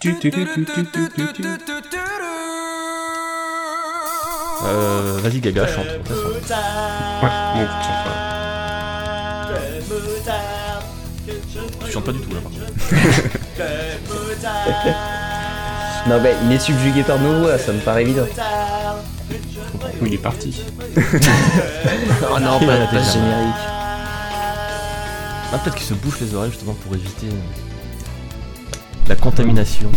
Tu, tu, tu, tu, tu, tu, tu, tu. Euh, Vas-y Gaga, chante. de toute façon. mon coup de chance, voilà. Tu chantes pas du tout là par contre. Non, mais il est subjugué par nos voix, ça me paraît évident. Oui, il est parti. Oh non, Qui va pas, la pas ce déclamer générique. Ah, peut-être qu'il se bouche les oreilles justement pour éviter euh, la contamination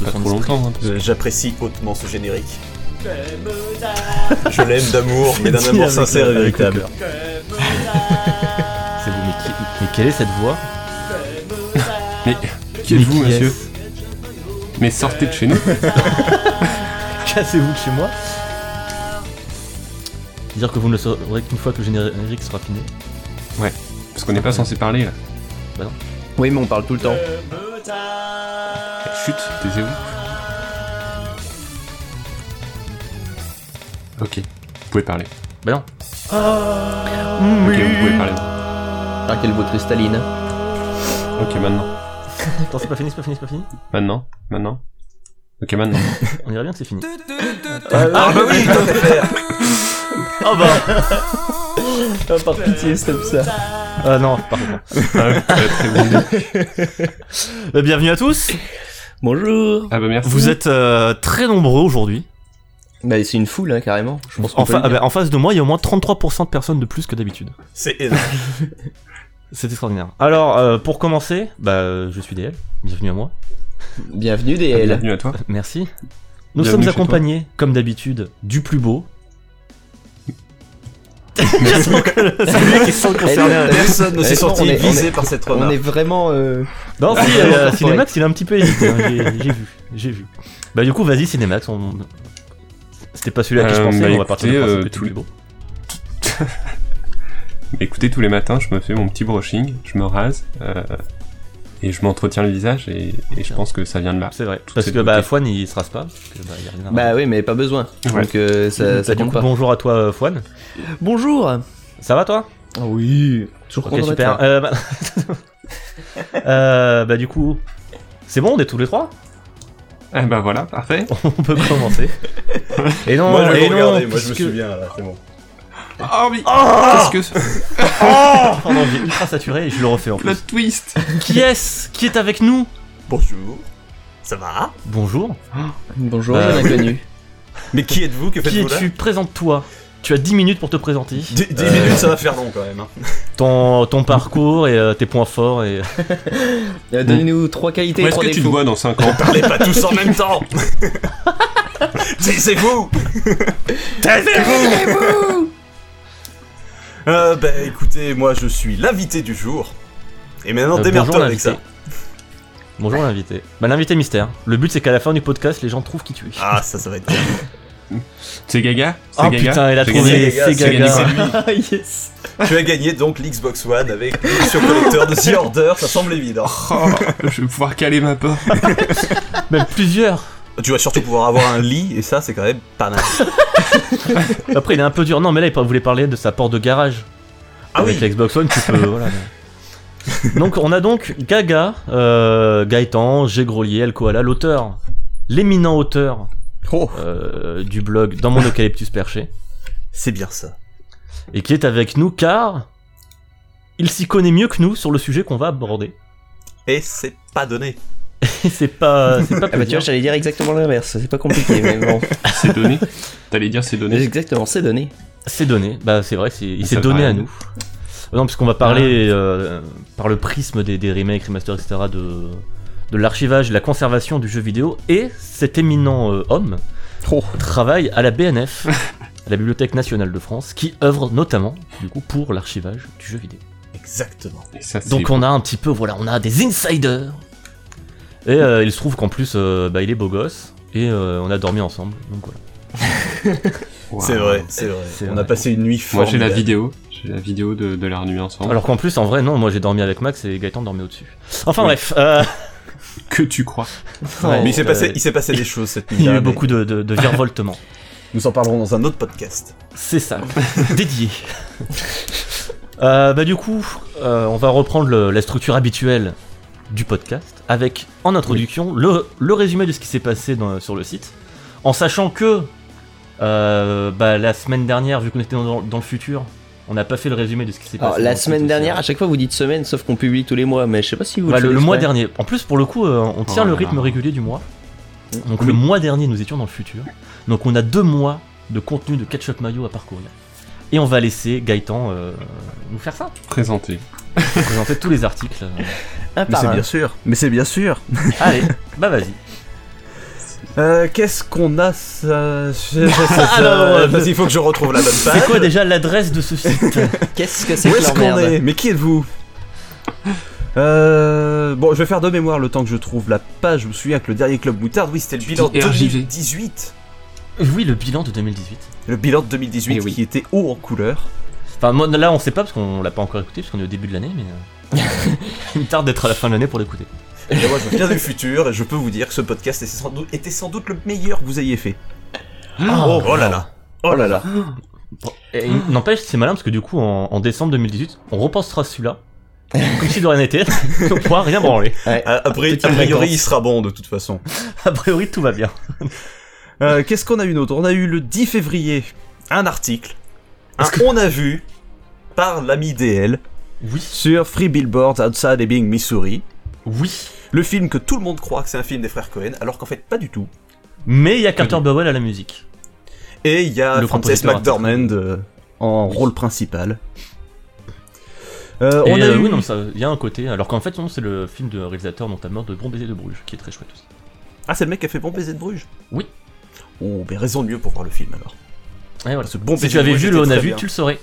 de Pas son trop esprit. longtemps. hein, parce Euh, J'apprécie hautement ce générique. Je l'aime d'amour, mais d'un Dit amour avec sincère et le- avec le véritable. C'est vous, mais, qui- mais quelle est cette voix que- Mais qui êtes-vous, Mais qui monsieur Mais sortez de chez nous. est-ce Cassez-vous de chez moi Dire que vous ne le saurez qu'une fois que le générique sera fini. Parce qu'on n'est pas censé parler là. Oui, mais on parle tout le temps. Eh, Chut, taisez-vous. Ok, vous pouvez parler. Bah non, Ok, vous pouvez parler. Ah, quelle voix cristalline. Ok, maintenant. attends, c'est pas fini, c'est pas fini, c'est pas fini. Maintenant, maintenant. Ok, maintenant. On dirait bien que c'est fini. Ah, bah oui, Oh bah Oh, Par pitié, stop ça. Ah non, pardon. Ah, très, très bon dit. Euh, Bienvenue à tous. Bonjour Ah bah merci. Vous êtes euh, très nombreux aujourd'hui. Bah, c'est une foule, hein, carrément. Je pense qu'on En, peut fa- le ah dire. bah, en face de moi, il y a au moins 33% de personnes de plus que d'habitude. C'est énorme. C'est extraordinaire. Alors, euh, pour commencer, bah, euh, je suis DL. Bienvenue à moi. Bienvenue, DL. Bienvenue à toi. Merci. Nous Bienvenue chez sommes accompagnés, comme d'habitude, du plus beau. Elle- Personne ne s'est Honnêtement, on senti est- on visé est- par cette On est remarque. vraiment. euh, Non, si, Ah, euh, ouais. Cinemax, il a un petit peu hésité. hein, j'ai- J'ai vu. J'ai vu. Bah, du coup, vas-y, Cinemax. On... C'était pas celui à qui je Euh, pensais, bah, mais on va partir du écoutez, principe euh, que t'es tous plus les- beau. Écoutez, tous les matins, je me fais mon petit brushing, je me rase euh, et je m'entretiens le visage et, et je pense que ça vient de là. C'est vrai. Toute Parce cette que, bah, beauté. Fouane, il se rase pas. parce que, bah, il y a rien à Bah oui, mais pas besoin. Ouais. Donc euh, ça, Bah, ça du compte coup, pas. bonjour à toi, euh, Fouane. Bonjour Ah Ça va, toi Oui Toujours Ok, super. Euh, bah... Euh, bah, du coup, c'est bon, on est tous les trois Ah bah voilà, parfait. On peut commencer. Et non, Moi je et vais vous non, regarder, moi je me puisque- souviens là, c'est bon. Oh mais qu'est-ce que ce Oh Pardon, j'ai ultra saturé et je le refais en plus. twist Qui est-ce qui est avec nous Bonjour. Ça va Bonjour. Bonjour, Ah, Bah, bien inconnu. Mais qui êtes-vous Que Qui faites-vous là es-tu Présente-toi. Tu as 10 minutes pour te présenter. 10 minutes ça va faire long quand même. hein. Ton, ton parcours et euh, tes points forts et... Euh, Donne-nous trois qualités Où et est-ce trois que tu te défauts. vois dans 5 ans Parlez pas tous en même temps Taisez-vous Taisez-vous euh, Bah écoutez, moi je suis l'invité du jour. Et maintenant Euh, démerde-toi avec ça. l'invité. Bonjour l'invité. Bah l'invité mystère. Le but c'est qu'à la fin du podcast les gens trouvent qui tu es. Ah ça ça va être bien. C'est Gaga Oh, C'est Ah, Gaga putain, il a C'est trouvé. Gaga. c'est c'est Gaga. c'est lui. Ah yes Tu as gagné donc l'Xbox One avec sur collecteur de The Order, ça semble évident. Oh, je vais pouvoir caler ma porte. Même plusieurs. Tu vas surtout pouvoir avoir un lit et ça c'est quand même pas mal. Après il est un peu dur. Non mais là il voulait parler de sa porte de garage. Ah Avec oui, la Xbox One tu peux. voilà, mais- donc on a donc Gaga, euh, Gaëtan, G. Grolier, El Koala, l'auteur, l'éminent auteur Oh. euh, du blog Dans mon eucalyptus perché, c'est bien ça. et qui est avec nous car il s'y connaît mieux que nous sur le sujet qu'on va aborder. Et c'est pas donné. Et c'est pas, c'est pas Ah bah tu vois, j'allais dire exactement l'inverse, c'est pas compliqué, mais bon. C'est donné T'allais dire c'est Mais donné Exactement, c'est donné. C'est donné, bah c'est vrai, c'est, il Ça s'est donné va. à nous. Euh, Non, parce qu'on va parler Ah. euh, par le prisme des, des remakes, remasters, etc. de, de l'archivage, de la conservation du jeu vidéo. Et cet éminent euh, homme Oh. travaille à la BNF, à la Bibliothèque Nationale de France, qui œuvre notamment du coup, pour l'archivage du jeu vidéo. Exactement. Et ça, c'est- Donc on a un petit peu, voilà, on a des insiders. Et euh, il se trouve qu'en plus, euh, bah, il est beau gosse. Et euh, on a dormi ensemble, donc voilà. Wow. C'est vrai, c'est vrai. C'est On a vrai. passé une nuit Moi formidable. j'ai la vidéo. J'ai la vidéo de, de leur nuit ensemble. Alors qu'en plus, en vrai, non, moi j'ai dormi avec Max et Gaëtan dormait au-dessus. Enfin Oui. bref, euh, que tu crois Ouais, Mais il s'est euh, passé, il s'est passé des choses cette nuit. Il y a eu mais beaucoup de, de, de virevoltements. Nous en parlerons dans un autre podcast. C'est ça, dédié. Euh, bah du coup, euh, on va reprendre le- la structure habituelle du podcast, avec en introduction le, le résumé de ce qui s'est passé dans- sur le site, en sachant que euh, bah, la semaine dernière, vu qu'on était dans, dans le futur, on n'a pas fait le résumé de ce qui s'est Alors, passé. Oh, la dans le semaine site dernière, à aussi. hein. chaque fois vous dites semaine, sauf qu'on publie tous les mois, mais je sais pas si vous Bah, le, le, faites le mois exprès. dernier. En plus, pour le coup, euh, on tient Oh le là rythme là. régulier du mois. Donc le mois dernier, nous étions dans le futur. Donc on a deux mois de contenu de Ketchup Mayo à parcourir. Et on va laisser Gaëtan euh, nous faire ça. Présenté. présenter tous les articles. Euh, Un Mais Ah, par c'est un. bien sûr. Mais c'est bien sûr. Allez, bah vas-y. Euh, Qu'est-ce qu'on a ça... Alors, euh, il faut que je retrouve la bonne page. C'est quoi déjà l'adresse de ce site Qu'est-ce que c'est Où que est-ce leur qu'on merde est Mais qui êtes-vous euh, bon, je vais faire de mémoire le temps que je trouve la page. Je me souviens que le dernier club moutarde, oui, c'était le bilan dis RJV. 2018. Oui, le bilan de 2018. Le bilan de 2018 Eh oui. qui était haut en couleur. Enfin, moi, là, on sait pas parce qu'on l'a pas encore écouté, parce qu'on est au début de l'année, mais. euh, Il me tarde d'être à la fin de l'année pour l'écouter. Et moi, je viens du futur et je peux vous dire que ce podcast était sans doute, était sans doute le meilleur que vous ayez fait. Oh, là là. Oh là là. Et Mm. il- N'empêche, c'est malin parce que du coup, en, en décembre 2018, on repensera à celui-là. Comme si de rien n'était, on pourra rien branler. Ouais. Ah, après, Petite a priori, fréquence. il sera bon de toute façon. A priori, tout va bien. Euh, Qu'est-ce qu'on a eu d'autre On a eu le 10 février un article. Un on a vu par l'ami DL Oui, sur Free Billboards Outside Ebbing, Missouri. oui. Le film que tout le monde croit que c'est un film des frères Cohen, alors qu'en fait pas du tout. Mais il y a Carter Bowell à la musique. Et il y a Le Frances compositeur. McDormand euh, en rôle principal. Euh, Et, on a euh, eu... oui, non, ça- il y a un côté. Alors qu'en fait, non, c'est le film de réalisateur dont à mort de Bon Baiser de Bruges, qui est très chouette aussi. Ah, c'est le mec qui a fait Bon Baiser de Bruges Oui. Oh, mais raison de mieux pour voir le film alors. Et Ah, voilà. Parce que bon Si Baiser tu de avais Bruges vu était le On a très vu, bien. tu le saurais.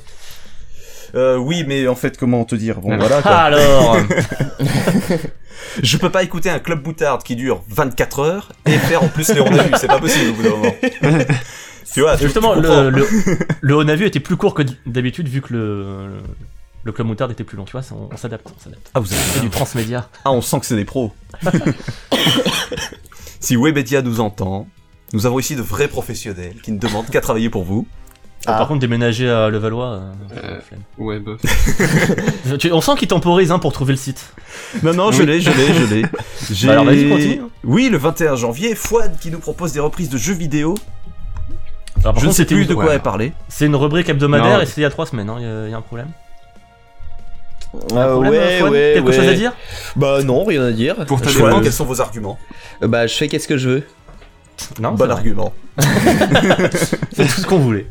Euh, oui, mais en fait, comment te dire Bon, Ah. voilà quoi. Alors, Je peux pas écouter un club boutarde qui dure 24 heures et faire en plus les on a vu, c'est pas possible au bout d'un moment. tu vois, tu- justement, tu le, comprends. le, le On a vu était plus court que d'habitude, vu que le, le Club Moutarde était plus long. Tu vois, ça- on, on s'adapte, on s'adapte. Ah, vous avez- C'est du transmédia. Ah, on sent que c'est des pros. si Webedia nous entend, nous avons ici de vrais professionnels qui ne demandent qu'à travailler pour vous. Ah. Par contre, déménager à Levallois, euh, Euh. flemme. Ouais, bof. Tu- on sent qu'il temporise hein, pour trouver le site. Non, non, je Oui. l'ai, je l'ai, je l'ai. J'ai- alors, vas-y, continue. Oui, le 21 janvier, Fouad qui nous propose des reprises de jeux vidéo. Alors, par je ne contre, sais c'était plus une, de quoi ouais. elle parlait. c'est une rubrique hebdomadaire Non. et c'était il y a trois semaines. hein. Il y, a un problème. Un Euh, problème, ouais, euh, Fouad ouais, Quelque ouais. chose à dire Bah non, rien à dire. Pour ta Je défense, vois quels sont vos arguments. Euh, Bah je fais qu'est-ce que je veux. Non, c'est bon vrai. argument. c'est tout ce qu'on voulait.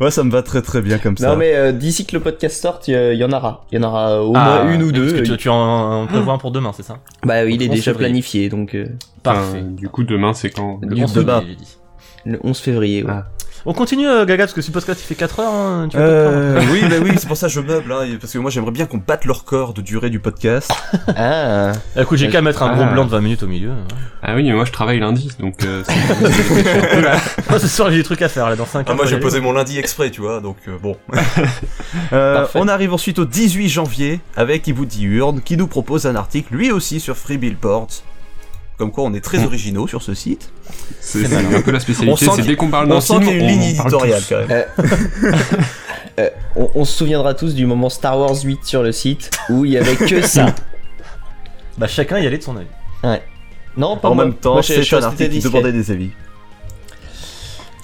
Ouais, ça me va très très bien comme Non mais euh, d'ici que le podcast sorte, il y, en aura. Il y en aura euh, au Ah, moins une ou parce deux. que tu, tu en prévois un pour demain, c'est ça Bah oui, il est On déjà février. planifié, donc euh, Parfait. Enfin, du coup, demain, c'est quand Le du 11 débat. février, j'ai dit. le 11 février. ouais. Ah. On continue, euh, Gaga, parce que ce podcast il fait 4 heures. hein, tu vas pas te plaindre. Euh, oui, bah oui, c'est pour ça que je meuble, hein, parce que moi j'aimerais bien qu'on batte leur corps de durée du podcast. Ah. Ah, Écoute, j'ai Ouais, qu'à mettre un gros ah. blanc de 20 minutes au milieu. hein. Ah oui, mais moi, je travaille lundi, donc euh, c'est- Moi, ce soir, j'ai des trucs à faire là dans 5 Ah, moi j'ai posé mon lundi exprès, tu vois, donc euh, bon. Euh, Parfait. on arrive ensuite au 18 janvier avec Ibu Diurne qui nous propose un article lui aussi sur Free Billboard. Comme quoi on est Hmm. très originaux sur ce site. Ah, c'est c'est un peu la On sent spécialité. C'est qu'il- dès qu'on parle On d'un sent film, qu'il y a une ligne on parle éditoriale tous. quand même. Euh, on, on se souviendra tous du moment Star Wars 8 sur le site où il y avait que ça. Bah, chacun y allait de son avis. Non, pas En moi. même Moi, temps, je- c'est je restais un article qui discret. demandait des avis.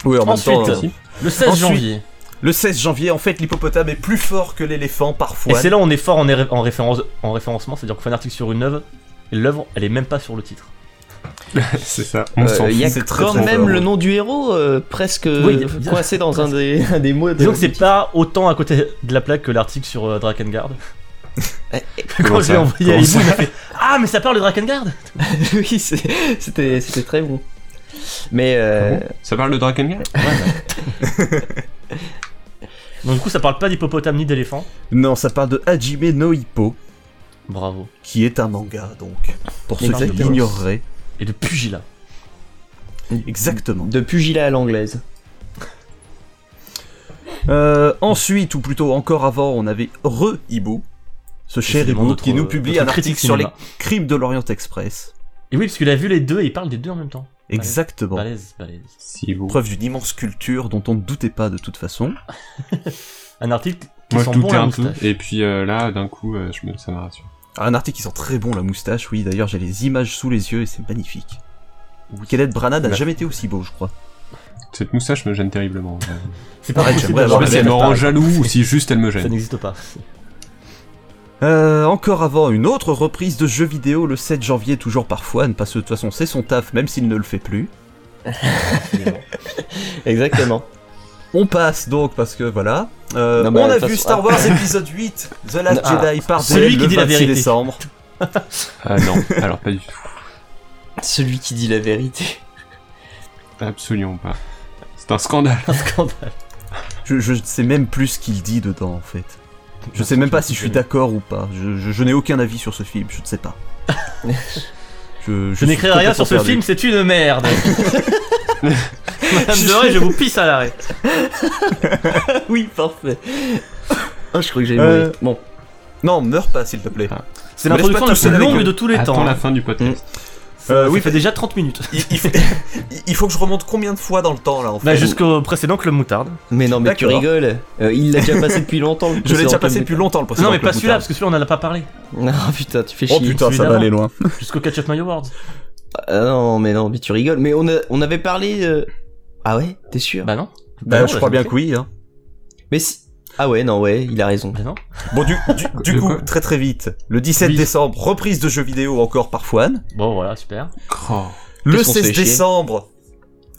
Oui, en Ensuite, même temps. euh, le 16 Ensuite, janvier. Le 16 janvier, en fait, l'hippopotame est plus fort que l'éléphant Et parfois. c'est là où on est fort en, é- en référence, en référencement, c'est-à-dire qu'on fait un article sur une œuvre et l'œuvre, elle est même pas sur le titre. C'est ça. On s'en Euh, Il y a c'est très, quand très même fort. le nom du héros euh, presque Oui, euh, bien- coincé dans un des, un des mots. De... Disons que c'est pas autant à côté de la plaque que l'article sur euh, Drakengard. Quand Comment je l'ai ça envoyé à Comment Ibu, il m'a fait Ah, mais ça parle de Drakengard oui, c'est- c'était c'était très bon. Mais euh, fout. Ça parle de Drakengard Donc, du coup, ça parle pas d'hippopotame ni d'éléphant. Non, ça parle de Hajime no Hippo, Bravo. qui est un manga donc. Pour ceux qui Exactement. l'ignoreraient. Et de Pugila. Exactement. de pugilat à l'anglaise. Euh, ensuite, ou plutôt encore avant, on avait Re Hibou, ce cher Décidément, Hibou notre- qui nous publie notre un euh, critique article sur les cinéma. crimes de l'Orient Express. Et oui, parce qu'il a vu les deux et il parle des deux en même temps. Exactement. Balèze, balèze. Si vous. Preuve d'une immense culture dont on ne doutait pas de toute façon. Un article qui Moi, sent je bon doutais la un peu. moustache. Et puis euh, là, d'un coup, euh, je me... ça m'a rassuré. Un article qui sent très bon la moustache, oui, d'ailleurs j'ai les images sous les yeux et c'est magnifique. Kenneth Branagh n'a Ouais. jamais été aussi beau, je crois. Cette moustache me gêne terriblement. Je C'est pas Arrête, possible j'aimerais sais pas d'avoir la avoir si elle me même rend taille. jaloux ou si juste elle me Ça gêne. n'existe pas. Euh, encore avant, une autre reprise de jeu vidéo le 7 janvier, toujours par Fouane, parce que de toute façon c'est son taf, même s'il ne le fait plus. Exactement. On passe donc, parce que voilà. Euh, Non, mais on de a toute vu façon- Star Wars épisode 8, The Last Ah, Jedi par c'est lui DL, qui le dit la 26 vérité. décembre. Ah non, alors pas du tout. Celui qui dit la vérité. Absolument pas. C'est un scandale. Un scandale. Je, je sais même plus ce qu'il dit dedans en fait. Je sais même pas si je suis d'accord ou pas. Je, je- je n'ai aucun avis sur ce film, je ne sais pas. je Je suis n'écrirai rien sur ce complètement film, c'est une merde. Madame Doré, je vous pisse à l'arrêt. Oui, parfait. Oh, je crois que j'allais Euh, mourir. Bon, perdu. Non, meurs pas s'il te plaît. Ah. C'est Mais l'introduction la laisse pas plus tousser avec longue eux. de tous les Attends temps. la fin du podcast. Euh, oui, oui, fait déjà 30 minutes. Il, il faut, il faut que je remonte combien de fois dans le temps là en fait Bah, jusqu'au précédent Club Moutarde. mais non, mais tu D'accord. rigoles. Euh, il l'a déjà passé depuis longtemps. le Je l'ai déjà précédent passé Club depuis longtemps le précédent. non, mais pas Club celui-là, Moutarde. parce que celui-là, on en a pas parlé. Moutarde. Non, Ah, putain, tu fais chier. Oh putain, ça celui va d'avant. aller loin. Jusqu'au Catch Up My Award. Ah non, mais non, mais tu rigoles. Mais on, a- on avait parlé. euh, Ah ouais, t'es sûr Bah, non. Bah, non, je bah, crois ça bien me que oui. hein. Mais si. Ah ouais, non, ouais, il a raison. Bah, non. Bon, du, du- du De coup, quoi très très vite, le 17 Oui. décembre, reprise de jeux vidéo encore par Fouane. Bon, voilà, super. Oh. Le Qu'est-ce qu'on se 16 fait chier décembre,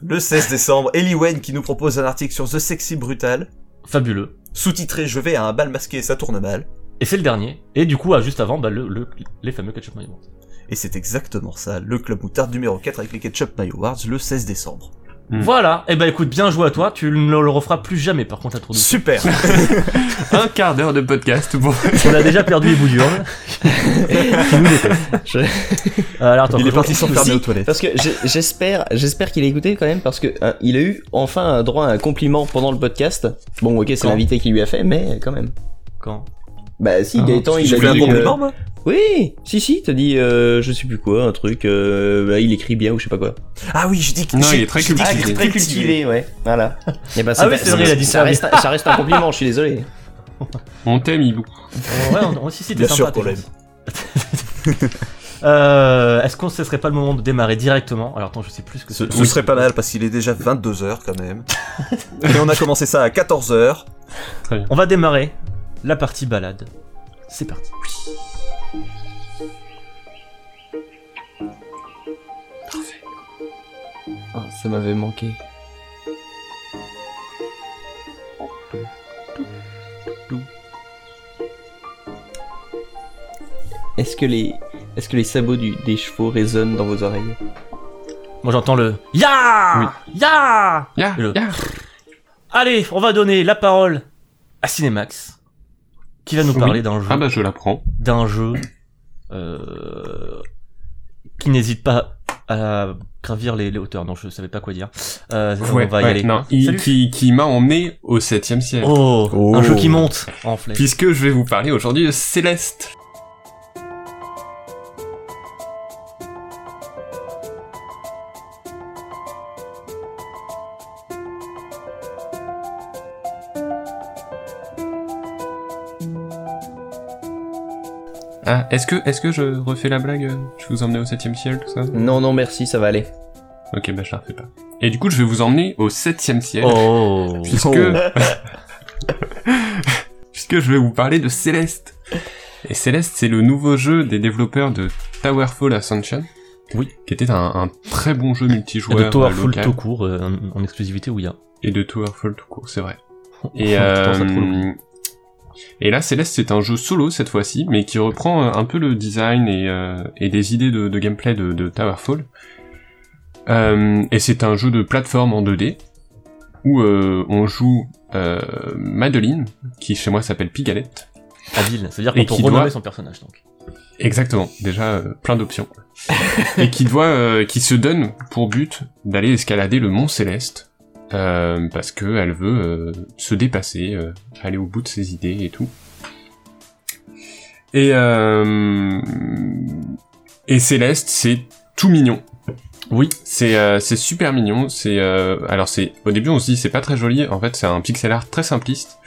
le 16 décembre, Ellie Wayne qui nous propose un article sur The Sexy Brutal, Fabuleux. sous-titré Je vais à un bal masqué, ça tourne mal. Et c'est le dernier. Et du coup, ah, juste avant, bah, le, le- les fameux Catch Up My Award. Et c'est exactement ça, le club moutarde numéro 4 avec les Ketchup My Awards le 16 décembre. Mm. Voilà. Et bah, écoute, bien joué à toi. Tu ne le referas plus jamais, par contre, à trop de Super Un quart d'heure de podcast pour. On a déjà perdu les bouillures. Je- Euh, Alors, attends, Il est que je- parti sans aussi- fermer aux toilettes. Parce que j'ai- j'espère, j'espère qu'il a écouté quand même, parce que hein, il a eu enfin un droit à un compliment pendant le podcast. Bon, ok, c'est Quand l'invité qui lui a fait, mais quand même. Quand Bah si, Ah, Gaëtan, je il Je a fais un dit, compliment, euh, moi Oui, si si, t'as dit, euh, je sais plus quoi, un truc. euh, bah, il écrit bien ou je sais pas quoi. Ah oui, je dis que Non, j'ai- Ah, il est très je dis que cultivé. j'ai Très ouais. Voilà. Et bah, Ah oui, c'est vrai, il a dit ça, ça. Reste, un- ça reste un compliment, je suis désolé. On t'aime, Ilou. Ouais, on, on, si, si, t'es Bien sympa. sûr t'es qu'on l'aime. gentil. Euh, Est-ce qu'on ce serait pas le moment de démarrer directement Alors attends, je sais plus ce que Ce, c'est. ce serait pas mal parce qu'il est déjà 22h quand même. Et on a commencé ça à 14h. On va démarrer la partie balade. C'est parti. Ah, ça m'avait manqué. Est-ce que les, est-ce que les sabots du, des chevaux résonnent dans vos oreilles Moi j'entends le Ya Ya Ya, Le- ya. Allez, on va donner la parole à Cinemax qui va nous parler Oui. d'un jeu, Ah bah je la prends. d'un jeu euh, qui n'hésite pas à gravir les, les hauteurs. Non, je savais pas quoi dire. Euh, on va y Ouais, aller. non, il- Salut. qui qui m'a emmené au 7 siècle. Oh, Oh. un jeu qui monte en flèche. Puisque je vais vous parler aujourd'hui de Céleste. Ah, est-ce que, est-ce que je refais la blague euh, Je vous emmenais au 7ème ciel, tout ça Non, non, merci, ça va aller. Ok, bah je la refais pas. Et du coup, je vais vous emmener au 7ème ciel. Oh. Puisque... Puisque je vais vous parler de Céleste. Et Céleste, c'est le nouveau jeu des développeurs de Towerfall Ascension. Oui. Qui était un, un très bon jeu Et multijoueur de Towerfall bah, local. tout court, euh, en, en exclusivité où il y a. Et de Towerfall tout court, c'est vrai. Je Et, trouve ça trop lourd. euh, et là, Céleste, c'est un jeu solo cette fois-ci, mais qui reprend euh, un peu le design et, euh, et des idées de, de gameplay de, de Towerfall. Euh, et c'est un jeu de plateforme en 2D où euh, on joue euh, Madeline, qui chez moi s'appelle Pigalette. Habile, c'est-à-dire Et qu'on peut qui renommer doit- son personnage donc. Exactement, déjà euh, plein d'options. et qui doit, euh, qui se donne pour but d'aller escalader le Mont Céleste euh, parce que elle veut euh, se dépasser, euh, aller au bout de ses idées et tout. Et euh, et Céleste, c'est tout mignon. Oui. C'est euh, c'est super mignon. C'est euh, alors c'est au début on se dit c'est pas très joli. En fait c'est un pixel art très simpliste.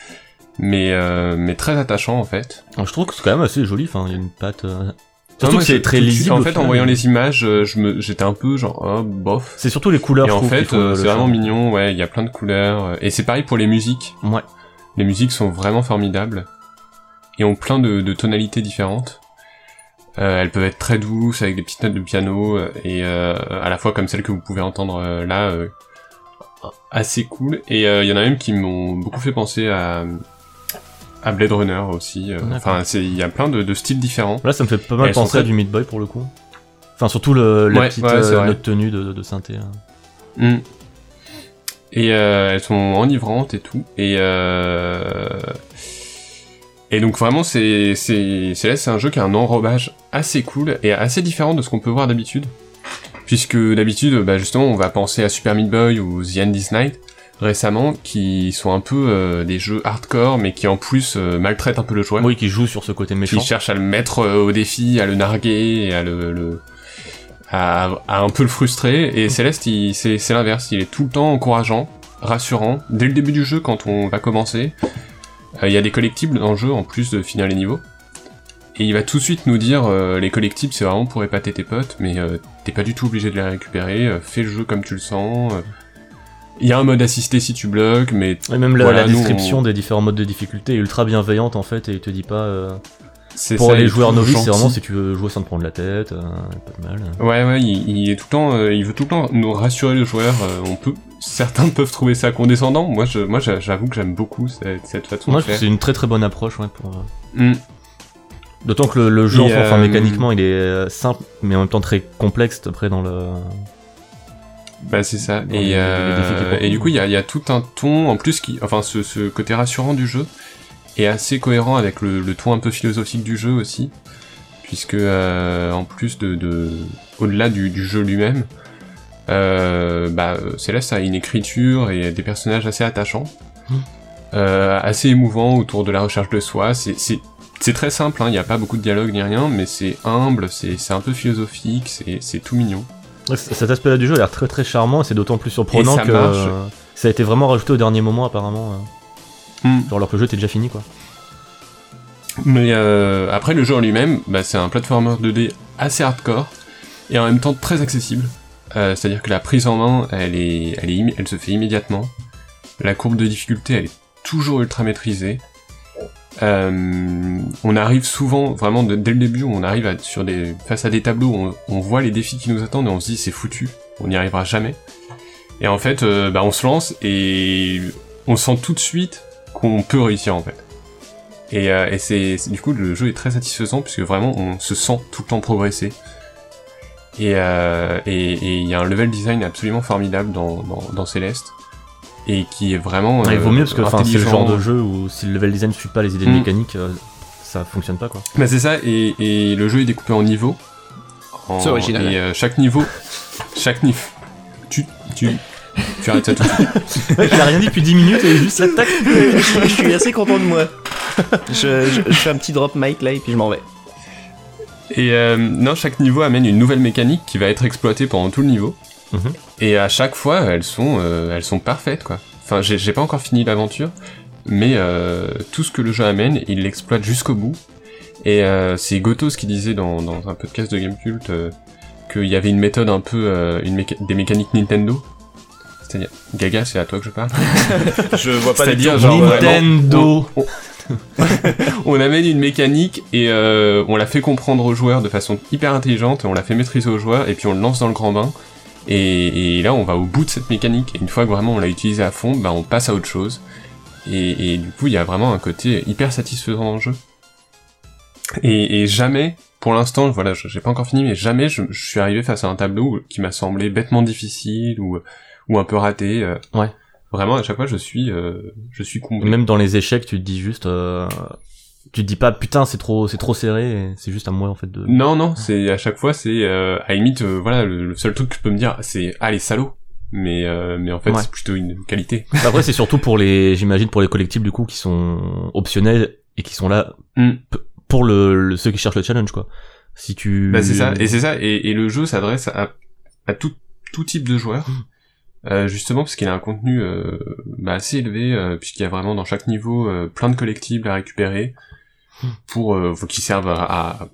mais, euh, mais très attachant en fait. Alors, je trouve que c'est quand même assez joli, enfin, il y a une patte. euh, Non, Surtout moi, que j'ai- c'est très tout de lisible. suite, au En fait, final. en voyant les images, euh, je me, j'étais un peu genre, oh, bof. C'est surtout les couleurs, Et je en trouve, qui fait, font, euh, euh, c'est le vraiment charme. mignon, ouais, il y a plein de couleurs. euh, Et c'est pareil pour les musiques. Ouais. Les musiques sont vraiment formidables. Et ont plein de, de tonalités différentes. Euh, elles peuvent être très douces, avec des petites notes de piano, euh, et euh, à la fois comme celles que vous pouvez entendre euh, là, euh, assez cool. Et euh, il y en a même qui m'ont beaucoup fait penser à, à Blade Runner aussi. euh. D'accord. Enfin, c'est- il y a plein de, de styles différents. Là, ça me fait pas mal Elles sont penser à très- du Meat Boy pour le coup. Enfin, surtout le, la Ouais, petite ouais, c'est euh, vrai. note tenue de, de synthé. hein. Mm. Et euh, elles sont enivrantes et tout. Et euh, et donc vraiment c'est c'est c'est là, c'est un jeu qui a un enrobage assez cool et assez différent de ce qu'on peut voir d'habitude. Puisque d'habitude bah justement on va penser à Super Meat Boy ou The Endless Night récemment qui sont un peu euh, des jeux hardcore mais qui en plus euh, maltraitent un peu le joueur Oui, qui joue sur ce côté méchant. qui cherche à le mettre euh, au défi, à le narguer, et à le, le- à, à un peu le frustrer. Et Céleste, il- c'est c'est l'inverse. Il est tout le temps encourageant, rassurant. Dès le début du jeu, quand on va commencer, euh, il y a des collectibles dans le jeu en plus de finir les niveaux. Et il va tout de suite nous dire euh, les collectibles, c'est vraiment pour épater tes potes, mais euh, t'es pas du tout obligé de les récupérer. euh, fais le jeu comme tu le sens. euh. Il y a un mode assisté si tu bloques, mais Et même la, Voilà, la nous, description on- des différents modes de difficulté est ultra bienveillante en fait, et il te dit pas. euh, c'est Pour ça, il les est joueurs tout novices, c'est gentil. vraiment si tu veux jouer sans te prendre la tête, euh, pas de mal. Ouais, ouais, il, il est tout le temps, euh, il veut tout le temps nous rassurer le joueur. euh, on peut, certains peuvent trouver ça condescendant. Moi, je, moi, j'a- j'avoue que j'aime beaucoup cette, cette façon de Moi, je trouve faire. que c'est une très très bonne approche, ouais, pour. euh, Mm. D'autant que le, le jeu, Et, enfin, enfin, euh, mécaniquement, il est euh, simple, mais en même temps très complexe après dans le. Bah, c'est ça. Dans les- Et, les défis qu'il euh, propose. et du coup, il y a, il y a tout un ton en plus qui, enfin, ce, ce côté rassurant du jeu est assez cohérent avec le, le ton un peu philosophique du jeu aussi, puisque euh, en plus de, de au-delà du, du jeu lui-même, euh, bah, Céleste a une écriture et des personnages assez attachants, Mm. euh, assez émouvants autour de la recherche de soi. C'est, c'est c'est très simple, hein, il n'y a pas beaucoup de dialogue ni rien, mais c'est humble, c'est c'est un peu philosophique, c'est c'est tout mignon. Ouais, c- Cet aspect-là du jeu a l'air très très charmant, et c'est d'autant plus surprenant Et ça que marche. euh, ça a été vraiment rajouté au dernier moment apparemment. euh. Hmm. Genre alors que le jeu était déjà fini quoi. Mais euh, après, le jeu en lui-même, bah, c'est un platformer 2D assez hardcore et en même temps très accessible. Euh, C'est-à-dire que la prise en main, elle, est, elle, est immé- elle se fait immédiatement. La courbe de difficulté, elle est toujours ultra maîtrisée. Euh, on arrive souvent, vraiment de- dès le début, on arrive à- sur des, face à des tableaux, on, on voit les défis qui nous attendent et on se dit c'est foutu, on n'y arrivera jamais. Et en fait, euh, bah, on se lance et on sent tout de suite qu'on peut réussir en fait. Et, euh, et c'est c'est- du coup le jeu est très satisfaisant puisque vraiment on se sent tout le temps progresser. Et euh, et- et il y a un level design absolument formidable dans, dans, dans Céleste et qui est vraiment. Ouais, Ah, il vaut euh, mieux parce que enfin, c'est le genre intelligent. de jeu où si le level design suit pas les idées Hmm. mécaniques, euh, ça fonctionne pas quoi. Bah c'est ça, et, et le jeu est découpé en niveaux. En- C'est original. Et euh, chaque niveau, chaque niveau, tu, tu, tu arrêtes ça tout de suite. Ouais, il a rien dit depuis 10 minutes et juste l'attaque. je suis assez content de moi. Je, je- je fais un petit drop mic là et puis je m'en vais. Et euh, non, chaque niveau amène une nouvelle mécanique qui va être exploitée pendant tout le niveau. Mhm. Et à chaque fois, elles sont, euh, elles sont parfaites, quoi. Enfin, j'ai j'ai pas encore fini l'aventure, mais euh, tout ce que le jeu amène, il l'exploite jusqu'au bout. Et euh, c'est Gotos qui disait dans, dans un podcast de Gamecult euh, qu'il y avait une méthode un peu, euh, une méca- des mécaniques Nintendo. C'est-à-dire, Gaga, c'est à toi que je parle. Je vois pas les C'est-à-dire, tours. genre, vraiment, Nintendo. on amène une mécanique et euh, on la fait comprendre aux joueurs de façon hyper intelligente, et on la fait maîtriser aux joueurs et puis on le lance dans le grand bain. Et, et là, on va au bout de cette mécanique. Et une fois que vraiment on l'a utilisée à fond, bah, on passe à autre chose. Et, et du coup, il y a vraiment un côté hyper satisfaisant dans le jeu. Et, et jamais, pour l'instant, voilà, je- j'ai pas encore fini, mais jamais je, je suis arrivé face à un tableau qui m'a semblé bêtement difficile ou, ou un peu raté. euh. Ouais. Vraiment, à chaque fois, je suis, euh, je suis comblé. Même dans les échecs, tu te dis juste. euh, Tu te dis pas putain c'est trop c'est trop serré et c'est juste à moi en fait de Non, non, c'est à chaque fois, c'est euh, à la limite, euh, voilà, le, le seul truc que je peux me dire, c'est ah les salauds. Mais euh, mais en fait, Ouais. c'est plutôt une qualité. Bah, Après, c'est surtout pour les, j'imagine, pour les collectibles du coup qui sont optionnels et qui sont là Mm. p- pour le, le- ceux qui cherchent le challenge quoi. Si tu, Eh ben, Bah c'est ça, et c'est ça, et, et le jeu s'adresse à, à tout tout type de joueur. euh, justement parce qu'il a un contenu euh, bah, assez élevé, euh, puisqu'il y a vraiment dans chaque niveau euh, plein de collectibles à récupérer pour euh, faut qu'ils servent à, à,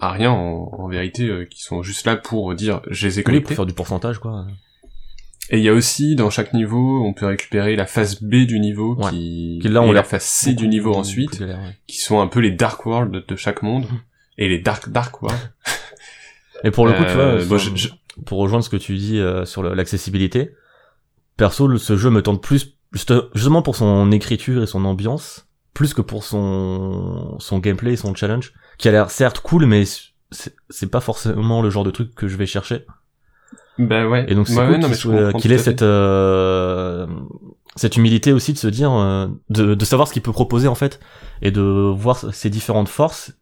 à rien en, en vérité, euh, qui sont juste là pour dire je les ai Oui, collectés. pour faire du pourcentage, quoi. Et il y a aussi dans chaque niveau, on peut récupérer la phase B du niveau Ouais. qui, Qui là, on et l'a la phase C du niveau ensuite, qui sont un peu les dark world de- de chaque monde et les dark dark world. Et Mhm. pour le coup, tu vois, Euh, bon, sur- je- je- pour rejoindre ce que tu dis euh, sur le- l'accessibilité, perso, le- ce jeu me tente plus, juste- justement pour son écriture et son ambiance, plus que pour son, son gameplay et son challenge, qui a l'air certes cool, mais c'est c'est pas forcément le genre de truc que je vais chercher. Bah ouais. Et donc c'est Ouais, ouais, cool non, qu'il mais je soit- comprends qu'il tout ait à fait. cette euh, cette humilité aussi de se dire euh, de, de savoir ce qu'il peut proposer en fait et de voir ses différentes forces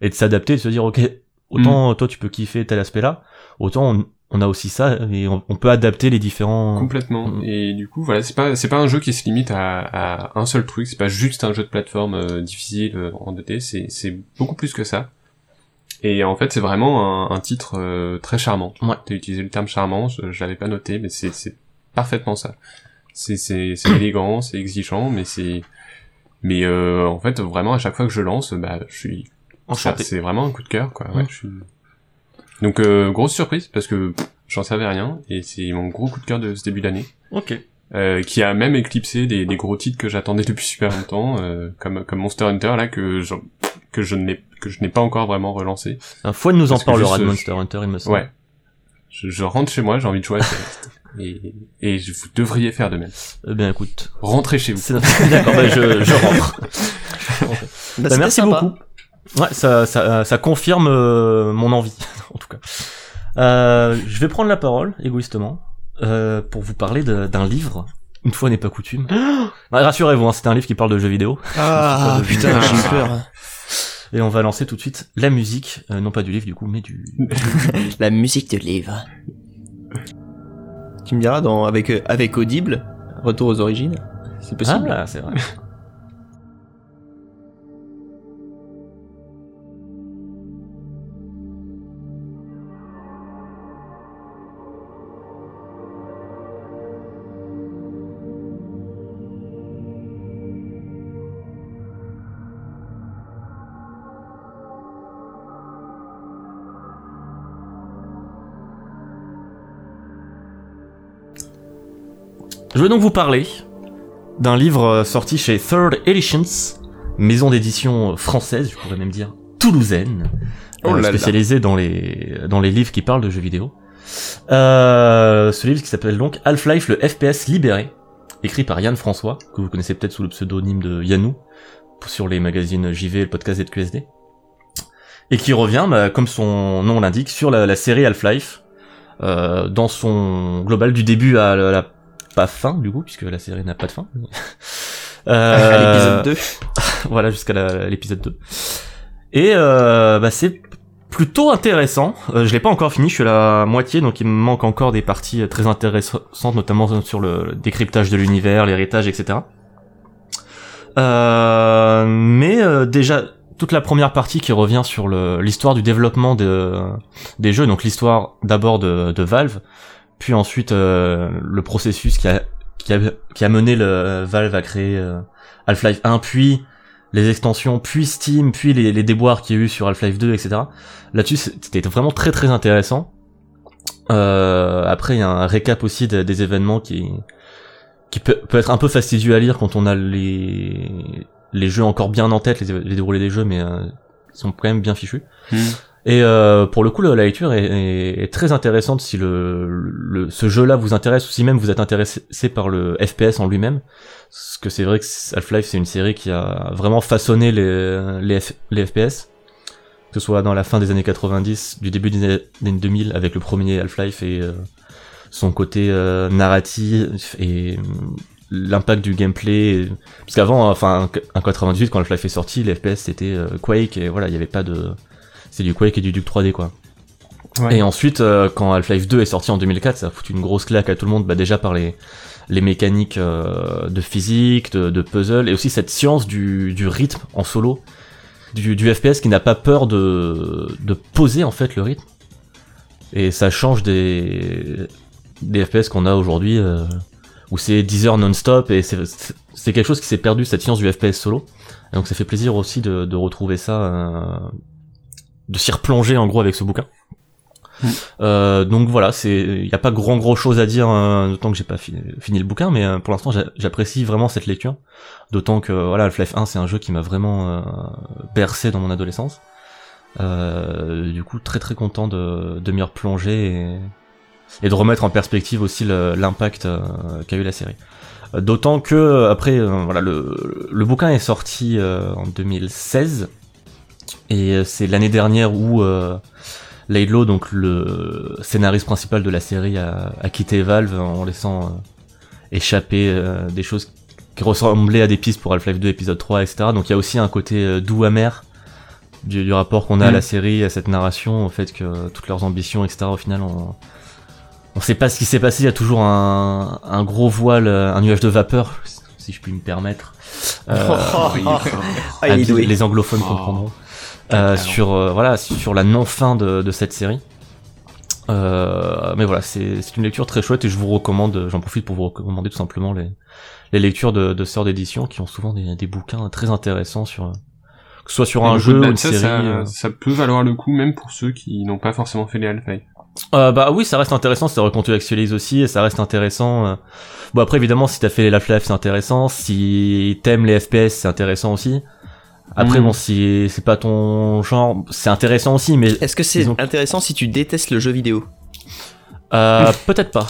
et de s'adapter de se dire ok autant Mm. toi tu peux kiffer tel aspect là autant on, on a aussi ça et on, on peut adapter les différents Complètement. Mm. Et du coup, voilà, c'est pas c'est pas un jeu qui se limite à, à un seul truc. C'est pas juste un jeu de plateforme euh, difficile euh, en 2D. C'est c'est beaucoup plus que ça. Et en fait, c'est vraiment un, un titre euh, très charmant. Ouais. T'as utilisé le terme charmant. Je, je l'avais pas noté, mais c'est c'est parfaitement ça. C'est c'est c'est élégant, c'est exigeant, mais c'est mais euh, en fait, vraiment à chaque fois que je lance, bah, je suis ça, enchantés. C'est vraiment un coup de cœur, quoi. Ouais, Mm. je suis- Donc euh, grosse surprise parce que pff, j'en savais rien et c'est mon gros coup de cœur de ce début d'année Ok. euh, qui a même éclipsé des, des gros titres que j'attendais depuis super longtemps euh, comme comme Monster Hunter là que je, que je n'ai que je n'ai pas encore vraiment relancé. Un fois Ah, nous en Parce que parlera juste, de euh, Monster Hunter il me semble. Ouais. Je, je rentre chez moi, j'ai envie de jouer à Celeste. et et je- vous devriez faire de même. Eh bien écoute. Rentrez chez vous. C'est d'accord. bah, je, je rentre. Bah, Bah, c'était merci sympa. beaucoup. Ouais, ça, ça, ça confirme euh, mon envie, en tout cas. Euh, je vais prendre la parole, égoïstement, euh, pour vous parler de- d'un livre. Une fois n'est pas coutume. Ouais, Rassurez-vous, hein, c'est un livre qui parle de jeux vidéo. Ah putain, j'ai eu peur. hein. Et on va lancer tout de suite la musique, euh, non pas du livre du coup, mais du... La musique de livre. Tu me diras dans, avec, euh, avec Audible, retour aux origines, c'est possible. Ah, c'est vrai. Je vais donc vous parler d'un livre euh, sorti chez Third Editions, maison d'édition euh, française, je pourrais même dire toulousaine, Oh euh, là là. spécialisée dans les dans les livres qui parlent de jeux vidéo. Euh, ce livre qui s'appelle donc Half-Life, le FPS libéré, écrit par Yann François, que vous connaissez peut-être sous le pseudonyme de Yannou, sur les magazines JV et le podcast ZQSD, et qui revient, bah, comme son nom l'indique, sur la, la série Half-Life, euh, dans son global du début à la, la- pas fin du coup, puisque la série n'a pas de fin. À Euh, l'épisode 2. voilà jusqu'à la- l'épisode 2 et euh, bah, c'est plutôt intéressant Euh, je l'ai pas encore fini je suis à la moitié donc il me manque encore des parties euh, très intéressantes notamment sur le décryptage de l'univers l'héritage etc euh, mais euh, déjà toute la première partie qui revient sur le- l'histoire du développement de, des jeux donc l'histoire d'abord de, de Valve puis ensuite euh, le processus qui a qui a, qui a mené le Valve à créer euh, Half-Life 1 puis les extensions, puis Steam, puis les, les déboires qu'il y a eu sur Half-Life 2, etc. Là-dessus, c'était vraiment très très intéressant. Euh, après, il y a un récap aussi de- des événements qui qui peut, peut être un peu fastidieux à lire quand on a les les jeux encore bien en tête, les, les déroulés des jeux, mais euh, ils sont quand même bien fichus. Hmm. Et euh, pour le coup, le- la lecture est, est- est très intéressante si le, le- ce jeu-là vous intéresse ou si même vous êtes intéressé par le FPS en lui-même. Parce que c'est vrai que c'est- Half-Life, c'est une série qui a vraiment façonné les, les, F- les FPS. Que ce soit dans la fin des années 90, du début des années 2000 avec le premier Half-Life et euh, son côté euh, narratif et euh, l'impact du gameplay. Parce qu'avant, enfin, en 98, quand Half-Life est sorti, les FPS c'était euh, Quake et voilà, il n'y avait pas de c'est du Quake et du Duke 3D quoi. Ouais. Et ensuite, euh, quand Half-Life 2 est sorti en 2004, ça a foutu une grosse claque à tout le monde, bah déjà par les, les mécaniques euh, de physique, de, de puzzle, et aussi cette science du, du rythme en solo, du, du FPS qui n'a pas peur de, de poser en fait le rythme. Et ça change des, des FPS qu'on a aujourd'hui, euh, où c'est 10 heures non-stop, et c'est- c'est c'est quelque chose qui s'est perdu, cette science du FPS solo. Et donc ça fait plaisir aussi de, de retrouver ça, euh, de s'y replonger en gros avec ce bouquin. Mm. Euh, donc voilà, c'est il n'y a pas grand grand chose à dire, euh, d'autant que j'ai pas fi- fini le bouquin, mais euh, pour l'instant j'a- j'apprécie vraiment cette lecture, d'autant que voilà, Half-Life 1 c'est un jeu qui m'a vraiment euh, bercé dans mon adolescence. Euh, du coup, très très content de, de m'y replonger et, et de remettre en perspective aussi le- l'impact euh, qu'a eu la série. Euh, D'autant que euh, après, euh, voilà, le, le bouquin est sorti euh, en 2016 et euh, c'est l'année dernière où euh, Laidlaw, donc le scénariste principal de la série, a, a quitté Valve en laissant euh, échapper euh, des choses qui ressemblaient à des pistes pour Half-Life 2, épisode 3, etc. Donc il y a aussi un côté euh, doux amer du, du rapport qu'on a à Mhm. la série, à cette narration, au fait que toutes leurs ambitions, etc. Au final, on, on sait pas ce qui s'est passé. Il y a toujours un, un gros voile, euh, un nuage de vapeur, si je puis me permettre. Euh, Oh, Ah, il est Habile, doué. Les anglophones Oh. comprendront. talent. Euh, sur euh, voilà sur la non fin de, de cette série. Euh, mais voilà, c'est c'est une lecture très chouette et je vous recommande. J'en profite pour vous recommander tout simplement les les lectures de, de sœurs d'édition qui ont souvent des, des bouquins très intéressants sur euh, que ce soit sur un Et jeu le ou coup de une ça, série. ça, euh. ça peut valoir le coup, même pour ceux qui n'ont pas forcément fait les Half-Life. Euh, bah oui, ça reste intéressant, ça recontextualise aussi, et ça reste intéressant. euh. Bon après évidemment, si t'as fait les Half Life, c'est intéressant. Si t'aimes les FPS, c'est intéressant aussi. Après Mm. bon, si c'est pas ton genre, c'est intéressant aussi, mais Est-ce que c'est Ils ont- intéressant si tu détestes le jeu vidéo euh, peut-être pas.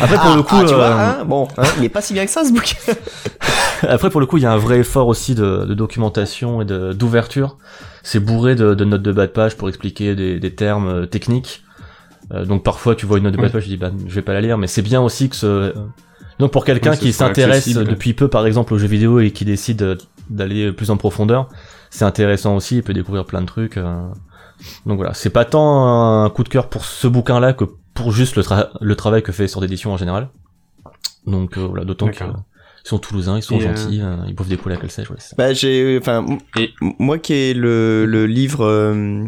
après pour le coup, Ah, tu vois, euh, hein, bon, hein, il est pas si bien que ça ce bouquin. Après, pour le coup, il y a un vrai effort aussi de, de documentation et de- d'ouverture. C'est bourré de, de notes de bas de page pour expliquer des, des termes euh, techniques. Euh, donc parfois, tu vois une note de bas de page, tu dis, bah, je vais pas la lire, mais c'est bien aussi que ce... Donc pour quelqu'un Oui, que qui ce soit s'intéresse accessible. depuis peu, par exemple, aux jeux vidéo et qui décide euh, d'aller plus en profondeur, c'est intéressant aussi, il peut découvrir plein de trucs. euh. Donc voilà, c'est pas tant un coup de cœur pour ce bouquin-là que pour juste le, tra- le travail que fait Sort d'édition en général. Donc euh, voilà, d'autant que D'accord. ils sont toulousains, ils sont Et, euh, gentils, euh, ils boivent des poules à Calcèche, ouais, c'est ça. Bah j'ai, enfin, m- Et- m- moi qui ai le, le livre euh,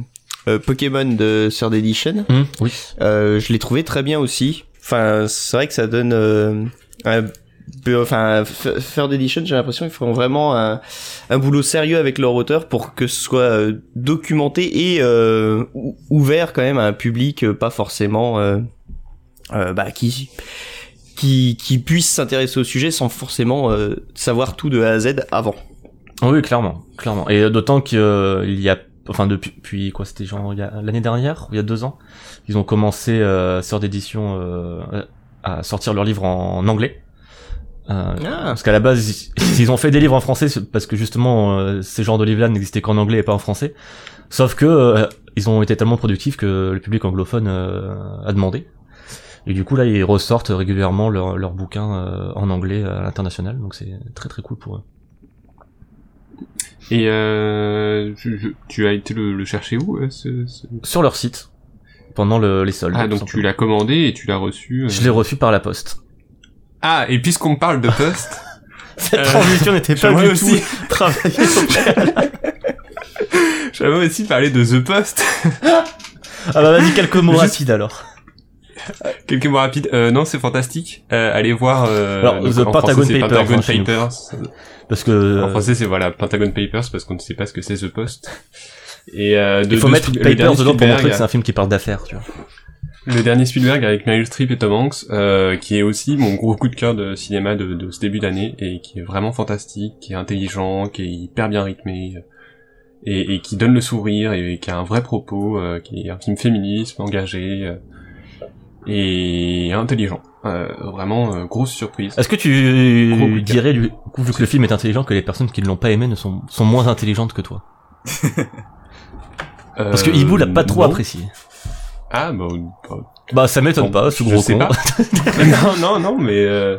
euh, Pokémon de Sir Edition, oui. euh, je l'ai trouvé très bien aussi. Enfin, c'est vrai que ça donne, euh, un peu- enfin, F- Third Edition, j'ai l'impression qu'ils feront vraiment un, un boulot sérieux avec leur auteur pour que ce soit euh, documenté et euh, ou- ouvert quand même à un public euh, pas forcément, euh, euh, bah, qui qui, qui puisse s'intéresser au sujet sans forcément euh, savoir tout de A à Z avant. Oui, clairement, clairement. Et euh, d'autant qu'il y a, enfin depuis, depuis quoi, c'était genre il y a- l'année dernière, ou il y a deux ans, ils ont commencé euh, sort d'édition euh, euh, à sortir leurs livres en, en anglais. Euh, Ah. Parce qu'à la base, ils, ils ont fait des livres en français c'est parce que justement euh, ces genres de livres-là n'existaient qu'en anglais et pas en français. Sauf que euh, ils ont été tellement productifs que le public anglophone euh, a demandé. Et du coup là, ils ressortent régulièrement leurs leurs bouquins euh, en anglais à l'international, donc c'est très très cool pour eux. Et euh, je- je- tu as été le, le chercher où euh, ce- ce- sur leur site pendant le- les soldes. Ah tout donc tu simplement. l'as commandé et tu l'as reçu. euh. Je l'ai reçu par la poste. Ah et puisqu'on parle de poste, Cette Euh, transition n'était pas j'aimerais du aussi, tout travaillée. j'aimerais aussi parler de The Post. ah bah vas-y quelques mots Juste- rapides alors. Quelques mots rapides. Euh, non c'est fantastique. Euh, allez voir. euh, Alors, donc, The en français, Pentagon c'est Papers, Pentagon hein, chez nous. Papers. Parce que En euh, français, c'est voilà Pentagon Papers parce qu'on ne sait pas ce que c'est The Post. Et euh, de, il faut de mettre Spiel- le Papers dernier dedans pour montrer Spielberg, que c'est un film qui parle d'affaires. Tu vois. le dernier Spielberg avec Meryl Streep et Tom Hanks, euh, qui est aussi mon gros coup de cœur de cinéma de, de ce début d'année et qui est vraiment fantastique, qui est intelligent, qui est hyper bien rythmé euh, et, et qui donne le sourire et, qui a un vrai propos, euh, qui est un film féministe, engagé euh, et intelligent. Euh, vraiment euh, grosse surprise. Est-ce que Gros coup de tu cœur. dirais du coup vu que le film est intelligent que les personnes qui ne l'ont pas aimé ne sont, sont moins intelligentes que toi Parce que Euh, Hibou l'a pas trop non. apprécié. Ah bah, bah, Bah ça m'étonne Bon, pas ce je gros sais con. pas. non, non, non, mais euh,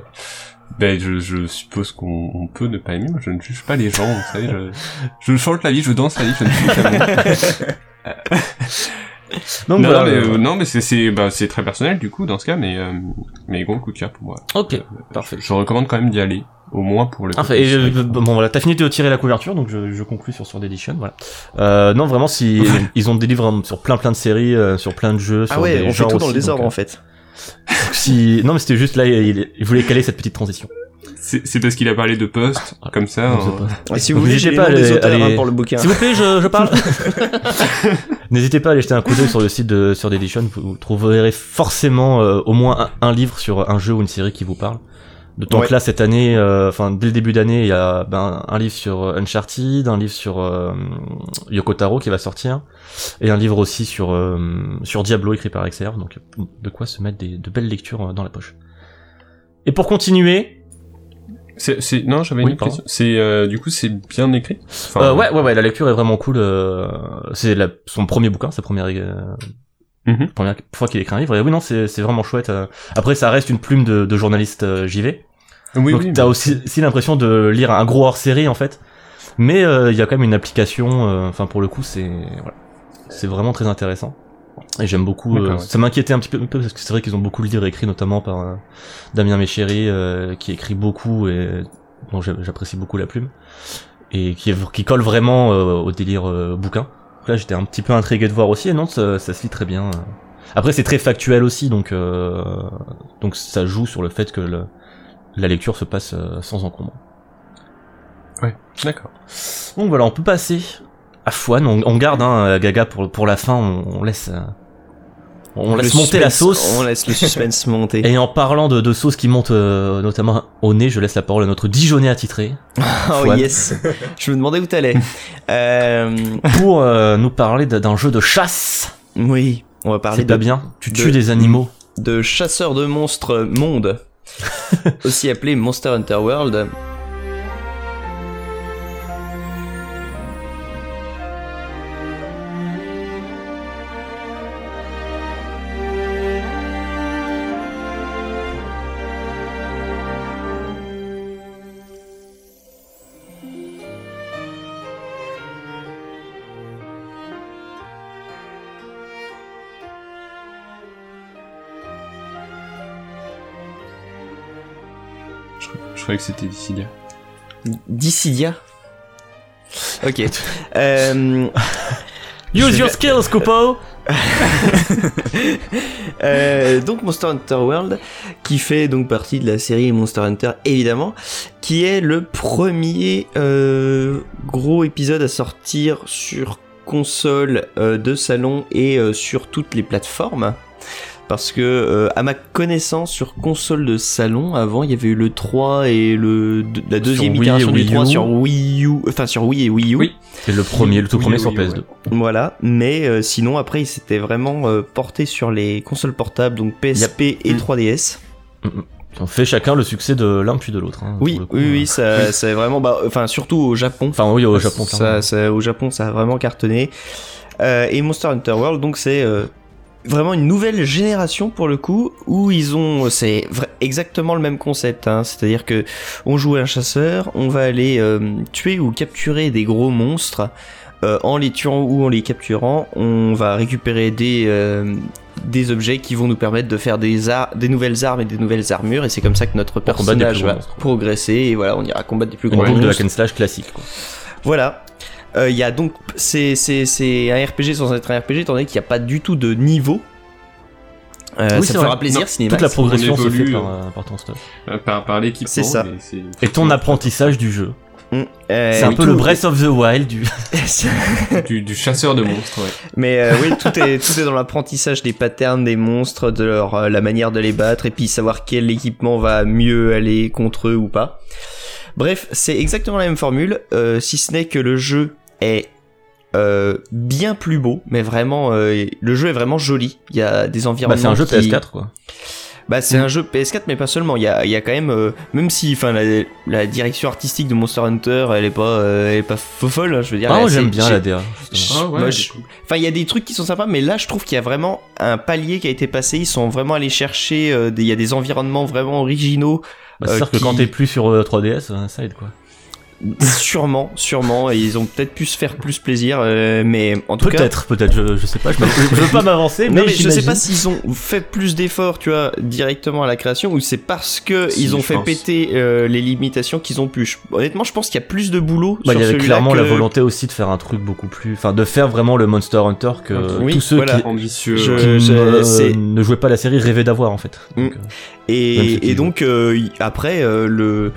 ben, je, je suppose qu'on on peut ne pas aimer. Moi, je ne juge pas les gens. Vous savez, je, je chante la vie, je danse la vie, je ne suis qu'un homme. Donc, non, voilà, mais, voilà. euh, non, mais c'est c'est bah, c'est très personnel du coup dans ce cas, mais euh, mais gros coup de cœur pour moi. Ok. Parfait. Je, recommande quand même d'y aller, au moins pour le. Parfait. Et, euh, bon voilà, t'as fini de tirer la couverture, donc je, je conclus sur Sword Edition. Voilà. Euh, non vraiment, si ils ont des livres hein, sur plein plein de séries, euh, sur plein de jeux, sur Ah ouais, des on fait genres tout dans le aussi, désordre en donc, fait. euh, Si- Non, mais c'était juste là, il, il voulait caler cette petite transition. C'est c'est parce qu'il a parlé de Post, comme ça. Ah, Donc, hein. c'est pas- Et si vous Vous voulez, n'hésitez j'ai les pas noms à des aller- auteurs hein, aller- pour le bouquin. S'il vous plaît, je, je parle. N'hésitez pas à aller jeter un coup d'œil sur le site de Third Edition. Vous trouverez forcément euh, au moins un, un livre sur un jeu ou une série qui vous parle. D'autant Ouais. que là, cette année, euh, enfin dès le début d'année, il y a ben, un livre sur euh, Uncharted, un livre sur euh, Yoko Taro qui va sortir, et un livre aussi sur euh, sur Diablo écrit par XR. Donc de quoi se mettre des, de belles lectures euh, dans la poche. Et pour continuer, C'est- c'est- Non, j'avais Oui, une pardon. question. C'est euh, du coup, c'est bien écrit. Enfin, Euh, ouais, ouais, ouais, la lecture est vraiment cool. euh, c'est la- son premier bouquin, sa première, euh, Mhm. première fois qu'il écrit un livre. Et oui, non, c'est c'est vraiment chouette. euh. Après, ça reste une plume de, de journaliste euh, JV. Oui, Donc, oui. t'as aussi, aussi l'impression de lire un gros hors-série, en fait. Mais euh, il y a quand même une application. euh, Enfin, pour le coup, c'est voilà, c'est vraiment très intéressant. Et j'aime beaucoup. D'accord, euh, ouais. Ça m'inquiétait un petit peu, un peu parce que c'est vrai qu'ils ont beaucoup de livres écrits, notamment par euh, Damien Méchéry, euh, qui écrit beaucoup et dont j'a- j'apprécie beaucoup la plume et qui, est- qui colle vraiment euh, au délire euh, bouquin. Donc Là, j'étais un petit peu intrigué de voir aussi, et non, ça, ça se lit très bien. euh. Après, c'est très factuel aussi, donc euh, donc ça joue sur le fait que le- la lecture se passe euh, sans encombre. Ouais, d'accord. Donc voilà, on peut passer à Fouane. On, on garde hein, Gaga pour pour la fin. On, on laisse euh, on Le laisse monter la suspense- sauce. On laisse le suspense monter. Et en parlant de, de sauce qui monte euh, notamment au nez, je laisse la parole à notre Dijonais attitré Oh Fouane. yes. Je me demandais où t'allais. euh, pour euh, nous parler d- d'un jeu de chasse. oui. On va parler C'est de pas bien. Tu de- tues des animaux. de chasseur de monstres monde, aussi appelé Monster Hunter World. Je, je croyais que c'était Dissidia. Dissidia. Ok. Euh, Use your skills, Coupeau euh, donc Monster Hunter World, qui fait donc partie de la série Monster Hunter évidemment, qui est le premier euh, gros épisode à sortir sur console euh, de salon et euh, sur toutes les plateformes. Parce que, euh, à ma connaissance, sur console de salon, avant, il y avait eu le 3 et le, de- la deuxième Wii et itération du Wii 3 U. sur Wii U, enfin sur Wii et Wii U. Oui. C'est le premier, le tout Oui, premier oui, sur oui, PS2. Voilà, mais euh, sinon après il s'était vraiment euh, porté sur les consoles portables, donc PSP et Mm. 3DS. On fait chacun le succès de l'un puis de l'autre. hein, Oui, pour le coup, oui, oui, euh. ça, c'est vraiment, bah, enfin surtout au Japon. Enfin, oui, au Japon. ça, clairement. ça- au Japon, ça a vraiment cartonné. Euh, et Monster Hunter World, donc c'est euh, vraiment une nouvelle génération pour le coup, où ils ont, c'est vra- exactement le même concept. hein. C'est-à-dire que on joue un chasseur, on va aller euh, tuer ou capturer des gros monstres. Euh, en les tuant ou en les capturant, on va récupérer des, euh, des objets qui vont nous permettre de faire des, ar- des nouvelles armes et des nouvelles armures. Et c'est comme ça que notre Pour combattre des plus personnage gros va monstres. progresser. Et voilà, on ira combattre des plus Une gros boucle de hack monstres. and slash classique. Quoi. Voilà. Euh, Il y a donc c'est c'est- c'est un RPG sans être un RPG, étant donné qu'il n'y a pas du tout de niveau. Euh, Oui, c'est ça me vrai. fera plaisir, Non, cinéma. Toute la progression on se fait évolue, par, euh, par ton stuff. Euh, Par, par l'équipement. C'est ça. mais c'est- Et ton apprentissage du jeu. C'est un Euh, peu le Breath of the Wild du. du, du chasseur de monstres, ouais. Mais euh, oui, tout est tout est dans l'apprentissage des patterns des monstres, de leur euh, la manière de les battre, et puis savoir quel équipement va mieux aller contre eux ou pas. Bref, c'est exactement la même formule, euh, si ce n'est que le jeu est euh, bien plus beau, mais vraiment euh, le jeu est vraiment joli. Il y a des environnements. Bah, c'est un jeu qui- PS4 quoi. Bah c'est un jeu PS4 mais pas seulement, il y a, il y a quand même euh, même si enfin la, la direction artistique de Monster Hunter, elle est pas euh, elle est pas fofolle, hein, je veux dire. Ah, elle est j'aime assez- bien j'ai- la DA. justement. j'ai- Ah ouais, moi, c'est j'ai- cool. Enfin, il y a des trucs qui sont sympas mais là je trouve qu'il y a vraiment un palier qui a été passé, ils sont vraiment allés chercher euh, des- il y a des environnements vraiment originaux. Bah, c'est euh, sûr que qui- quand t'es plus sur euh, 3DS, euh, ça aide quoi. Sûrement, sûrement. Et ils ont peut-être pu se faire plus plaisir, euh, mais en tout cas. Peut-être, peut-être, je, je sais pas, je, me- je veux pas m'avancer, mais, Non mais je sais j'imagine. pas s'ils ont fait plus d'efforts, tu vois, directement à la création ou c'est parce que Si, ils ont je fait pense. péter euh, les limitations qu'ils ont pu. Je- Honnêtement, je pense qu'il y a plus de boulot Bah, il sur y avait celui-là clairement que- la volonté aussi de faire un truc beaucoup plus. Enfin, de faire vraiment le Monster Hunter que Oui, tous ceux voilà. qui, Ambitieux. Je- ouais. qui j'ai- ne, c'est- ne jouaient pas la série rêvaient d'avoir en fait. Donc, euh, Mm. Même ceux qui Et, et jouent. donc euh, y- après euh, le,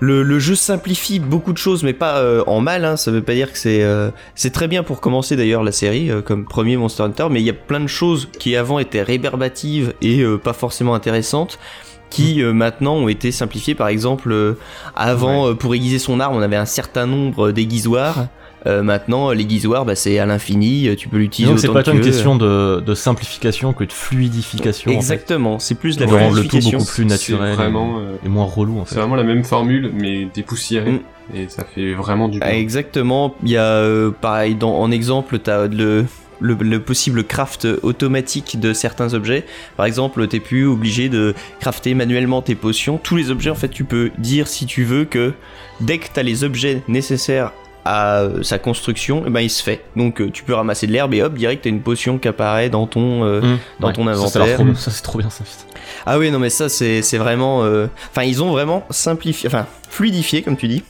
le le jeu simplifie beaucoup de choses, mais pas euh, en mal. Hein, ça veut pas dire que c'est euh, c'est très bien pour commencer d'ailleurs la série euh, comme premier Monster Hunter, mais il y a plein de choses qui avant étaient réverbatives et euh, pas forcément intéressantes. Mm. Qui euh, maintenant ont été simplifiées. Par exemple, euh, avant, euh, pour aiguiser son arme, on avait un certain nombre d'aiguisoirs. Euh, maintenant, euh, l'aiguisoir, bah, c'est à l'infini. euh, Tu peux Disons l'utiliser que c'est autant pas que tant une tu veux. question de, de simplification que de fluidification. en fait. Exactement. C'est plus de la De rendre le tout planification. beaucoup plus naturel C'est vraiment, euh, et moins relou en c'est fait. vraiment la même formule, mais dépoussiérée. Mm. Et ça fait vraiment du bien. Ah, exactement. Il y a, euh, pareil, dans, en exemple, tu as le, le, le possible craft automatique de certains objets. Par exemple, t'es plus obligé de crafter manuellement tes potions. Tous les objets, en fait, tu peux dire si tu veux que dès que t'as les objets nécessaires à euh, sa construction, eh ben, il se fait. Donc, euh, tu peux ramasser de l'herbe et hop, direct, t'as une potion qui apparaît dans ton. euh, Mm. dans ton ça, ça a l'air inventaire. trop bien, Ça, c'est trop bien ça. putain. Ah oui, non, mais ça, c'est c'est vraiment. euh, Enfin, ils ont vraiment simplifié, enfin, fluidifié, comme tu dis.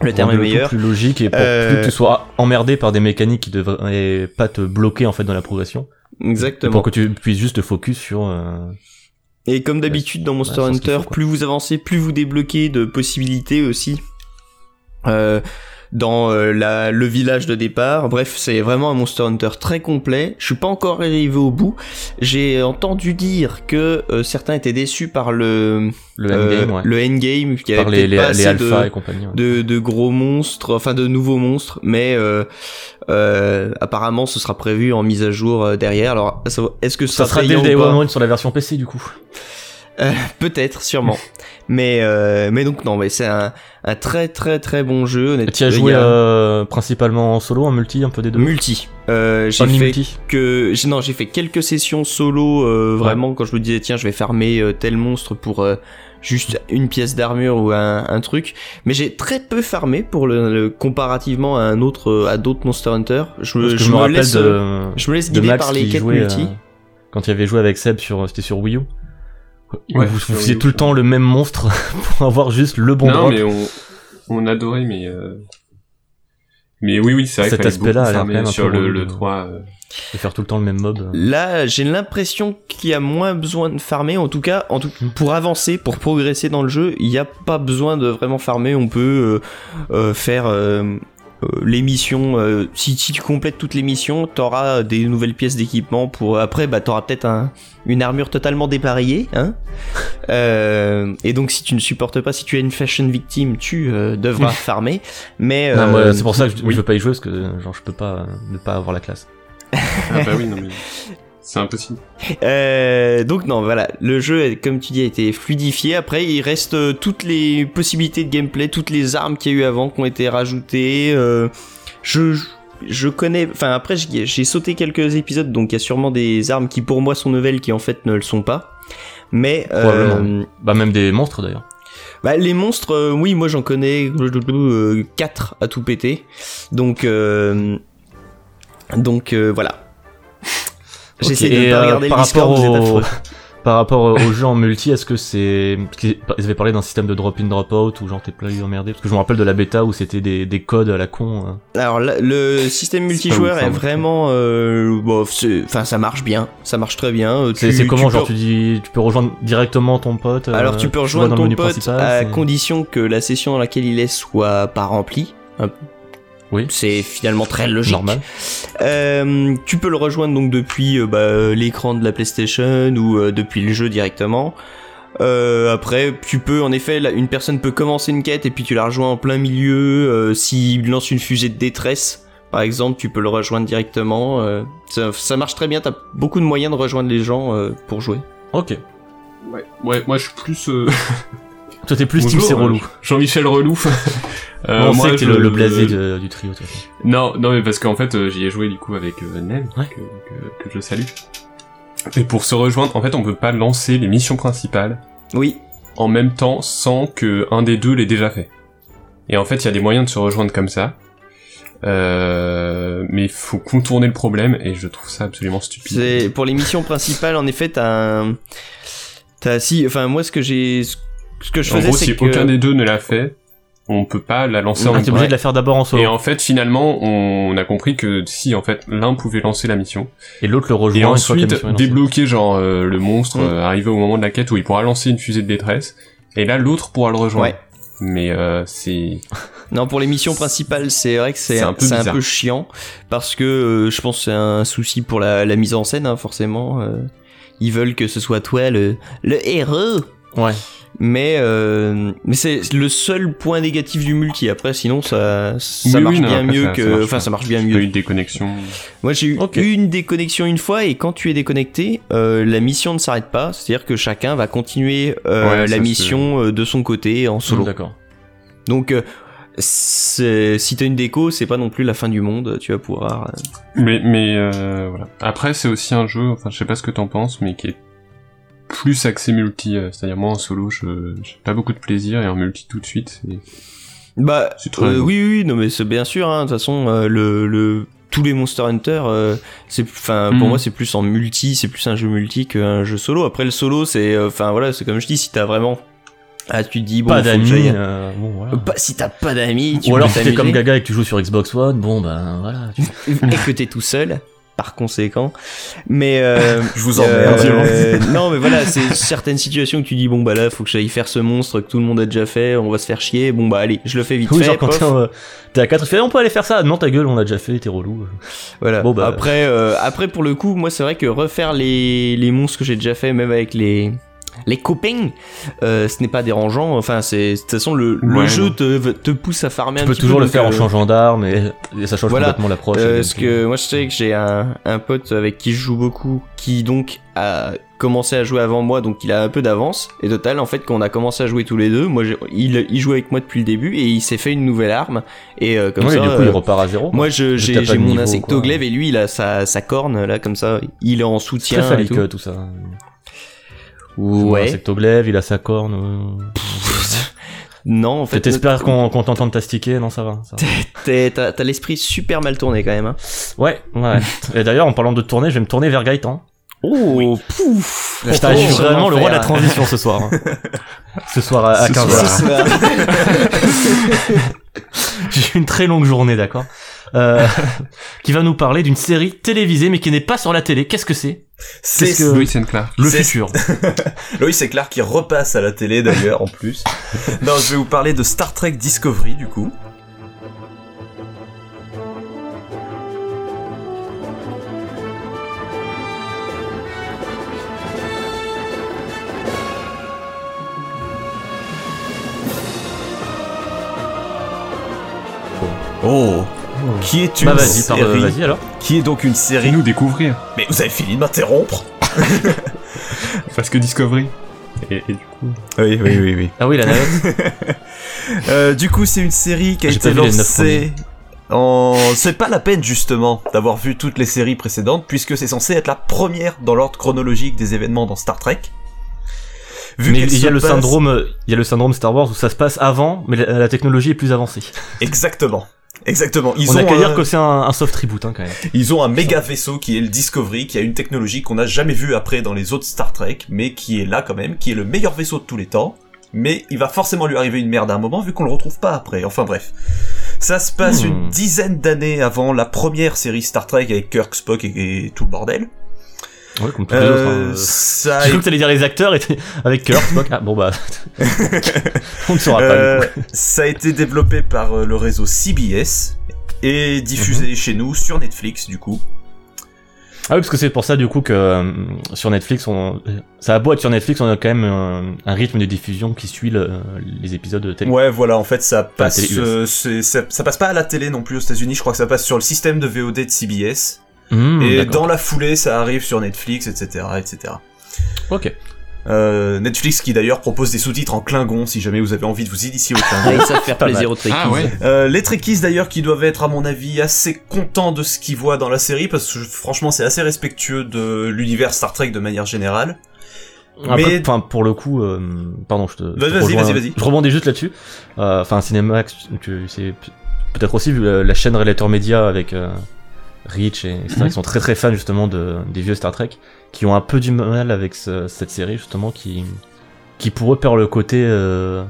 Le terme Rendre est Mm. tout meilleur. plus logique et pour Euh, plus que tu sois emmerdé par des mécaniques qui devraient pas te bloquer en fait dans la progression. Et Exactement. pour que tu puisses juste te focus sur. euh, Et comme d'habitude dans Monster Ouais, c'est ce qu'il Hunter, faut, quoi. plus vous avancez, plus vous débloquez de possibilités aussi euh, dans euh, la, le village de départ. Bref, c'est vraiment un Monster Hunter très complet. Je suis pas encore arrivé au bout. J'ai entendu dire que euh, certains étaient déçus par le le euh, endgame, ouais. le endgame, qu'il y avait Par les, peut-être les, pas les assez de- alphas et compagnie. ouais. de, de gros monstres, enfin de nouveaux monstres, mais euh, euh, apparemment ce sera prévu en mise à jour euh, derrière. Alors, à savoir- est-ce que ce Ça sera dès payant le ou Day pas One One sur la version PC du coup. Peut-être, sûrement. mais euh, mais donc non, mais c'est un, un très très très bon jeu. honnêtement. Tu as Il y joué a euh, principalement en solo, en multi, un peu des deux multi. Euh, j'ai Only fait multi. que j'ai- non, j'ai fait quelques sessions solo euh, vraiment quand je me disais tiens, je vais farmer euh, tel monstre pour euh, juste une pièce d'armure ou un, un truc. Mais j'ai très peu farmé pour le, le- comparativement à un autre euh, à d'autres Monster Hunter. Je, Parce me- que je, je me me rappelle laisse euh, de, je me laisse de guider Max par les qui quêtes jouait euh, multi. quand il avait joué avec Seb sur c'était sur Wii U. Où Ouais, vous, sur vous faisiez Wii U, tout le je temps le même monstre pour avoir juste le bon non, drop. mais on, on adorait, mais. euh, Mais oui, oui, c'est vrai Cet qu'il fallait aspect-là beaucoup a l'air farmer quand même un sur peu le, relou le hein. de- 3. euh, Et faire tout le temps le même mob. Là, j'ai l'impression qu'il y a moins besoin de farmer. En tout cas, en tout, Mm. pour avancer, pour progresser dans le jeu, il n'y a pas besoin de vraiment farmer. On peut euh, euh, faire euh, euh, les missions. euh, si, si tu complètes toutes les missions, t'auras des nouvelles pièces d'équipement. Pour après, bah, t'auras peut-être un- une armure totalement dépareillée. Hein Euh, et donc, si tu ne supportes pas, si tu es une fashion victime, tu euh, devras farmer. Mais Non, moi, euh, c'est pour ça que je, oui. je veux pas y jouer parce que genre je peux pas euh, ne pas avoir la classe. Ah bah oui, non, mais. C'est impossible. Euh, donc non, voilà, le jeu, comme tu dis, a été fluidifié. Après, il reste euh, toutes les possibilités de gameplay, toutes les armes qu'il y a eu avant qui ont été rajoutées. euh, je, je connais, enfin après, j'ai j'ai sauté quelques épisodes, donc il y a sûrement des armes qui pour moi sont nouvelles, qui en fait ne le sont pas. Mais euh, Probablement. Bah même des monstres d'ailleurs. bah, les monstres, euh, oui, moi j'en connais 4 à tout péter. Donc, euh, donc euh, voilà. J'essaie Ok, de et, ne pas euh, regarder par le Discord, rapport vous êtes au- affreux. Par rapport au au jeu en multi, est-ce que c'est parce qu'ils ils avaient parlé d'un système de drop in drop out où genre t'es plein emmerdé parce que je me rappelle de la bêta où c'était des, des codes à la con. euh. Alors là, le système multijoueur ouf, est hein, vraiment, euh, bof, c'est- enfin ça marche bien, ça marche très bien. Euh, C'est tu- c'est comment tu genre peux- tu dis tu peux rejoindre directement ton pote. euh, Alors tu peux vois rejoindre dans le ton menu pote principal, à c'est- condition que la session dans laquelle il est soit pas remplie. Hein, Oui. C'est finalement très logique. normal. Euh, tu peux le rejoindre donc depuis euh, bah, euh, l'écran de la PlayStation ou euh, depuis le jeu directement. Euh, après, tu peux en effet, là, une personne peut commencer une quête et puis tu la rejoins en plein milieu. euh, S'il lance une fusée de détresse, par exemple, tu peux le rejoindre directement. euh, ça, ça marche très bien. T'as beaucoup de moyens de rejoindre les gens euh, pour jouer. Ok. Ouais, ouais moi, je suis plus. euh, Toi t'es plus Bonjour, Team c'est euh, relou. Jean-Michel Relou. Euh, on moi, sait que t'es je- le, le blasé de- du trio. toi. Non, non, mais parce qu'en fait, euh, j'y ai joué du coup avec euh, Nem, Ouais. que, que- que je salue. Et pour se rejoindre, en fait, on peut pas lancer les missions principales Oui. en même temps sans que un des deux l'ait déjà fait. Et en fait, il y a des moyens de se rejoindre comme ça. Euh, mais il faut contourner le problème et je trouve ça absolument stupide. C'est pour les missions principales en effet t'as un- t'as si enfin moi ce que j'ai ce ce que je En faisais gros, c'est si que aucun des deux ne l'a fait, on peut pas la lancer en Ah, même t'es temps. obligé de la faire d'abord en solo. Et en fait, finalement, on a compris que si en fait l'un pouvait lancer la mission Et l'autre le rejoint et une fois que la ensuite mission est lancée. débloquer genre euh, le monstre Mm. euh, arrivé au moment de la quête où il pourra lancer une fusée de détresse et là l'autre pourra le rejoindre. Ouais. Mais euh, c'est non pour les missions principales c'est vrai que c'est C'est un un, peu c'est un bizarre. peu chiant parce que euh, je pense que c'est un souci pour la, la mise en scène hein, forcément euh, ils veulent que ce soit toi le le héros Ouais. mais euh, mais c'est le seul point négatif du multi après sinon ça ça Oui, marche oui, non, bien après, mieux ça- ça que marche enfin bien. ça marche bien il y a mieux eu des connexions. Moi j'ai eu Ok. une déconnexion une fois et quand tu es déconnecté, euh, la mission ne s'arrête pas, c'est-à-dire que chacun va continuer euh, Ouais, ça, la mission euh, de son côté en Mmh, solo. D'accord. Donc euh, c'est- si t'as une déco, c'est pas non plus la fin du monde, tu vas pouvoir... euh, Mais mais euh, voilà. Après c'est aussi un jeu. Enfin je sais pas ce que t'en penses, mais qui est plus axé multi. euh, C'est-à-dire moi en solo je j'ai pas beaucoup de plaisir et en multi tout de suite. c'est- Bah C'est très euh, bien. oui oui, non mais c'est bien sûr, hein, de toute façon euh, le... le- Tous les Monster Hunter, euh, c'est, enfin, pour Hmm. Mhm. moi, c'est plus en multi, c'est plus un jeu multi qu'un jeu solo. Après, le solo, c'est, euh, enfin, voilà, c'est comme je dis, si t'as vraiment, ah, tu te dis, bon, Pas faut que j'aille- d'amis. euh, bon, voilà. Pas- si t'as pas d'amis, tu Ou peux alors si t'es t'amuser. comme Gaga et que tu joues sur Xbox One, bon ben voilà. tu- et que t'es tout seul par conséquent mais euh, Je vous euh, emmerde. euh, hein. non mais voilà c'est certaines situations que tu dis bon bah là faut que j'aille faire ce monstre que tout le monde a déjà fait on va se faire chier bon bah allez je le fais vite Oui, fait genre quand pof. t'es en, euh, t'es à 4, tu fais on peut aller faire ça. Non, ta gueule, on l'a déjà fait, t'es relou. voilà bon, bah. après euh, après pour le coup moi c'est vrai que refaire les, les monstres que j'ai déjà fait même avec les les copains euh, ce n'est pas dérangeant enfin c'est de toute façon le, le Ouais, jeu non. te, te pousse à farmer Tu un peux petit peu, toujours le donc, faire en euh, changeant d'arme et, et ça change voilà. complètement l'approche. Euh, et- parce que moi je sais que j'ai un, un pote avec qui je joue beaucoup qui donc a commencé à jouer avant moi donc il a un peu d'avance et total en fait quand on a commencé à jouer tous les deux moi j'ai- il, il jouait avec moi depuis le début et il s'est fait une nouvelle arme et euh, comme Ouais, ça du coup, il euh, repart à zéro. moi Je je- j'ai tape j'ai à mon niveau, insectoglaive et lui il a sa, sa corne là comme ça il est en Très soutien et phallique tout. euh, tout ça. ouais Sectoglaive, il a sa corne. euh. non en fait T'espères qu'on qu'on t'entende t'astiquer, non ça va. ça va. t'es- t'as t'as l'esprit super mal tourné quand même hein. Ouais, ouais. Et d'ailleurs, en parlant de tourner, je vais me tourner vers Gaëtan. oh pouf Putain, je suis Oh, vraiment le roi de la enfer. transition ce soir. hein. ce soir à, à Ce 15 soir. heures. J'ai eu une très longue journée, d'accord Euh, Qui va nous parler d'une série télévisée, mais qui n'est pas sur la télé. Qu'est-ce que c'est C'est qu'est-ce que- Louis and Clark. Le C'est- futur. Loïs et Clark qui repasse à la télé d'ailleurs en plus. Non, je vais vous parler de Star Trek Discovery du coup. Oh, qui est une Bah vas-y, série parle, euh, vas-y alors. qui est donc une série. Fais-nous découvrir. Mais vous avez fini de m'interrompre Parce que Discovery. Et, et du coup. Oui, oui, oui, oui. Ah oui, la navette. Euh, du coup, c'est une série qui a Ah, J'ai été pas vu les neuf lancée. En... C'est pas la peine justement d'avoir vu toutes les séries précédentes puisque c'est censé être la première dans l'ordre chronologique des événements dans Star Trek. Vu Mais qu'elle il y se a le passe- syndrome, euh, il y a le syndrome Star Wars où ça se passe avant, mais la, la technologie est plus avancée. Exactement. Exactement. Ils On ont a qu'à un... dire que c'est un, un soft reboot hein, quand même. Ils ont un méga vaisseau qui est le Discovery, qui a une technologie qu'on n'a jamais vue après dans les autres Star Trek, mais qui est là quand même, qui est le meilleur vaisseau de tous les temps. Mais il va forcément lui arriver une merde à un moment vu qu'on le retrouve pas après. Enfin bref. Ça se passe Hmm. une dizaine d'années avant la première série Star Trek avec Kirk, Spock et, et tout le bordel. Ouais, comme tous les autres. Euh, hein. ça J'ai a cru que t'allais dire les acteurs et t'es- avec Kirk, Spock. Ah bon bah, on ne saura pas. du coup. Euh, ça a été développé par euh, le réseau CBS et Mm-hmm. diffusé chez nous sur Netflix du coup. Ah oui, parce que c'est pour ça du coup que euh, sur Netflix, on... ça a beau être sur Netflix, on a quand même euh, un rythme de diffusion qui suit le- les épisodes de télé. Ouais, voilà, en fait, ça passe, télé US. euh, c'est- ça, ça passe pas à la télé non plus aux États-Unis. Je crois que ça passe sur le système de VOD de CBS. Mmh, et d'accord. dans la foulée, ça arrive sur Netflix, etc., etc. Ok. Euh, Netflix qui d'ailleurs propose des sous-titres en Klingon, si jamais vous avez envie de vous initier au Ah, Klingon. ils savent faire Pas mal. plaisir aux trekkies. Ah Euh, les Trekkies d'ailleurs qui doivent être à mon avis assez contents de ce qu'ils voient dans la série parce que franchement c'est assez respectueux de l'univers Star Trek de manière générale. Un Mais- peu, enfin, pour le coup, euh, pardon, je te. je te Vas-y, vas-y, rejoins- vas-y, vas-y. Je rebondis juste là-dessus. Euh, Enfin, Cinemax, tu, c'est p- peut-être aussi vu la, la chaîne Relator Media avec euh, Rich et etc., Mhm. qui sont très très fans justement de, des vieux Star Trek, qui ont un peu du mal avec ce- cette série justement, qui, qui pour eux perd le côté euh,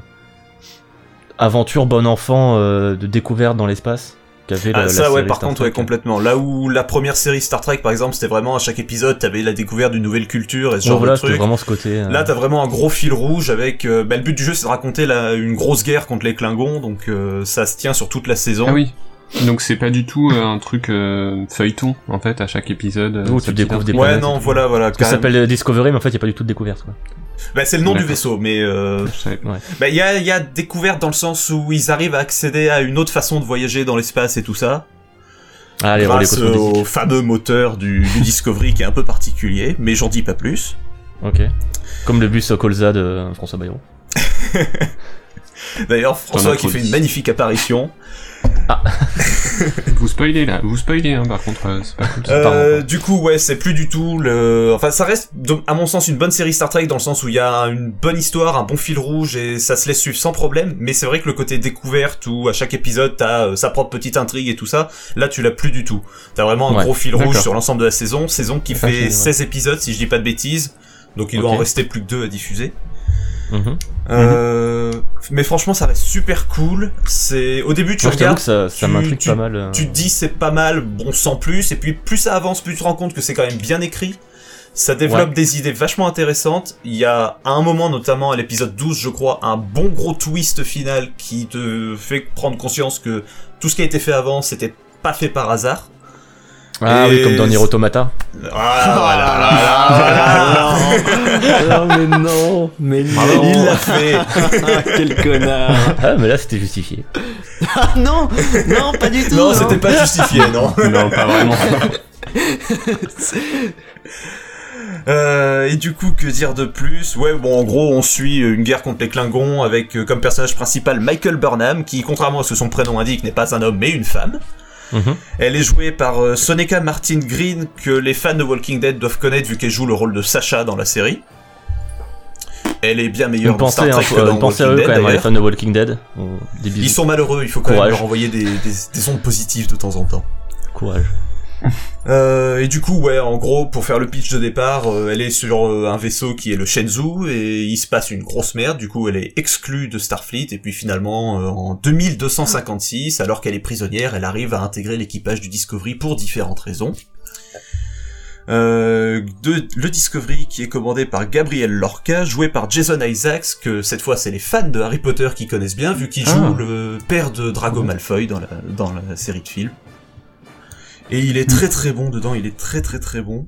aventure bon enfant euh, de découverte dans l'espace qu'avait la, Ah, la ça, ouais, série par Star contre, ouais, Trek. hein. complètement. Là où la première série Star Trek, par exemple, c'était vraiment à chaque épisode, t'avais la découverte d'une nouvelle culture et ce Ouais, genre voilà, de c'était truc. vraiment ce côté. euh, Là, t'as vraiment un gros fil rouge avec. euh, bah, le but du jeu, c'est de raconter la- une grosse guerre contre les Klingons, donc euh, ça se tient sur toute la saison. Ah oui. Donc c'est pas du tout euh, un truc euh, feuilleton en fait à chaque épisode. euh, Où ça Oh, tu te découvres dit un truc. des Ouais, planètes non, et tout. voilà, voilà. ce que ça carrément. s'appelle euh, Discovery, mais en fait, il n'y a pas du tout de découverte. Quoi. Bah, c'est le nom du D'accord. vaisseau, mais euh, Je savais pas. bah, il y a, il y a découverte dans le sens où ils arrivent à accéder à une autre façon de voyager dans l'espace et tout ça. Ah, les relais grâce cosmodésiques. au fameux moteur du, du Discovery qui est un peu particulier, mais j'en dis pas plus. Ok. Comme le bus Colza de François Bayrou. D'ailleurs, François qui trop fait dit. une magnifique apparition. Vous spoilez là, vous spoilez hein, par contre, euh, c'est pas cool. ça. Pardon, Euh, pardon. du coup, ouais, c'est plus du tout le. Enfin, ça reste, de- à mon sens, une bonne série Star Trek dans le sens où il y a une bonne histoire, un bon fil rouge et ça se laisse suivre sans problème. Mais c'est vrai que le côté découverte où à chaque épisode t'as euh, sa propre petite intrigue et tout ça, là tu l'as plus du tout. T'as vraiment un Ouais, gros fil rouge d'accord. sur l'ensemble de la saison, saison qui Enfin, fait c'est vrai. 16 épisodes si je dis pas de bêtises. Donc il doit Ok. en rester plus que deux à diffuser. Mhm. Euh, mais franchement, ça reste super cool. C'est au début, tu Moi, je t'avoue que ça, regardes, ça tu- m'intrigue tu- pas mal. euh, tu te dis c'est pas mal, bon sans plus, et puis plus ça avance, plus tu te rends compte que c'est quand même bien écrit. Ça développe des idées vachement intéressantes. Il y a à un moment, notamment à l'épisode 12, je crois, un bon gros twist final qui te fait prendre conscience que tout ce qui a été fait avant, c'était pas fait par hasard. Ah Et- oui, comme dans Nier Automata. Ah, voilà, voilà, voilà. Ah, mais non, mais Bravo. non. Il l'a fait. Ah, quel connard. Ah, mais là, c'était justifié. Ah non, non, pas du tout. Non, c'était pas justifié, non. Non, pas vraiment. Euh, et du coup, que dire de plus Ouais, bon, en gros, on suit une guerre contre les Klingons avec euh, comme personnage principal Michael Burnham, qui, contrairement à ce que son prénom indique, n'est pas un homme mais une femme. Mhm. Elle est jouée par euh, Soneca Martin Green, que les fans de Walking Dead doivent connaître vu qu'elle joue le rôle de Sacha dans la série. Elle est bien meilleure Une dans Star pensée, hein, Trek faut- que dans une pensée à Walking eux Dead, quand même, hein, les d'ailleurs. fans de Walking Dead. Oh, Des bisous. Ils sont malheureux, il faut quand même Courage. leur envoyer des, des, des ondes positives de temps en temps. Courage. Euh, et du coup, ouais, en gros, pour faire le pitch de départ, euh, elle est sur euh, un vaisseau qui est le Shenzhou et il se passe une grosse merde. Du coup, elle est exclue de Starfleet et puis finalement, euh, en 2256, alors qu'elle est prisonnière, elle arrive à intégrer l'équipage du Discovery pour différentes raisons. Euh, de- le Discovery qui est commandé par Gabriel Lorca, joué par Jason Isaacs, que cette fois c'est les fans de Harry Potter qui connaissent bien, vu qu'il joue Ah. le père de Drago Malfoy dans la, dans la série de films. Et il est très très bon dedans, il est très très très bon.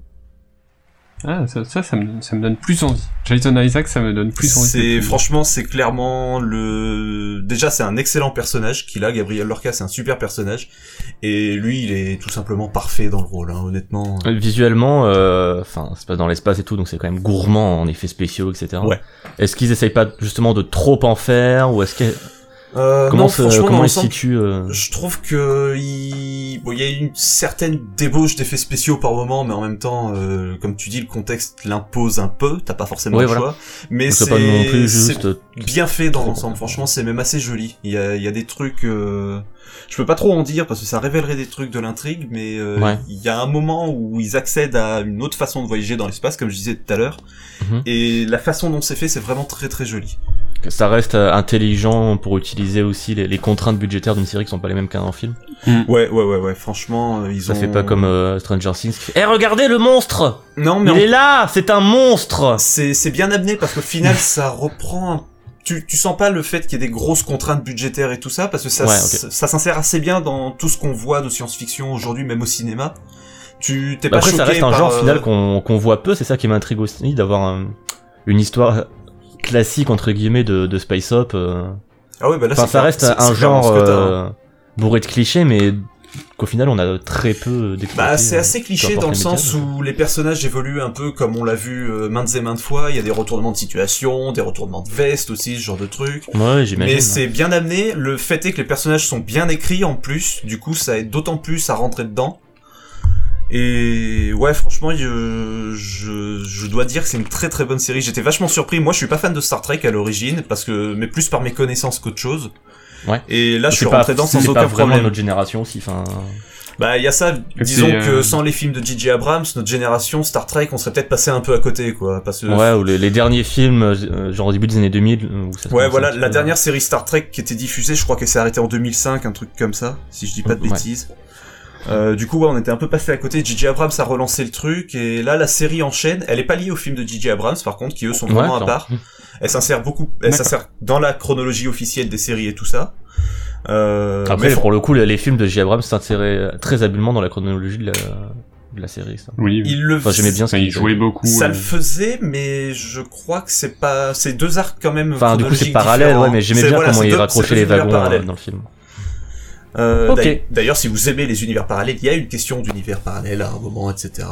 Ah, ça, ça, ça, me, ça me donne plus envie. Jason Isaac, ça me donne plus envie. C'est de- franchement, c'est clairement le. Déjà, c'est un excellent personnage qu'il a. Gabriel Lorca, c'est un super personnage, et lui, il est tout simplement parfait dans le rôle. hein, honnêtement, Euh, Visuellement, euh, enfin, ça se passe dans l'espace et tout, donc c'est quand même gourmand en effets spéciaux, etc. Ouais. Est-ce qu'ils essayent pas justement de trop en faire ou est-ce que euh, comment, non, se- franchement, dans comment ils se l'ensemble, situent euh, Je trouve que il bon, il y a une certaine débauche d'effets spéciaux par moment, mais en même temps, euh, comme tu dis, le contexte l'impose un peu. T'as pas forcément Ouais, le voilà. choix, mais donc c'est C'est pas non plus c'est juste. bien fait dans l'ensemble. Franchement, c'est même assez joli. Il y a, il y a des trucs. euh, Je peux pas trop en dire parce que ça révélerait des trucs de l'intrigue, mais euh, Ouais. il y a un moment où ils accèdent à une autre façon de voyager dans l'espace, comme je disais tout à l'heure. Mhm. Et la façon dont c'est fait, c'est vraiment très très joli. que ça reste euh, intelligent pour utiliser aussi les, les contraintes budgétaires d'une série qui sont pas les mêmes qu'un film. Ouais, ouais, ouais, ouais. Franchement, euh, ils Ça ont. fait pas comme euh, Stranger Things. qui fait, Eh regardez le monstre Non, mais Il en est là C'est un monstre C'est c'est bien amené parce qu'au final, ça reprend. un- Tu, tu sens pas le fait qu'il y ait des grosses contraintes budgétaires et tout ça parce que ça, Ouais, s- ça s'insère assez bien dans tout ce qu'on voit de science-fiction aujourd'hui, même au cinéma. Tu t'es Bah pas Après choqué ça reste un par, genre euh, final qu'on qu'on voit peu, c'est ça qui m'intrigue aussi d'avoir un- une histoire classique entre guillemets de, de Space Hop. euh. Ah ouais, bah là, Enfin c'est ça clair- reste c'est- un c'est clairement genre ce que t'as, hein. euh, bourré de clichés mais qu'au final on a très peu d'exploité. Bah, c'est euh, assez peu cliché importe dans le les sens médias. où les personnages évoluent un peu comme on l'a vu euh, maintes et maintes fois. Il y a des retournements de situation, des retournements de veste aussi, ce genre de truc. Ouais, j'imagine. Mais c'est bien amené. Le fait est que les personnages sont bien écrits en plus. Du coup, ça aide d'autant plus à rentrer dedans. Et ouais, franchement, je, je, je dois dire que c'est une très très bonne série. J'étais vachement surpris. Moi, je suis pas fan de Star Trek à l'origine, parce que mais plus par mes connaissances qu'autre chose. Ouais. Et là, je C'est suis pas- rentré dedans sans c'est pas aucun vraiment problème. notre génération aussi. Enfin, Bah, il y a ça. Et Disons puis, euh, que sans les films de J.J. Abrams, notre génération Star Trek, on serait peut-être passé un peu à côté, quoi. Parce que ouais, ou les, les derniers films, euh, genre au début des années 2000. euh, Où ça se Ouais, commence un voilà, petit la peu- dernière série Star Trek qui était diffusée, je crois qu'elle s'est arrêtée en 2005, un truc comme ça, si je dis pas de Ouais. bêtises. Euh, du coup, ouais, on était un peu passé à côté. J.J. Abrams a relancé le truc, et là, la série enchaîne. Elle est pas liée au film de J.J. Abrams, par contre, qui eux sont Ouais, vraiment à attends. part. Euh, Elle s'insère beaucoup, elle D'accord. s'insère dans la chronologie officielle des séries et tout ça. Euh, Après, mais pour le coup, les, les films de J. Abrams s'inséraient euh, très habilement dans la chronologie de la, de la série. Ça. Oui, il le Enfin, j'aimais bien ça, ça. il jouait beaucoup. Ça euh, le faisait, mais je crois que c'est pas, c'est deux arcs quand même. Enfin, du coup, c'est chronologiques parallèle, différents. ouais, mais j'aimais C'est- bien voilà, comment c'est il deux- raccrochait c'est deux les univers wagons euh, parallèles. dans le film. Euh, Ok. d'ail- D'ailleurs, si vous aimez les univers parallèles, il y a une question d'univers parallèle à un moment, etc.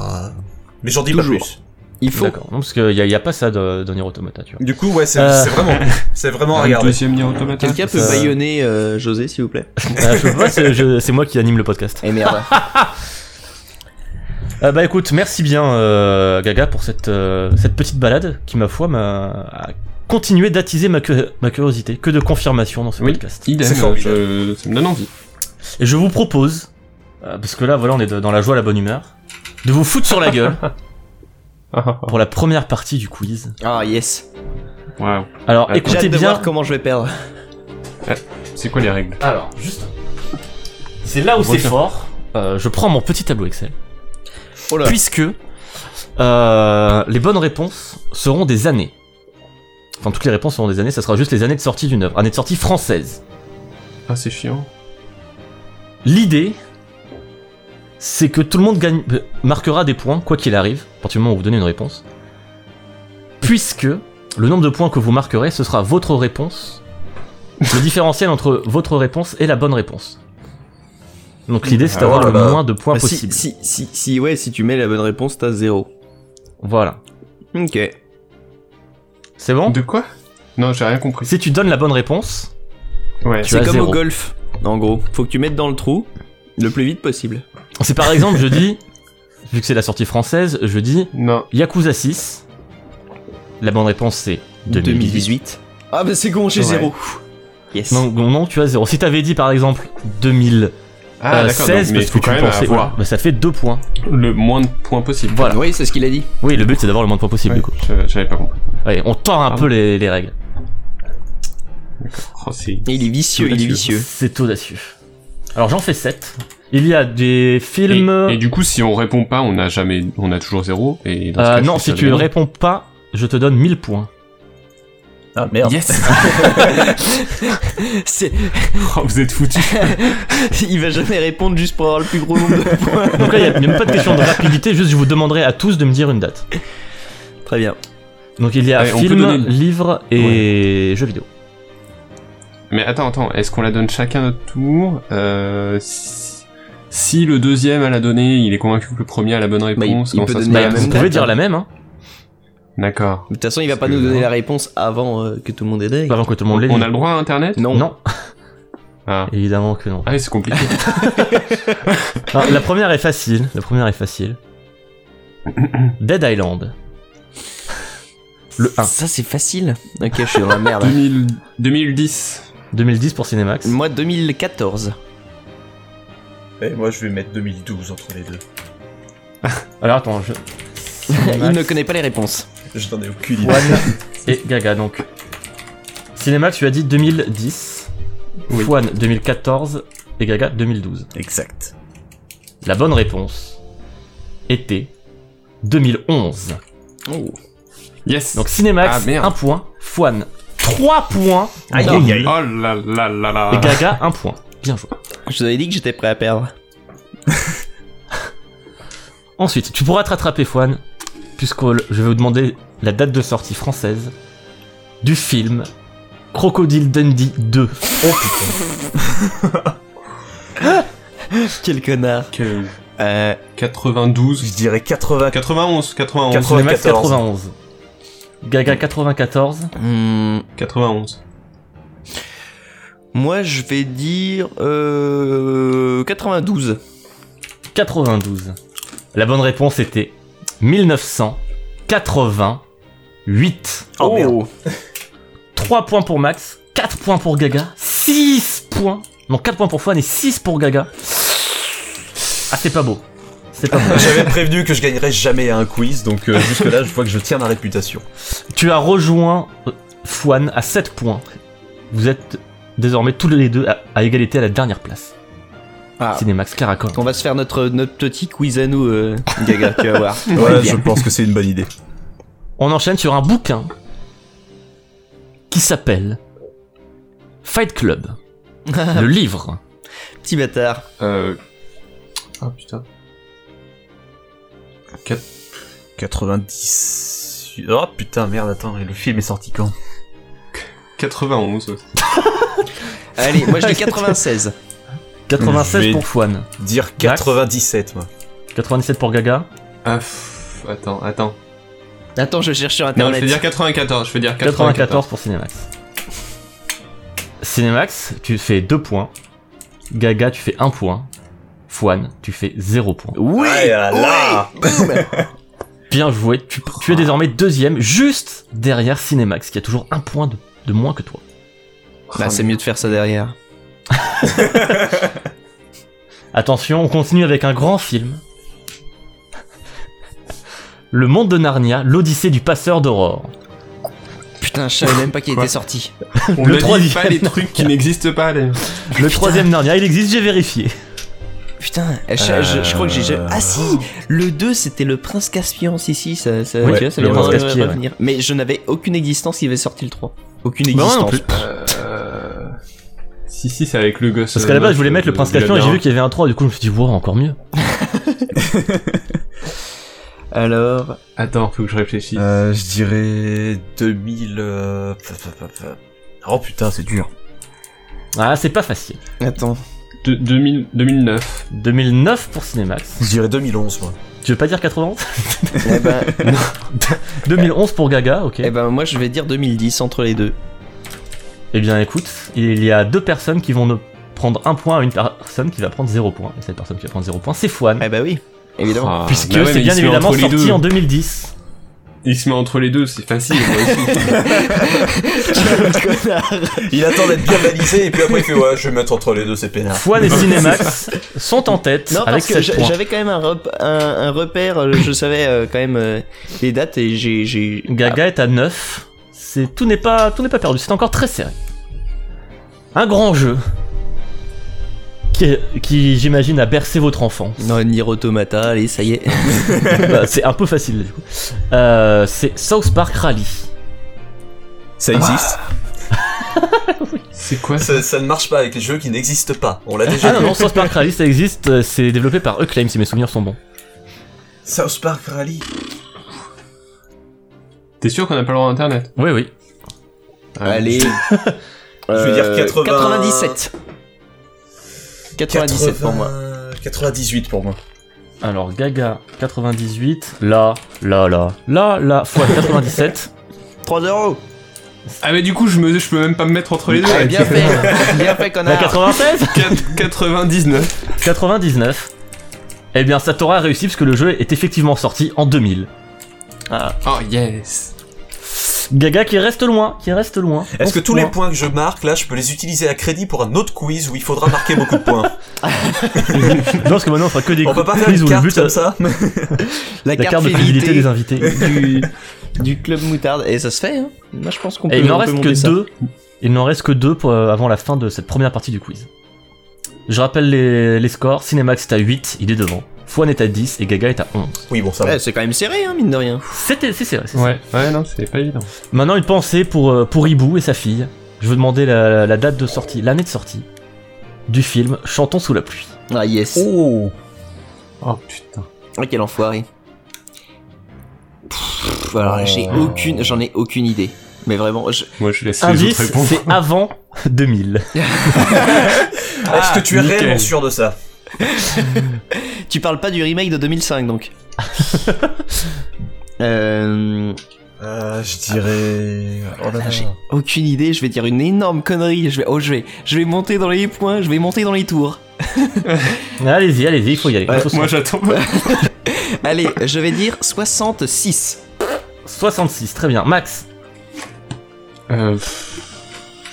Mais j'en dis Toujours. pas plus. Il faut. D'accord. Non, parce qu'il n'y a, y a pas ça de, dans Nier Automata, tu vois. Du coup, ouais, c'est Euh. c'est vraiment, c'est vraiment à Ah, le regarder. deuxième Nier Automata. Quelqu'un peut ça- baïonner euh, José, s'il vous plaît Euh, je peux pas, c'est je- c'est moi qui anime le podcast. Eh merde. Euh, bah écoute, merci bien euh, Gaga pour cette, euh, cette petite balade qui, ma foi, m'a a continué d'attiser ma, cu- ma curiosité. Que de confirmation dans ce Oui. podcast. Idem, C'est formidable. euh, je- ça me donne envie. Et je vous propose, euh, parce que là, voilà, on est de- dans la joie, la bonne humeur, de vous foutre sur la gueule pour la première partie du quiz. Ah yes. Waouh. Alors, J'ai J'ai écoutez hâte de bien. voir comment je vais perdre. C'est quoi les règles Alors, juste. C'est là où c'est Retiens. fort. Euh, je prends mon petit tableau Excel. Oh là. Puisque euh, les bonnes réponses seront des années. Enfin, toutes les réponses seront des années, ça sera juste les années de sortie d'une œuvre. Années de sortie française. Ah, c'est chiant. L'idée, c'est que tout le monde gagne, euh, marquera des points, quoi qu'il arrive, à partir du moment où vous donnez une réponse. Puisque le nombre de points que vous marquerez, ce sera votre réponse, le différentiel entre votre réponse et la bonne réponse. Donc l'idée, c'est Ah, d'avoir oh là le là. moins de points Bah, si, possible. si, si, si, ouais, si tu mets la bonne réponse, t'as zéro. Voilà. Ok. C'est bon De quoi Non, j'ai rien compris. Si tu donnes la bonne réponse, Ouais. Tu C'est as comme zéro. au golf. En gros, faut que tu mettes dans le trou le plus vite possible. c'est par exemple, je dis, vu que c'est la sortie française, je dis Non. Yakuza 6. La bonne réponse, c'est 2018. Ah bah c'est con, j'ai Ouais. zéro. Yes. Non, non, non, tu as zéro. Si t'avais dit par exemple 2016, Ah, d'accord. donc, Mais Euh, parce que faut tu quand même pensais. avoir voilà, bah, ça fait deux points. le moins de points possible. Voilà. Oui, c'est ce qu'il a dit. Oui, le but c'est d'avoir le moins de points possible Ouais, du coup. je- J'avais pas compris. Allez, on tord un Ah peu les, les règles. Oh, c'est. Et il est vicieux, il est vicieux. C'est audacieux. Alors j'en fais 7. Il y a des films. Et, et du coup, si on répond pas, on a jamais, on a toujours zéro. Et dans ce Euh, cas, je non, pense si que tu ça va. réponds pas, je te donne 1000 points. Ah merde. Yes. C'est- Oh, vous êtes foutus. il va jamais répondre juste pour avoir le plus gros nombre de points. Donc là, il n'y a même pas de question de rapidité, juste je vous demanderai à tous de me dire une date. Très bien. Donc il y a Allez, on peut film, donner une- livre et jeux vidéo. Mais attends, attends. Est-ce qu'on la donne chacun notre tour Euh, si... si le deuxième à la donnée, il est convaincu que le premier a la bonne il- réponse. il comment peut ça se donner la passe Bah, même vous date, pouvez dire hein. la même, hein, D'accord. De toute façon, il va pas Parce nous que- donner la réponse avant euh, que tout le monde ait dingue. avant que tout le monde l'ait. On dit. a le droit à Internet Non. Non, Ah. évidemment que non. Ah oui, c'est compliqué. Alors, la première est facile. La première est facile. Dead Island. Le 1. Ça c'est facile. Ok, je suis dans la Ah bah. merde. hein. 2000 2010. 2010 pour Cinemax. Moi 2014. Et Eh, moi, je vais mettre 2012 entre les deux. Alors attends, je... il ne connaît pas les réponses. Je n'en ai aucune idée. Juan et Gaga donc. Cinemax, tu as dit 2010. Oui. Juan 2014 et Gaga 2012. Exact. La bonne réponse était 2011. Oh. Yes. Donc Cinemax, Ah, merde. 1 point. Juan, 3 points. Aïe, Gaga, aïe, aïe. Oh là là là Et là. Gaga, 1 point. Bien joué. Je vous avais dit que j'étais prêt à perdre. Ensuite, tu pourras te rattraper, Fouane, puisque je vais vous demander la date de sortie française du film Crocodile Dundee 2. Quel connard. Quel- Euh, 92. Je dirais 80. 91. 91. 80. 91. 94. 91. Gaga 94. hmm, 91. moi je vais dire euh, 92. 92. La bonne réponse était 1988. Oh, merde. 3 points pour Max, 4 points pour Gaga, 6 points. Non, 4 points pour Fouane et 6 pour Gaga. Ah, c'est pas beau. C'est pas beau. J'avais prévenu que je gagnerais jamais à un quiz, donc euh, jusque-là, je vois que je tiens ma réputation. Tu as rejoint euh, Fouane à 7 points. Vous êtes désormais tous les deux à, à égalité à la dernière place. Ah. Cinemax Caracol. On va se faire notre, notre petit quiz à nous, euh, Gaga, tu vas voir. Voilà, je pense que c'est une bonne idée. On enchaîne sur un bouquin qui s'appelle Fight Club. le livre. Petit bâtard. Euh... Ah putain. 90. Oh putain, merde, attends, et le film est sorti quand 91 aussi. Allez, moi je dis 96. 96 Je vais- pour Fouane, Dire 97, moi. 97 pour Gaga. Ah, pff, attends, attends. Attends, je cherche sur Non, je internet. vais dire 94, je vais dire 94. 94 pour Cinemax. Cinemax, tu fais 2 points. Gaga, tu fais 1 point. Fouane, tu fais 0 point. Oui, Ah, là, là. Bien joué, tu, tu es désormais deuxième, juste derrière Cinemax, qui a toujours un point de, de moins que toi. Bah, c'est mieux de faire ça derrière. Attention, on continue avec un grand film. Le monde de Narnia, l'Odyssée du passeur d'aurore. Putain, je savais même pas qu'il Quoi était sorti. On Le ne dit troisième. pas les trucs qui n'existent pas. Les... Le troisième Narnia, il existe, j'ai vérifié. Putain, je, je- Euh, je crois que j'ai. je- Ah si Le 2, c'était le prince Caspian. Si, si, ça, ça, oh. Ouais, tu vois, ça le vient de prince re- Caspian, ouais. revenir. Mais je n'avais aucune existence, il avait sorti le 3. Aucune Bah, existence. moi non plus. Euh... Si, si, c'est avec le gosse. Parce qu'à la euh, base, je voulais mettre le de- prince de la Caspian et j'ai dernière. vu qu'il y avait un 3, du coup, je me suis dit, wow, encore mieux. Alors. Attends, faut que je réfléchisse. Euh, je dirais 2000. euh, fa- fa- fa- fa- Oh putain, c'est dur. Ah, c'est pas facile. Attends. Ah. De- 2000 2009. 2009 pour Cinemax. Je dirais 2011, moi. Tu veux pas dire 91 eh, ben, 2011 pour Gaga, ok. eh ben, moi je vais dire 2010 entre les deux. Eh bien, écoute, il y a deux personnes qui vont ne prendre un point à une personne qui va prendre 0 point. Et cette personne qui va prendre 0 point, c'est Fouane. Eh bah oui, évidemment. Ah, Oh, Puisque bah ouais, mais c'est il bien se met évidemment entre les sorti deux. en 2010. Il se met entre les deux, c'est facile. moi aussi. Il attend d'être bien balisé et puis après il fait ouais, je vais mettre entre les deux, c'est Ah. pénard. Fouane et Cinemax sont en tête Non, Oh, avec parce que 7 j'a- points. j'avais quand même un, rep- un- un repère, euh, je savais euh, quand même euh, les dates et j'ai. j'ai- Gaga est à 9. C'est, tout n'est pas, tout n'est pas perdu, c'est encore très serré. Un grand jeu qui, qui, j'imagine, a bercé votre enfant. Ah, Non, Nier Automata, allez, ça y est. Bah, c'est un peu facile, du coup. Euh, c'est South Park Rally. Ah Ça existe. c'est quoi ça Ah, ça, ça ne marche pas avec les jeux qui n'existent pas. On l'a Ah déjà non, vu. non, South Park Rally, ça existe, euh, c'est développé par Acclaim, si mes souvenirs sont bons. South Park Rally. T'es sûr qu'on n'a pas le droit à internet Oui, oui. Ah, Je vais Euh, dire 80... 97. 97 pour moi. 98 pour moi. Alors, Gaga, 98. Là, là, là, là, là, fois 97. 3 euros. Ah, mais du coup, je, me, je peux même pas me mettre entre les deux. Ah, bien fait, bien fait, La connard. 96 Quatre- 99. 99. Eh bien, ça t'aura réussi parce que le jeu est effectivement sorti en 2000. Oh yes. Gaga qui reste loin, qui reste loin. Est-ce que tous les Loin. points que je marque là, je peux les utiliser à crédit pour un autre quiz où il faudra marquer beaucoup de points Non, parce que maintenant on fera que des On peut pas faire quiz une où le carte but euh, comme ça la La carte de fidélité des invités. du, du club moutarde. Et ça se fait, hein. Moi, je pense qu'on peut. Et il n'en on peut reste monter que ça. deux. Il n'en reste que deux pour, euh, avant la fin de cette première partie du quiz. Je rappelle les, les scores. Cinemax est à 8, il est devant. Fouane est à 10 et Gaga est à 11. Oui, bon, ça va. Ouais, c'est quand même serré, hein, mine de rien. C'était, c'est serré, c'est serré. Ouais, ouais, non, c'est pas évident. Maintenant, une pensée pour, euh, pour Hibou et sa fille. Je veux demander la, la date de sortie, l'année de sortie du film Chantons sous la pluie. Ah, yes. Oh Oh putain. Ah, quel enfoiré. Pff, alors là, j'ai Oh. aucune. J'en ai aucune idée. Mais vraiment, je- Moi, je laisse les autres Indice, répondre. c'est avant 2000. Est-ce que tu es nickel. réellement sûr de ça tu parles pas du remake de 2005 donc. euh, euh, Je dirais... Ah, Oh là là. aucune idée, je vais dire une énorme connerie, je vais oh je vais je vais monter dans les points, je vais monter dans les tours. Allez-y, allez-y, il faut y aller. Il faut se- Moi, j'attends. Allez, je vais dire 66. 66, très bien. Max, Euh, pff,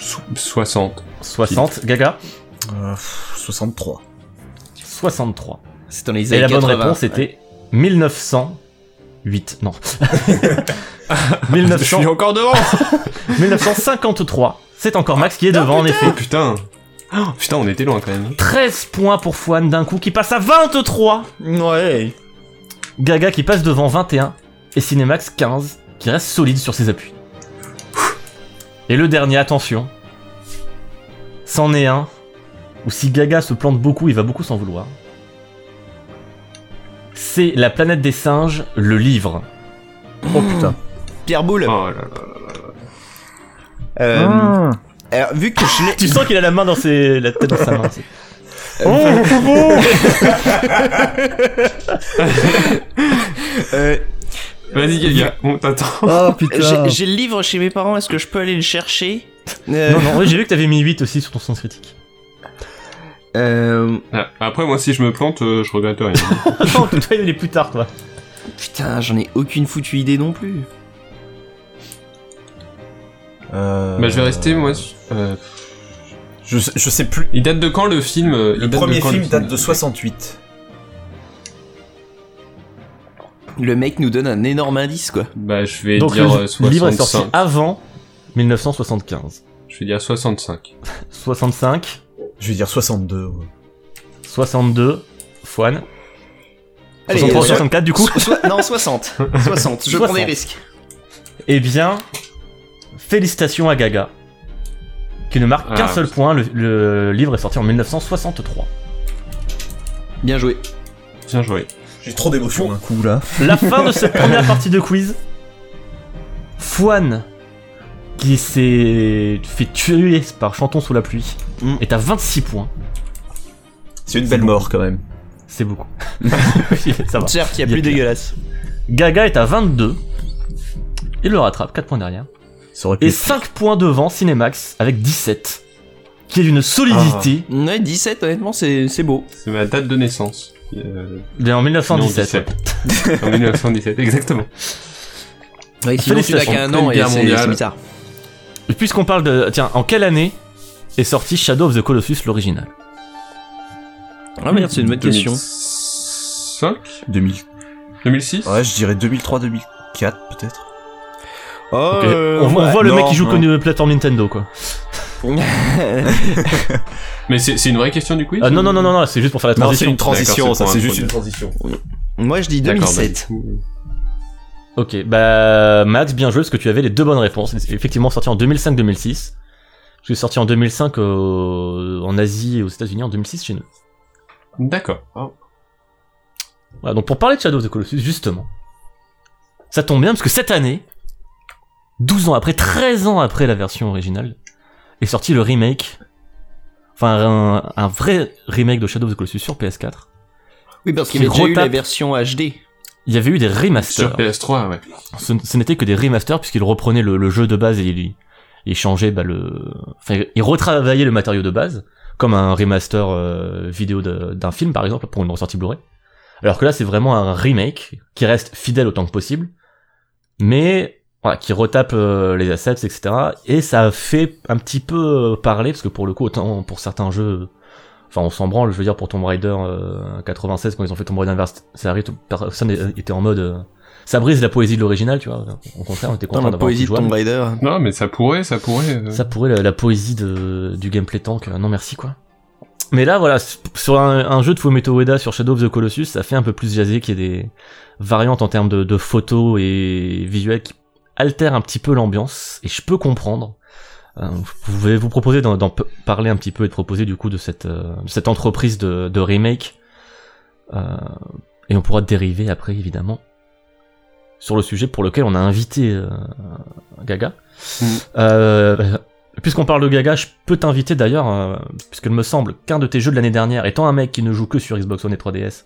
so- 60. 60. Gaga, Euh, pff, 63. 63. C'est dans les Et années la bonne 80. réponse était 1908. Non. Je suis 1900, encore devant 1953. C'est encore Max qui est devant, en effet. Oh putain Oh, Putain, on était loin quand même. 13 points pour Fouane d'un coup qui passe à 23. Ouais. Gaga qui passe devant 21. Et Cinemax 15 qui reste solide sur ses appuis. Et le dernier, attention. C'en est un. Ou si Gaga se plante beaucoup, il va beaucoup s'en vouloir. C'est La planète des singes, le livre. Oh putain. Pierre Boule. Ah. Oh là là. Euh, Alors, vu que je l'ai. Tu sens qu'il a la main dans ses... la tête dans sa main. c'est- euh, Vas-y, Gaga, on t'attend. Oh j'ai- putain. J'ai le livre chez mes parents, est-ce que je peux aller le chercher Euh, Non, non, oui, j'ai vu que t'avais mis 8 aussi sur ton sens critique. euh, Ah, Après, moi, si je me plante, euh, je regrette rien. non, toi, il est plus tard, toi. Putain, j'en ai aucune foutue idée non plus. Euh, bah, je vais rester, moi. su- euh, Je, sais- je sais plus. Il date de quand le film euh, Le il date premier quand, film date de 68. Le mec nous donne un énorme indice, quoi. Bah, je vais Donc, dire le euh, livre est sorti 65. avant 1975. Je vais dire 65. 65, Je vais dire 62. ouais. 62, Fouane. Allez, 63, euh, 64 du coup. So- so- non, 60. 60. Je prends des 60. risques. Eh bien, félicitations à Gaga, qui ne marque qu'un Ah, seul point. Le, le livre est sorti en 1963. Bien joué. Bien joué. J'ai trop d'émotions hein. d'un coup là. La fin de cette première partie de quiz. Fouane, qui s'est fait tuer par Chanton sous la pluie, Mm. est à 26 points. C'est une belle mort quand même. C'est beaucoup. Oui, ça va. Certes, il y a Il y a plus de. dégueulasse. Gaga est à 22. Il le rattrape, 4 points derrière. Ça aurait pu Et être- 5 points devant Cinemax avec 17. Qui est d'une Ah. solidité. Ouais, 17, honnêtement, c'est c'est beau. C'est ma date de naissance. Euh, Il est en 1917. 1917. en 1917, exactement. Ouais, sinon, tu n'as Félicitations. qu'un an Pleine et guerre c'est mondiale. c'est bizarre. Et Puisqu'on parle de. Tiens, en quelle année est sorti Shadow of the Colossus l'original Ah merde, c'est une bonne question. 2005 2000. 2006 Ouais, je dirais 2003-2004 peut-être. Oh, Ok. euh, on, on ouais. voit le non, mec qui joue non. comme une plateforme Nintendo quoi. Mais c'est c'est une vraie question du quiz Ah non, non, non, non, non, c'est juste pour faire la Non, transition. c'est une transition, D'accord, c'est ça, pour c'est un juste premier. une transition. Moi je dis D'accord, bah, du 2007. coup, euh, Ok, bah Max, bien joué parce que tu avais les deux bonnes réponses. C'est Effectivement, sorti en 2005-2006. Je suis sorti en 2005 au- en Asie et aux États-Unis, en 2006 chez nous. D'accord. Oh, Voilà, donc pour parler de Shadow of the Colossus, justement, ça tombe bien parce que cette année, 12 ans après, 13 ans après la version originale, est sorti le remake, enfin un, un vrai remake de Shadow of the Colossus sur PS4. Oui, parce qu'il Qui a déjà eu la retape. version HD. Il y avait eu des remasters. Sur PS3, ouais. Ce, ce n'était que des remasters puisqu'ils reprenaient le, le jeu de base et ils, ils changeaient bah, le, enfin ils retravaillaient le matériau de base comme un remaster euh, vidéo de- d'un film par exemple pour une ressortie Blu-ray. Alors que là c'est vraiment un remake qui reste fidèle autant que possible, mais voilà, qui retape euh, les assets etc. Et ça fait un petit peu euh, parler parce que pour le coup autant pour certains jeux Enfin, on s'en branle, je veux dire, pour Tomb Raider euh, 96, quand ils ont fait Tomb Raider Anniversary, tout- personne était en mode... euh, ça brise la poésie de l'original, tu vois. Au contraire, on était Dans content la d'avoir un poésie truc de Tomb jouable. Raider. Non, mais ça pourrait, ça pourrait. euh, Ça pourrait la, la poésie de, du gameplay tank, euh, non merci quoi. Mais là voilà, s- sur un, un jeu de Fumetto Ueda sur Shadow of the Colossus, ça fait un peu plus jazzé qu'il y ait des variantes en termes de, de photos et visuels qui altèrent un petit peu l'ambiance, et je peux comprendre. Euh, je vais vous proposer d'en d'en pe- parler un petit peu et de proposer du coup de cette, euh, de cette entreprise de, de remake. Euh, et on pourra dériver après évidemment sur le sujet pour lequel on a invité euh, Gaga. Mm. Euh, Puisqu'on parle de Gaga, je peux t'inviter d'ailleurs, euh, puisqu'il me semble qu'un de tes jeux de l'année dernière, étant un mec qui ne joue que sur Xbox One et 3DS,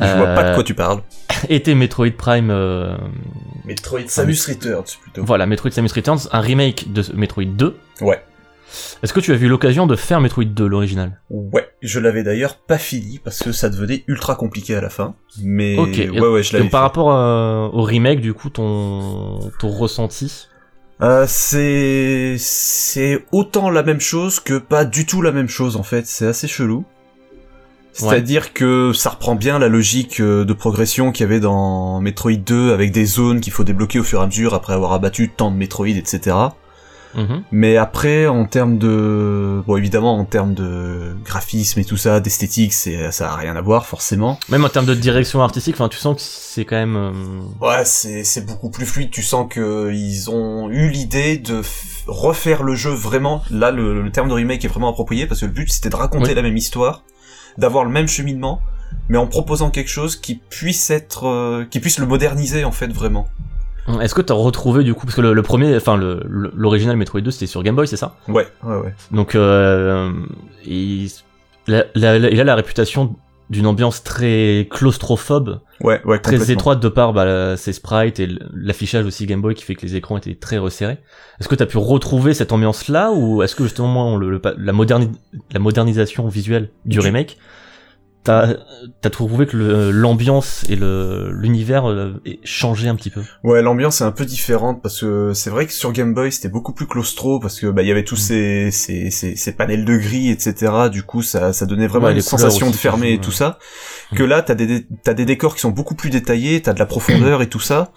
Je vois pas de euh, quoi tu parles. était Metroid Prime, euh, Metroid Samus Returns plutôt. voilà, Metroid Samus Returns, un remake de Metroid 2. Ouais. Est-ce que tu as eu l'occasion de faire Metroid 2, l'original Ouais, je l'avais d'ailleurs pas fini parce que ça devenait ultra compliqué à la fin. Mais Ok. ouais, ouais, je l'avais. Donc, par fait. rapport euh, au remake, du coup, ton, ton ressenti Euh, c'est c'est autant la même chose que pas du tout la même chose en fait. C'est assez chelou. C'est-à-dire que ça reprend bien la logique euh, de progression qu'il y avait dans Metroid 2 avec des zones qu'il faut débloquer au fur et à mesure après avoir abattu tant de Metroid, etc. Mhm. Mais après, en termes de, bon évidemment en termes de graphisme et tout ça, d'esthétique, c'est ça a rien à voir forcément. Même en termes de direction artistique, enfin, tu sens que c'est quand même. euh, Ouais, c'est c'est beaucoup plus fluide. Tu sens que ils ont eu l'idée de f- refaire le jeu vraiment. Là, le, le terme de remake est vraiment approprié parce que le but c'était de raconter Oui. la même histoire, d'avoir le même cheminement, mais en proposant quelque chose qui puisse être, euh, qui puisse le moderniser en fait vraiment. Est-ce que t'as retrouvé du coup parce que le, le premier, enfin le- le- l'original Metroid 2 c'était sur Game Boy, c'est ça Ouais, ouais, ouais. Donc euh, il, la- la- la- il a la réputation d'une ambiance très claustrophobe, Ouais, ouais, très complètement. étroite de par bah, la- ses sprites et l- l'affichage aussi Game Boy qui fait que les écrans étaient très resserrés. Est-ce que t'as pu retrouver cette ambiance là ou est-ce que justement moi, on le- le pa- la, moderni- la modernisation visuelle du Du- remake t'as t'as trouvé que le- l'ambiance et le- l'univers euh, est changé un petit peu Ouais, l'ambiance est un peu différente parce que c'est vrai que sur Game Boy c'était beaucoup plus claustro parce que bah il y avait tous Mm. ces, ces, ces, ces panels de gris etc. Du coup ça, ça donnait vraiment Ouais, une les couleurs sensation de aussi, Mm. fermé et parfois, tout ça. Que là t'as des dé- t'as des décors qui sont beaucoup plus détaillés, t'as de la profondeur et tout ça.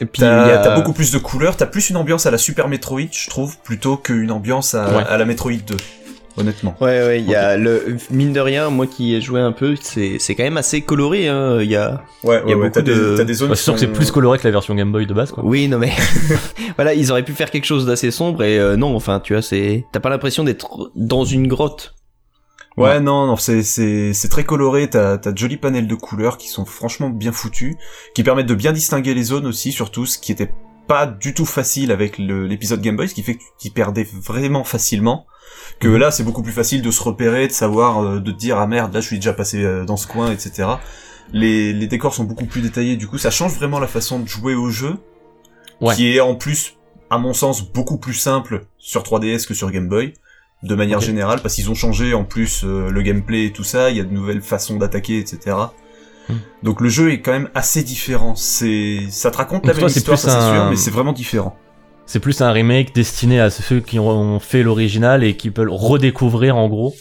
Et puis, T'as t'as beaucoup plus de couleurs, t'as plus une ambiance à la Super Metroid je trouve plutôt qu'une ambiance à, Ouais. à la Metroid 2. Honnêtement. Ouais, ouais, il y a le. Mine de rien, moi qui ai joué un peu, c'est c'est quand même assez coloré, hein. Il y a. Ouais, Il y a beaucoup t'as de- des, t'as des zones. Bah, qui c'est sûr que sont- c'est plus coloré que la version Game Boy de base, quoi. Oui, non mais. voilà, ils auraient pu faire quelque chose d'assez sombre et euh, non, enfin, tu vois, c'est. T'as pas l'impression d'être dans une grotte. Ouais, non, non, c'est, c'est, c'est très coloré, t'as, t'as de jolis panels de couleurs qui sont franchement bien foutus, qui permettent de bien distinguer les zones aussi, surtout, ce qui était pas du tout facile avec le- l'épisode Game Boy, ce qui fait que tu t'y perdais vraiment facilement, que là, c'est beaucoup plus facile de se repérer, de savoir, euh, de te dire, ah merde, là, je suis déjà passé euh, dans ce coin, etc. Les, les décors sont beaucoup plus détaillés, du coup, ça change vraiment la façon de jouer au jeu, Ouais. qui est en plus, à mon sens, beaucoup plus simple sur 3DS que sur Game Boy de manière Ok. générale parce qu'ils ont changé en plus euh, le gameplay et tout ça, il y a de nouvelles façons d'attaquer, etc. Hmm. Donc le jeu est quand même assez différent. C'est, ça te raconte la Donc, même toi, c'est histoire, plus ça c'est sûr, un- mais c'est vraiment différent. C'est plus un remake destiné à ceux qui ont fait l'original et qui peuvent redécouvrir en gros.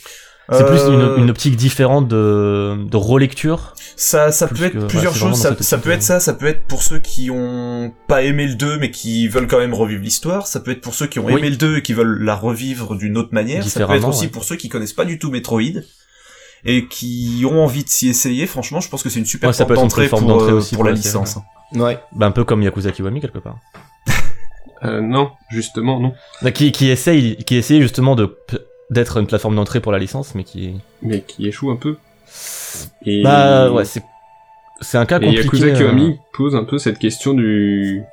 C'est Euh, plus une, une optique différente de, de relecture. Ça, ça plus peut être que- ouais, plusieurs c'est choses. vraiment dans Ça, cette ça peut optique, être ça, ça peut être pour ceux qui ont pas aimé le 2 mais qui veulent quand même revivre l'histoire. Ça peut être pour ceux qui ont Oui. aimé le 2 et qui veulent la revivre d'une autre manière. Ça peut être Différemment, aussi ouais. pour ceux qui connaissent pas du tout Metroid et qui ont envie de s'y essayer. Franchement, je pense que c'est une super Ouais, ça porte peut être une d'entrée très pour, forte d'entrée euh, aussi pour pour la la série, licence. ouais. hein. Ouais. Bah, un peu comme Yakuza Kiwami quelque part. Euh, non, justement, non. Bah, qui, qui essaye, qui essaye justement de p- d'être une plateforme d'entrée pour la licence, mais qui. Mais qui échoue un peu. Et... Bah ouais, c'est c'est un cas Et compliqué. Yakuza euh, Kiwami pose un peu cette question du,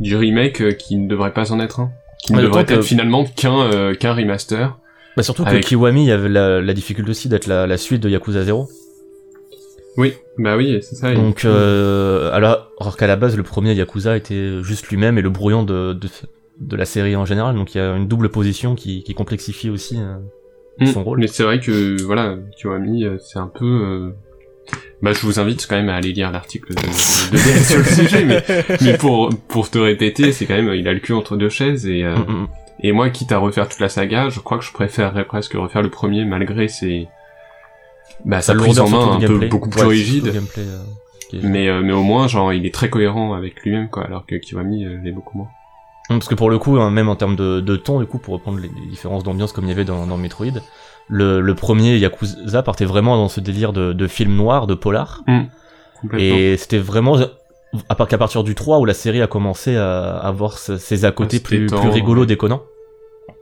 du remake euh, qui ne devrait pas en être un. Qui ne Mais devrait d'autant être Ah, que- finalement qu'un euh, qu'un remaster. Bah, surtout Avec- que Kiwami il y avait la, la difficulté aussi d'être la, la suite de Yakuza 0. Oui, bah oui, c'est ça. il- Donc, euh, alors, alors qu'à la base, le premier Yakuza était juste lui-même et le brouillon de, de, de la série en général. Donc, il y a une double position qui, qui complexifie aussi. euh. Mm. son rôle. Mais c'est vrai que, voilà, Kiwami, euh, c'est un peu... euh, Bah, je vous invite quand même à aller lire l'article de, de DS sur le sujet, mais, mais pour, pour te répéter, c'est quand même, euh, il a le cul entre deux chaises, et, euh, Mm, mm. et moi, quitte à refaire toute la saga, je crois que je préférerais presque refaire le premier, malgré ses... Bah, sa La prise en lourdeur surtout main un du peu gameplay. beaucoup plus Ouais, rigide. surtout le gameplay, euh, qui est- Mais, euh, mais au moins, genre, il est très cohérent avec lui-même, quoi, alors que Kiwami euh, l'est beaucoup moins. Non, Parce que pour le coup, hein, même en termes de, de ton, du coup, pour reprendre les, les différences d'ambiance comme il y avait dans, dans Metroid, le, le premier Yakuza partait vraiment dans ce délire de, de film noir, de polar. Complètement. Et c'était vraiment à part qu'à partir du 3 où la série a commencé à avoir ce- ses à côté se plus, détendre, plus Ah, rigolos, ouais. déconnants.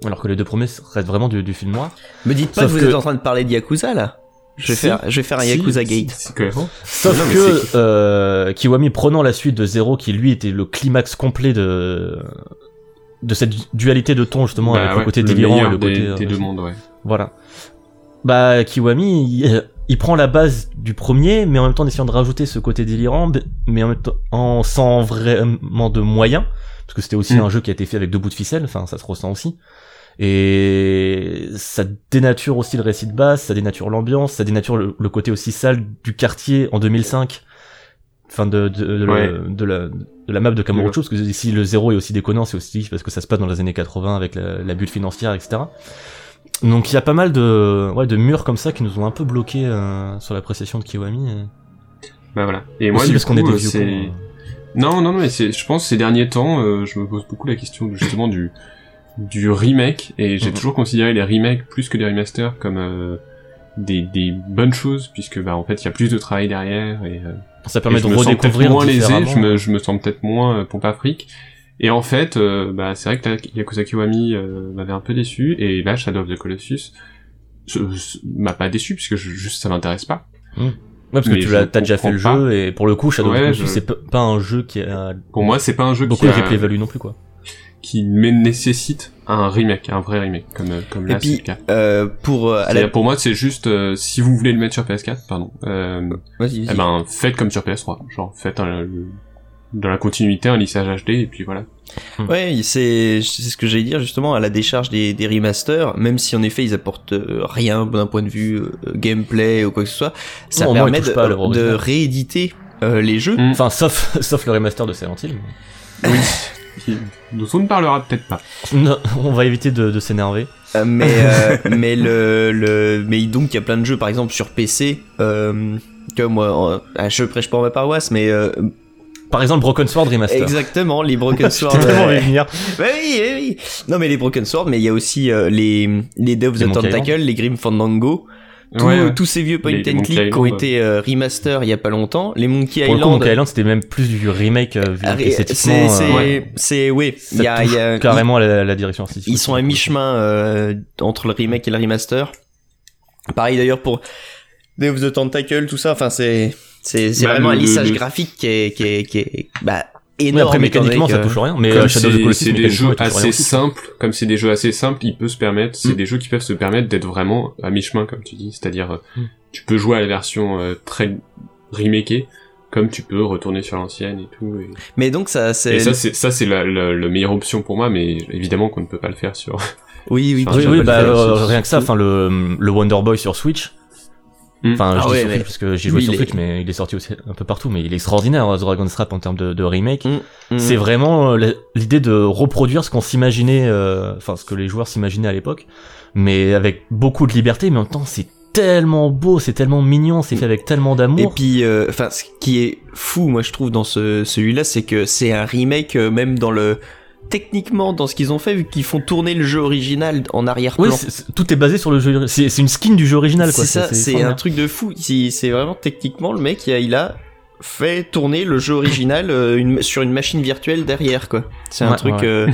Alors que les deux premiers restent vraiment du, du film noir. Me dites pas Sauf que vous que- êtes en train de parler de Yakuza là. Je vais Si. faire, je vais faire un Si, Yakuza si. Gate. C'est cohérent. Sauf Non, mais c'est que euh, Kiwami prenant la suite de Zero, qui lui était le climax complet de de cette dualité de ton justement Bah avec ouais, le côté le délirant et meilleur le des, côté euh, des deux mondes, ouais. Voilà. Bah, Kiwami, il, il prend la base du premier, mais en même temps en essayant de rajouter ce côté délirant, b- mais en, même temps, en- sans vraiment de moyens, parce que c'était aussi Mm. un jeu qui a été fait avec deux bouts de ficelle, enfin ça se ressent aussi. Et ça dénature aussi le récit de base, ça dénature l'ambiance, ça dénature le, le côté aussi sale du quartier en 2005. Enfin, de, de, de, le- Ouais. de la, de la map de Kamurocho, parce que si le zéro est aussi déconnant, c'est aussi parce que ça se passe dans les années 80 avec la, la bulle financière, etc. Donc il y a pas mal de, ouais, de murs comme ça qui nous ont un peu bloqués euh, sur l'appréciation de Kiwami. Bah voilà. Et Et moi, aussi du parce qu'on est coup, des euh, vieux c'est- cons, euh. Non, non, non, mais c'est, je pense, ces derniers temps, euh, je me pose beaucoup la question justement du du remake, et j'ai Mhm. toujours considéré les remakes plus que les remasters comme euh, des, des bonnes choses, puisque bah en fait il y a plus de travail derrière et, euh, Ça permet et de je me sens redécouvrir peut-être moins lésé, je différemment. me, je me sens peut-être moins euh, pompe à fric. Et en fait, euh, bah, c'est vrai que la- Yakuza Kiwami euh, m'avait un peu déçu, et là Shadow of the Colossus je- je- m'a pas déçu, puisque je- juste ça m'intéresse pas. Ouais, parce que Mais tu je l'as t'as déjà fait le comprends jeu et pour le coup Shadow Ouais, of the Colossus, je- c'est pe- pas un jeu qui a Pour moi, c'est pas un jeu beaucoup qui de a- Mm. replay value non plus quoi. qui mé- nécessite un remake, un vrai remake, comme, euh, comme Et là c'est le puis, cas. euh, pour, euh, à la- C'est-à-dire, Pour moi, c'est juste, euh, si vous voulez le mettre sur PS4, pardon, euh, Vas-y, eh vas-y. ben, faites comme sur PS3. Genre, faites un- le- dans la continuité un lissage HD, et puis voilà. Ouais, c'est c'est ce que j'allais dire justement à la décharge des, des remasters, même si en effet ils apportent euh, rien d'un point de vue euh, gameplay ou quoi que ce soit, ça au moins, ils permet touchent de, pas à l'œuvre de originale. rééditer euh, les jeux. Mm. Enfin sauf sauf le remaster de Silent Hill. Qui- Dont on ne parlera peut-être pas. Non, on va éviter de, de s'énerver. Euh, mais euh, mais le, le mais donc il y a plein de jeux par exemple sur PC euh, que moi euh, ah, je prêche pas en ma paroisse mais euh, Par exemple Broken Sword remaster. exactement les Broken J'ai Sword tellement euh, envie de venir. Ouais, oui, bah oui, oui. Non, mais les Broken Sword, mais il y a aussi euh, les, les Day of Les the Monkey Tentacle, les Grim Fandango, tous- euh, Ouais, ouais. tous ces vieux point Les- les and Monkey click qui ont Island, été euh, remaster il y a pas longtemps, les Monkey Pour le coup, Island. Monkey Island, c'était même plus du remake euh, vu ah, c'est, esthétiquement. c'est, euh, c'est, oui, ça il y a, il y a- touche carrément à la, la direction artistique. ils sont à mi-chemin euh, entre le remake et le remaster. Pareil d'ailleurs pour Day of the Tentacle, tout ça, enfin, c'est, c'est, c'est Bah, vraiment le- un lissage le- graphique qui est, qui est, qui est, bah, Oui, énorme. après étant donné mécaniquement, ça que- touche rien. Mais Comme euh, Shadow of the c'est c'est Colossus, des mécaniquement, jeux il touche rien assez aussi. simples, comme c'est des jeux assez simples, il peut se permettre, c'est Mm. des jeux qui peuvent se permettre d'être vraiment à mi-chemin, comme tu dis. C'est-à-dire, euh, Mm. tu peux jouer à la version euh, très remakée, comme tu peux retourner sur l'ancienne et tout. et- Mais donc, ça, c'est, Et ça, c'est ça, c'est la, la- la meilleure option pour moi, mais évidemment qu'on ne peut pas le faire sur. oui, oui, Enfin, Oui, tu je peux oui, le bah, faire. euh, c'est- rien que ça, enfin le, le Wonder Boy sur Switch. Mm. Enfin, je Ah dis ouais, sur mais- Switch parce que j'ai joué lui, sur il Switch, est- mais il est sorti aussi un peu partout. Mais il est extraordinaire, euh, The Dragon's Trap, en termes de, de remake. Mm, mm. C'est vraiment euh, la- l'idée de reproduire ce qu'on s'imaginait, euh, enfin ce que les joueurs s'imaginaient à l'époque, mais avec beaucoup de liberté, mais en même temps c'est tellement beau, c'est tellement mignon, c'est fait avec tellement Et d'amour. puis, euh, enfin, ce qui est fou, moi, je trouve, dans ce, celui-là, c'est que c'est un remake, euh, même dans le. Techniquement, dans ce qu'ils ont fait, vu qu'ils font tourner le jeu original en arrière-plan. Oui, c'est- c'est- tout est basé sur le jeu. C'est c'est une skin du jeu original, quoi. c'est ça, c'est un extraordinaire. truc de fou. C'est c'est vraiment techniquement, le mec, il a, il a fait tourner le jeu original euh, une- sur une machine virtuelle derrière, quoi. C'est un Ouais, truc. ouais. euh,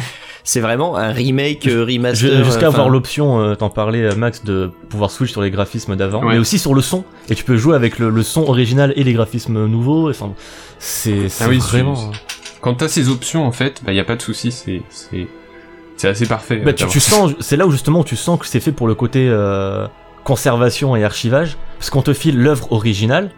c'est vraiment un remake, euh, Je- remaster. Jusqu'à euh, avoir enfin, l'option, euh, t'en parlais euh, Max, de pouvoir switch sur les graphismes d'avant, Ouais. mais aussi sur le son. Et tu peux jouer avec le, le son original et les graphismes nouveaux. Enfin, c'est c'est Ah oui, vraiment. Quand t'as ces options, en fait, bah y a pas de souci, c'est c'est c'est assez parfait. euh, euh, Bah, tu, tu sens, c'est là où justement tu sens que c'est fait pour le côté euh, conservation et archivage, parce qu'on te file l'œuvre originale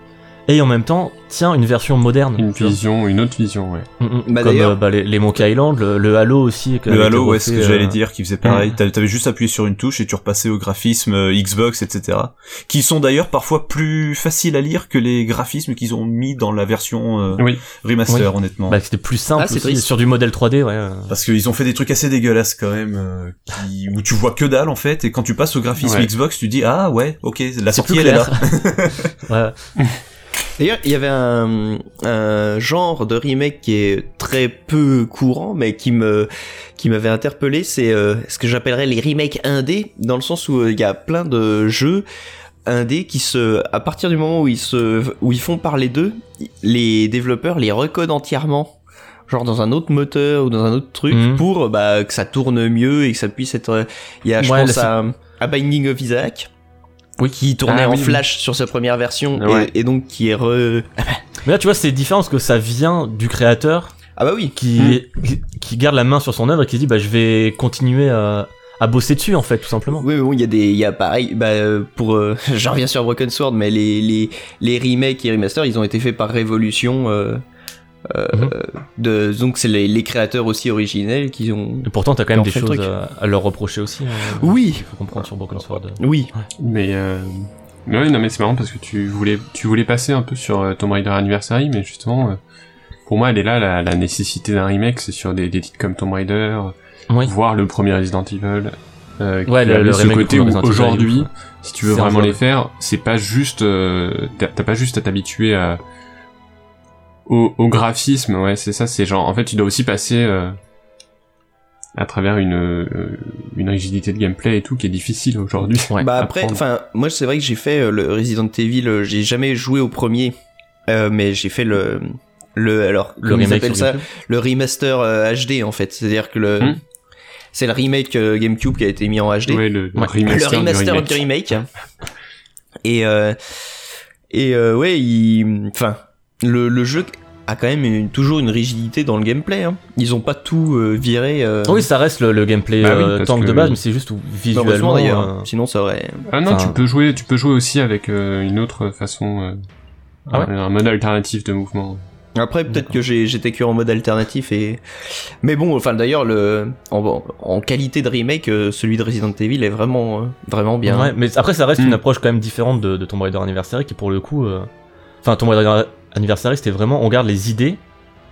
et en même temps, tiens, une version moderne. Mm, une tu vois. vision, une autre vision, ouais. Mm, mm. Bah, Comme d'ailleurs- euh, bah, les, les Monkey Island, le, le Halo aussi. que- Le qui Halo, a ouais, refait, c'est ce que j'allais euh, dire, qui faisait pareil. T'as- T'avais juste appuyé sur une touche et tu repassais aux graphismes euh, Xbox, etc. Qui sont d'ailleurs parfois plus faciles à lire que les graphismes qu'ils ont mis dans la version euh, Oui. remaster, honnêtement. Bah, c'était plus simple Ah, c'est aussi, triste. sur du modèle 3D, ouais. euh. Parce qu'ils ont fait des trucs assez dégueulasses quand même, euh, qui- où tu vois que dalle en fait, et quand tu passes au graphisme Ouais. Xbox, tu dis ah ouais, ok, la C'est sortie plus elle est là. clair. Ouais. D'ailleurs, il y avait un, un genre de remake qui est très peu courant, mais qui me qui m'avait interpellé, c'est euh, ce que j'appellerais les remakes indés, dans le sens où euh, il y a plein de jeux indés qui se, à partir du moment où ils se, où ils font parler d'eux, les développeurs les recodent entièrement, genre dans un autre moteur ou dans un autre truc, Mhm. pour bah que ça tourne mieux et que ça puisse être. euh, Il y a, je Ouais, pense là, à, à Binding of Isaac. qui tournait Ah en oui, oui. flash sur sa première version et- Ouais. et, donc qui est re, Mais là, tu vois, c'est différent parce que ça vient du créateur Ah bah oui. qui, qui, qui garde la main sur son œuvre et qui se dit, bah, je vais continuer à, à bosser dessus, en fait, tout simplement. Oui, mais bon, il y a des, il y a pareil, bah, euh, pour, euh, j'en reviens sur Broken Sword, mais les, les, les remakes et remasters, ils ont été faits par Révolution, euh, Euh, Mhm. de, donc c'est les, les créateurs aussi originels qui ont. Et pourtant, t'as quand Ils même ont des fait le choses truc. à, à leur reprocher aussi. hein. Oui, Il faut comprendre sur Broken Sword. oui. Mais euh... ouais, non mais c'est marrant parce que tu voulais tu voulais passer un peu sur euh, Tomb Raider Anniversary, mais justement euh, pour moi elle est là la, la nécessité d'un remake, c'est sur des, des titres comme Tomb Raider, Oui. voir le premier Resident Evil. Euh, qui Ouais, le- avait le ce remake côté où pour Resident Evil, aujourd'hui, ouais. si tu veux C'est vraiment les injouable. faire, c'est pas juste, euh, t'as t'as pas juste à t'habituer à au, au graphisme, ouais, c'est ça, c'est genre, en fait, tu dois aussi passer euh, à travers une euh, une rigidité de gameplay et tout qui est difficile aujourd'hui. Ouais. bah après, apprendre. enfin, moi c'est vrai que j'ai fait euh, le Resident Evil. euh, J'ai jamais joué au premier, euh, mais j'ai fait le le alors Le comment ils remake appellent sur Mhm. ça le remaster euh, HD en fait. C'est-à-dire que le Hmm. c'est le remake euh, GameCube qui a été mis en HD. Ouais, le, le Ouais. remaster, du le remaster remake. du remake. Et euh, et euh, ouais, il- enfin le, le jeu a quand même une- toujours une rigidité dans le gameplay. hein. Ils ont pas tout euh, viré. euh, Ah Oui, ça reste le, le gameplay Bah oui, euh, parce tank de que- base, mais c'est juste où heureusement visuellement. d'ailleurs. euh, Sinon ça aurait. Ah non, Enfin- tu peux jouer, tu peux jouer aussi avec euh, une autre façon, euh, Ah ouais un, un mode alternatif de mouvement. Après peut-être que j'ai- j'étais que en mode alternatif et. Mais bon, enfin d'ailleurs le en, en qualité de remake, euh, celui de Resident Evil est vraiment euh, vraiment bien. Hmm. Ouais, mais après, ça reste Mm. une approche quand même différente de, de Tomb Raider Anniversary qui, pour le coup. euh, Enfin, Tomb Raider Anniversary, c'était vraiment on garde les idées,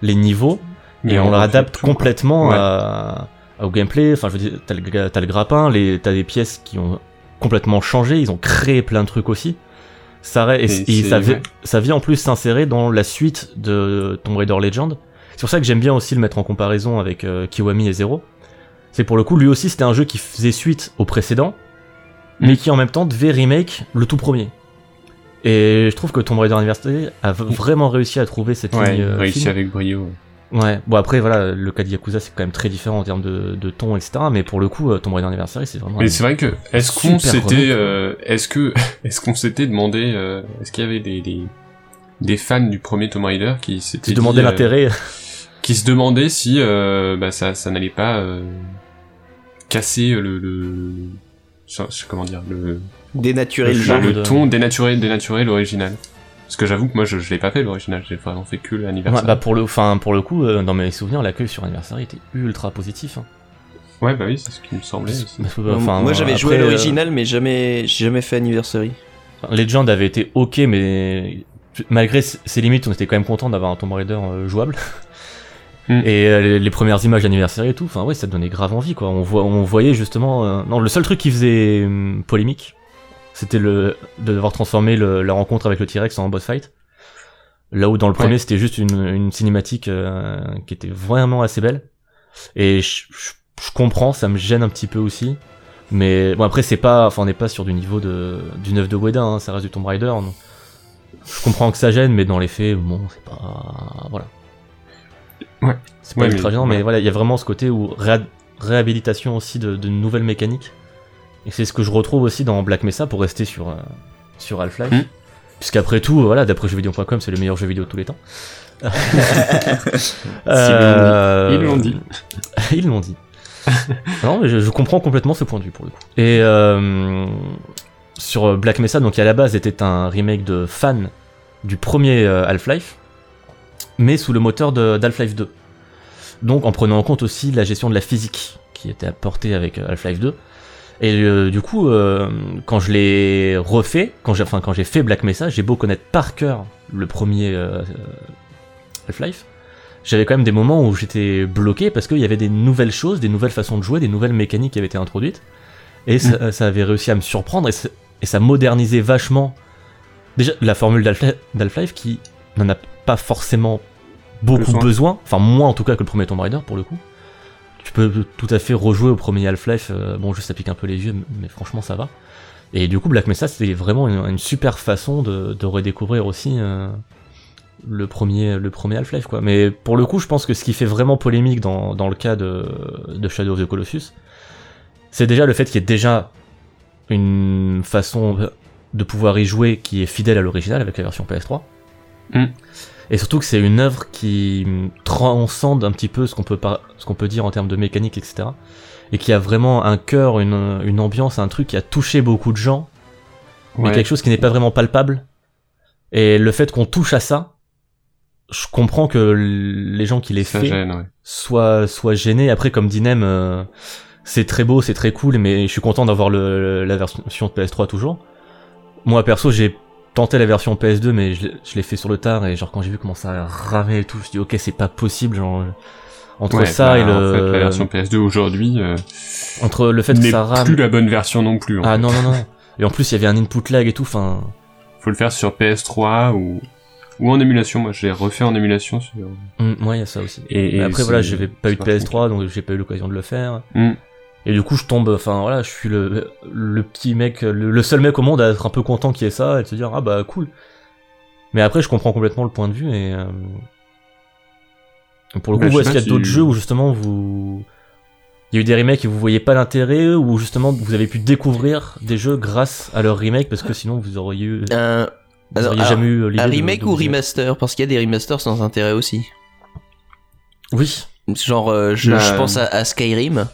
les niveaux, et on leur l'adapte complètement Ouais. à- au gameplay. Enfin, je veux dire, t'as le, gra- t'as le grappin, les- t'as des pièces qui ont complètement changé, ils ont créé plein de trucs aussi. Ça, ré- Et et, et c'est- ça, vi- ouais. ça vient en plus s'insérer dans la suite de Tomb Raider Legend. C'est pour ça que j'aime bien aussi le mettre en comparaison avec euh, Kiwami et Zero. C'est pour le coup, lui aussi, c'était un jeu qui faisait suite au précédent, Mm. mais qui en même temps devait remake le tout premier. Et je trouve que Tomb Raider Anniversary a v- vraiment réussi à trouver cette Ouais, ligne euh, réussi fine. avec brio. Ouais, bon après voilà, le cas de Yakuza c'est quand même très différent en termes de, de ton, etc. Mais pour le coup, euh, Tomb Raider Anniversary c'est vraiment. Mais c'est vrai que est-ce qu'on Super s'était, remake. euh, est-ce que, est-ce qu'on s'était demandé, euh, est-ce qu'il y avait des, des des fans du premier Tomb Raider qui s'étaient tu demandais dit, euh, l'intérêt. qui se demandaient si euh, bah, ça, ça n'allait pas euh, casser le, le ça- ça- comment dire le, Dénaturer le Le jeu. bah, le de- ton dénaturé dénaturé l'original. Parce que j'avoue que moi je, je l'ai pas fait l'original, j'ai vraiment fait que Ouais, l'anniversaire. bah pour le, enfin pour le coup, euh, dans mes souvenirs, l'accueil sur Anniversary était ultra positif. hein. Ouais, bah oui, c'est ce qui me semblait. aussi. Parce que, Moi, enfin, moi j'avais joué à après, euh, l'original mais jamais j'ai jamais fait anniversary. Legend avait été ok, mais malgré s- ses limites, on était quand même content d'avoir un Tomb Raider euh, jouable. Mm. Et euh, les- les premières images d'anniversaire et tout, enfin ouais, ça donnait grave envie quoi. On, voit, on voyait justement. euh, Non, le seul truc qui faisait hum, polémique, c'était le de devoir transformer le- la rencontre avec le T-Rex en boss fight. Là où dans le premier c'était juste une, une cinématique euh, qui était vraiment assez belle. Et je, je- je comprends, ça me gêne un petit peu aussi. Mais bon après c'est pas, enfin on n'est pas sur du niveau de du 9 de Weda, hein, ça reste du Tomb Raider. donc Je comprends que ça gêne, mais dans les faits, bon c'est pas, voilà. Ouais. C'est pas Ouais, ultra mais- gênant, mais ouais. voilà, il y a vraiment ce côté où réa- réhabilitation aussi de, de nouvelles mécaniques. Et c'est ce que je retrouve aussi dans Black Mesa pour rester sur euh, sur Half-Life. Mhm. Puisqu'après tout, voilà, d'après jeuxvideo.com, c'est le meilleur jeu vidéo de tous les temps. bien dit. Ils l'ont dit. Euh, Ils l'ont dit. non, mais je, je comprends complètement ce point de vue pour le coup. Et euh, sur Black Mesa, donc qui à la base était un remake de fan du premier euh, Half-Life, mais sous le moteur de- d'Half-Life 2. Donc en prenant en compte aussi la gestion de la physique qui était apportée avec euh, Half-Life 2. Et euh, du coup, euh, quand je l'ai refait, quand j'ai enfin, quand j'ai fait Black Mesa, j'ai beau connaître par cœur le premier euh, euh, Half-Life, j'avais quand même des moments où j'étais bloqué parce qu'il y avait des nouvelles choses, des nouvelles façons de jouer, des nouvelles mécaniques qui avaient été introduites. Et ça, ça avait réussi à me surprendre et, ça- et ça modernisait vachement déjà la formule d'Half- d'Half-Life qui n'en a pas forcément beaucoup Besoin. besoin. enfin moins en tout cas que le premier Tomb Raider pour le coup. Tu peux tout à fait rejouer au premier Half-Life, euh, bon juste ça pique un peu les yeux mais- mais franchement ça va. Et du coup Black Mesa c'était vraiment une, une super façon de, de redécouvrir aussi euh, le premier, le premier Half-Life, quoi. Mais pour le coup, je pense que ce qui fait vraiment polémique dans, dans le cas de, de Shadow of the Colossus, c'est déjà le fait qu'il y ait déjà une façon de pouvoir y jouer qui est fidèle à l'original avec la version PS3. Mm. Et surtout que c'est une œuvre qui transcende un petit peu ce qu'on peut, par- ce qu'on peut dire en termes de mécanique, etc. Et qui a vraiment un cœur, une, une ambiance, un truc qui a touché beaucoup de gens mais Ouais. quelque chose qui n'est pas vraiment palpable. Et le fait qu'on touche à ça, je comprends que l- les gens qui les ça fait gêne, ouais. soient, soient gênés. Après, comme dit Nem, euh, c'est très beau, c'est très cool, mais je suis content d'avoir le, la version de PS3 toujours. Moi, perso, j'ai tenté la version PS2, mais je, l'ai- je l'ai fait sur le tard, et genre quand j'ai vu comment ça ramait et tout, je me suis dit, ok, c'est pas possible, genre... euh, Entre Ouais, ça bah, et le, En fait, la version PS2 aujourd'hui euh, entre le fait que n'est ça rame, plus la bonne version non plus. hein. en ah fait. non non non. Et en plus il y avait un input lag et tout. Enfin, Faut le faire sur PS3 ou ou en émulation. Moi, je l'ai refait en émulation. Sur... mm, ouais il y a ça aussi. Et, Mais et après voilà, c'est- j'avais pas eu de c'est vachement PS3 donc j'ai pas eu l'occasion de le faire. Mm. Et du coup je tombe, enfin voilà, je suis le, le petit mec, le, le seul mec au monde à être un peu content qu'il y ait ça et de se dire ah bah cool. Mais après je comprends complètement le point de vue et euh, pour le coup Bah, je ouais, sais est-ce qu'il y a pas d'autres si- jeux où justement vous il y a eu des remakes et vous voyez pas l'intérêt ou justement vous avez pu découvrir des jeux grâce à leur remake parce que sinon vous auriez eu Euh, Un, vous alors, auriez alors, jamais eu l'idée un de- remake de ou vous y mettre. remaster Parce qu'il y a des remasters sans intérêt aussi. Oui. Genre, euh, je, Bah, je euh, pense à, à Skyrim.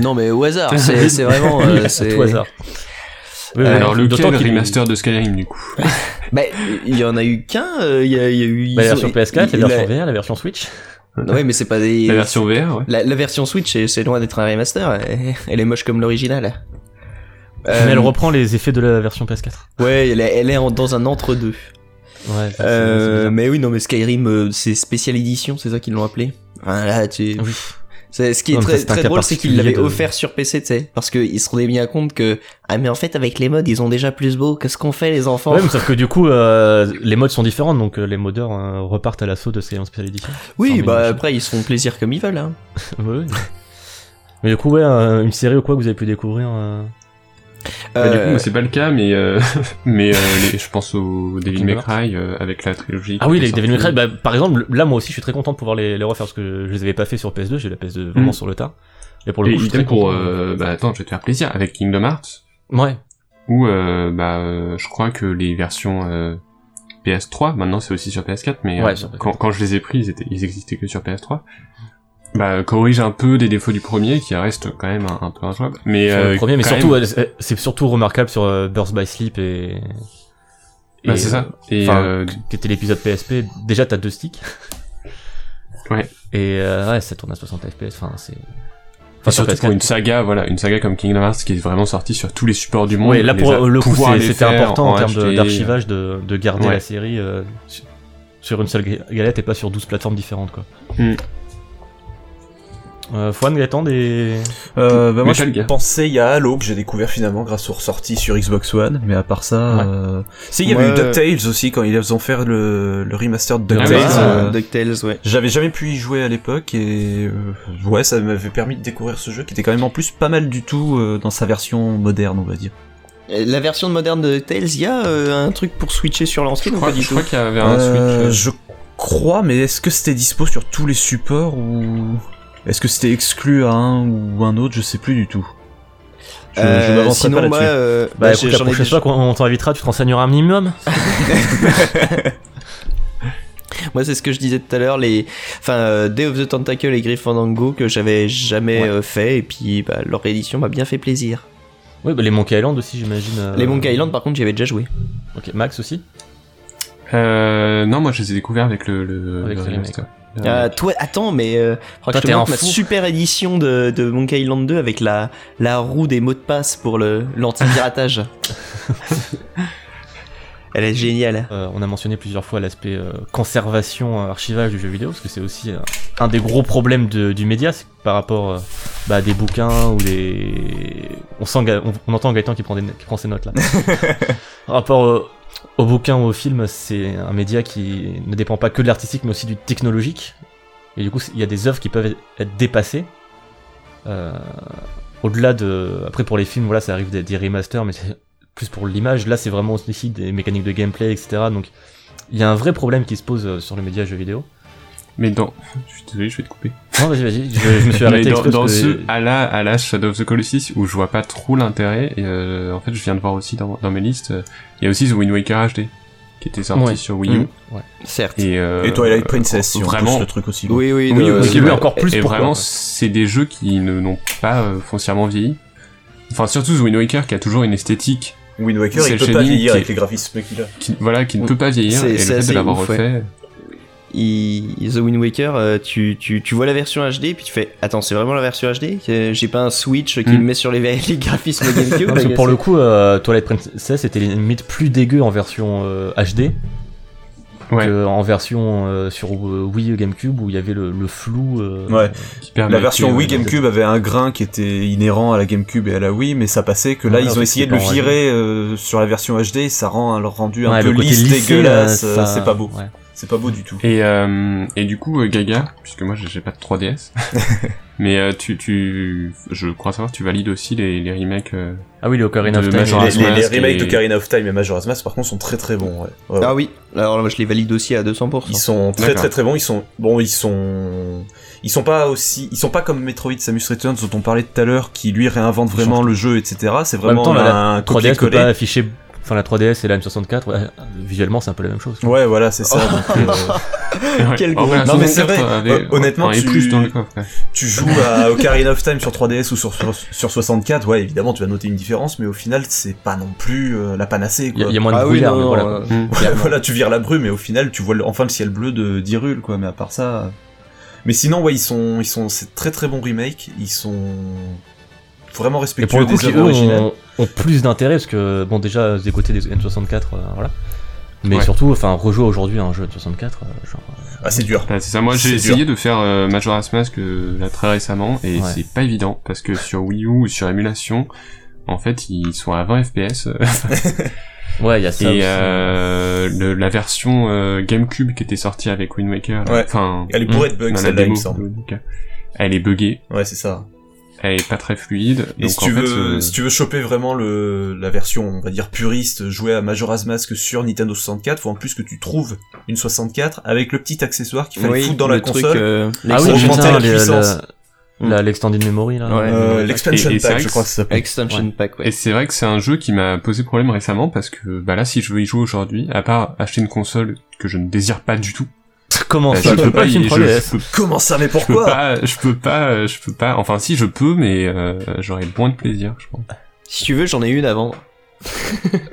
non, mais au hasard, c'est c'est vraiment. euh, c'est- tout hasard. Oui, oui, Alors lequel d'autant qu'il- remaster de Skyrim du coup Bah, il y en a eu qu'un. euh, Il y, a il y a eu. Bah, la ils ont- version PS4, il- la version la- VR, la version Switch. Ouais, mais c'est pas des. La version VR, ouais. La, la version Switch, c'est- c'est loin d'être un remaster. Elle, elle est moche comme l'original. Euh, Mais elle reprend les effets de la version PS4. Ouais, elle est, elle est en- dans un entre-deux. Ouais. ça, c'est- Euh, mais oui, non, mais Skyrim, euh, c'est spécial édition, c'est ça qu'ils l'ont appelé. Enfin, là, c'est tu... bizarre. Ah Oui. c'est- ce qui est Non, mais ça, très, c'est un très cas drôle, c'est qu'ils l'avaient particulier de- offert sur PC, tu sais, parce qu'ils se rendaient bien compte que ah mais en fait avec les mods, ils ont déjà plus beau. Qu'est-ce qu'on fait les enfants Ouais, mais sauf que du coup, euh, les modes sont différents, donc euh, les modeurs euh, repartent à l'assaut de Skyrim Special Edition. Sans Oui, mine bah machine. après ils se font plaisir comme ils veulent. Hein. Ouais, ouais. Mais du coup, ouais, euh, une série ou quoi que vous avez pu découvrir euh, Bah, du coup, Euh, moi, c'est pas le cas, mais euh, mais euh, les- je pense au Devil May Cry euh, avec la trilogie. Ah oui, qui les est Devil May sortie. Cry, bah, par exemple, là moi aussi je suis très content de pouvoir les, les refaire parce que je les avais pas fait sur PS2, j'ai la PS2 vraiment Mm. sur le tas. Et pour le Et coup, je suis très idem pour content. euh, bah attends, je vais te faire plaisir avec Kingdom Hearts Ouais, où euh, bah euh, je crois que les versions euh, PS3, maintenant c'est aussi sur PS4, mais euh, Ouais, sur PS4. quand, quand je les ai pris, ils étaient ils existaient que sur PS3. Bah euh, corrige un peu des défauts du premier qui reste quand même un, un peu injouable, mais sur le euh, premier, mais quand surtout, même- euh, c'est- c'est surtout remarquable sur euh, Birth by Sleep et. bah, et, c'est ça. Et enfin, euh, qui était l'épisode PSP, déjà t'as deux sticks. Ouais. Et euh, ouais, ça tourne à 60 FPS, enfin c'est. Et Enfin, sur surtout PS4. pour une saga, voilà, une saga comme Kingdom Hearts qui est vraiment sortie sur tous les supports du monde. Ouais, là les pour a- le coup, pouvoir c'est- les c'était faire important en termes de- acheter. d'archivage de, de garder Ouais. la série euh, sur- sur une seule ga- galette et pas sur 12 plateformes différentes quoi. Mm. Euh, Fouane, Gaëtan, des. Euh, bah moi, Metal je Gear. pensais il y a Halo que j'ai découvert finalement grâce aux ressorties sur Xbox One, mais à part ça, Ouais. euh... si il y Moi, avait eu euh, DuckTales aussi quand ils ont fait le, le remaster de Ah, DuckTales. ouais, euh, ah, DuckTales, ouais. J'avais jamais pu y jouer à l'époque et euh, ouais, ça m'avait permis de découvrir ce jeu qui était quand même en plus pas mal du tout euh, dans sa version moderne, on va dire. Euh, La version moderne de DuckTales, il y a euh, un truc pour switcher sur l'ancienne Je ou crois, pas du je tout crois qu'il y avait un Euh, Switch. Je crois, mais est-ce que c'était dispo sur tous les supports ou est-ce que c'était exclu à un ou un autre Je sais plus du tout. Je, je Euh, m'avancerai sinon, pas moi, là-dessus. euh, Bah, bah, écoute, j'en la ai prochaine déjà- fois qu'on on t'invitera, tu te renseigneras un minimum. Moi, c'est ce que je disais tout à l'heure, les, enfin, euh, Day of the Tentacle et Griff Fandango que j'avais jamais euh, fait, et puis bah, leur réédition m'a bien fait plaisir. Oui, bah, les Monkey Island aussi, j'imagine. euh, Les Monkey Island, Oh, par contre, j'y avais déjà joué. Ok, Max aussi. Euh, non, moi je les ai découverts avec le, le, Avec le le remake, remaster. Euh, toi, attends, mais euh, faudra que Ah Toi, je te t'es un montre ma fou. super édition de, de Monkey Island 2 avec la, la roue des mots de passe pour le l'anti-piratage. Elle est géniale. Euh, on a mentionné plusieurs fois l'aspect euh, conservation, euh, archivage du jeu vidéo, parce que c'est aussi euh, un des gros problèmes de- du média, c'est que par rapport euh, bah, à des bouquins ou des... On, sent Ga- on, on entend Gaëtan qui prend, des, qui prend ses notes là. par rapport euh, aux bouquins ou aux films, c'est un média qui ne dépend pas que de l'artistique, mais aussi du technologique. Et du coup, c'est- il y a des œuvres qui peuvent être dépassées. Euh, Au-delà de... Après, pour les films, voilà, ça arrive des, des remasters, mais c'est plus pour l'image. Là, c'est vraiment aussi des mécaniques de gameplay, etc. Donc, il y a un vrai problème qui se pose euh, sur le média jeu vidéo. Ah. Mais dans. Je suis désolé, je vais te couper. Non, vas-y, vas-y, je, je me suis Mais arrêté. dans, exprès dans parce ce que- Ah, à la, à la Shadow of the Colossus où je vois pas trop l'intérêt, et euh, en fait je viens de voir aussi dans, dans mes listes, euh, il y a aussi The Wind Waker HD qui était sorti Ouais. sur Wii U. Mm. Certes. Et, euh, Et Twilight euh, Princess, si on vraiment. pousse le truc aussi. Oui, oui, Oui, le- aussi, oui, ouais. encore plus Et pourquoi, vraiment, ouais. c'est des jeux qui ne n'ont pas euh, foncièrement vieilli. Enfin, surtout The Wind Waker qui a toujours une esthétique Wind Waker, C'est le il peut pas Shining vieillir qui- avec les graphismes qu'il a. qui, voilà, qui ne peut pas vieillir, Mm. C'est- et le c'est fait de assez l'avoir ouf, ouais. refait, Il- The Wind Waker, euh, tu, tu, tu vois la version HD et puis tu fais Attends, c'est vraiment la version HD Euh, J'ai pas un Switch qui Mm. me met sur les, les graphismes GameCube Hmm. Non, parce que les pour gars, le coup, euh, Twilight Princess était limite plus dégueu en version euh, HD Ouais. que en version euh, sur euh, Wii GameCube où il y avait le, le flou. euh, Ouais. qui permet- euh, La version Ah, qui- Wii qui- GameCube avait un grain qui était inhérent à la GameCube et à la Wii, mais ça passait que là Ouais, en ils ont fait, essayé c'est de le pas en virer euh, sur la version HD, et ça rend leur rendu un ouais, peu le côté lisse, lissé, dégueulasse, là, euh, ça- c'est pas beau, ouais. c'est pas beau du tout. Et, euh, et du coup, euh, Gaga, puisque moi j'ai- j'ai pas de 3DS, mais euh, tu, tu, je crois savoir, tu valides aussi les, les remakes. euh, Ah oui, le Ocarina De of Time. Majora's Majora's Les, les- les Mask remakes et- de Karina of Time et Majora's Mask par contre sont très très bons. ouais. Ouais, euh, ouais. Ah oui, alors moi, je les valide aussi à 200%. Ils sont très D'accord. très très bons. Ils sont bon, ils sont ils sont pas aussi ils sont pas comme Metroid Samus Returns dont on parlait tout à l'heure qui lui réinvente vraiment le jeu etc. C'est vraiment temps, la- un 3DS peut pas copier-coller. afficher. Enfin, la 3DS et la M64, ouais, visuellement, c'est un peu la même chose. quoi. Ouais voilà c'est ça. donc, euh, Quel Oh, voilà, gros- Non, mais c'est 64, vrai. avait- Euh, honnêtement, enfin, et tu- plus dans le coffre. ouais. tu joues à Ocarina of Time sur 3DS ou sur, sur, sur 64 ouais évidemment tu vas noter une différence mais au final c'est pas non plus euh, la panacée Il y, a- quoi. il y a moins de Ah oui, brouillard, non, mais non, voilà. euh, quoi. Mm. Ouais, voilà, tu vires la brume et au final tu vois le- enfin le ciel bleu de d'Irul quoi, mais à part ça. euh. Mais sinon ouais, ils sont ils sont c'est très très bon remake, ils sont vraiment Et pour respectueux le coup, euh, des qui œuvres eux originales. ont, ont plus d'intérêt parce que, bon, déjà, des côtés des N64, euh, voilà. Mais Ouais. surtout, enfin, rejouer aujourd'hui à un jeu de 64, euh, genre. Ah, c'est dur. Ouais, c'est ça, moi j'ai C'est essayé de faire euh, Majora's Mask euh, là très récemment et Ouais. c'est pas évident parce que sur Wii U ou sur émulation, en fait ils sont à 20 FPS euh, Ouais, il y a ça. et aussi. euh, le- la version euh, GameCube qui était sortie avec Wind Waker, là, Ouais. enfin Elle est bourrée de bugs, dans la celle-là, il démo, me semble. en tout cas, elle est buggée, Ouais, c'est ça. elle est pas très fluide. Et donc si en tu fait, veux euh, si tu veux choper vraiment le la version, on va dire puriste, jouer à Majora's Mask sur Nintendo 64, faut en plus que tu trouves une 64 avec le petit accessoire qu'il fallait Oui, foutre dans la le truc, console. euh, ah oui, augmenter putain, la les- puissance. la- Hmm. la- l'extended memory, là. Ouais. euh, Et- L'expansion et c'est pack, vrai je que crois que ça s'appelle. Extension Pack, ouais. Et c'est vrai que c'est un jeu qui m'a posé problème récemment parce que bah là si je veux y jouer aujourd'hui, à part acheter une console que je ne désire pas du tout, Comment bah, ça je peux pas une y je- 3DS. je peux Comment ça mais Je peux pourquoi pas, je peux pas, euh, je peux pas. Enfin, si je peux, mais euh, j'aurais moins de plaisir, je pense. Si tu veux, j'en ai une à vendre.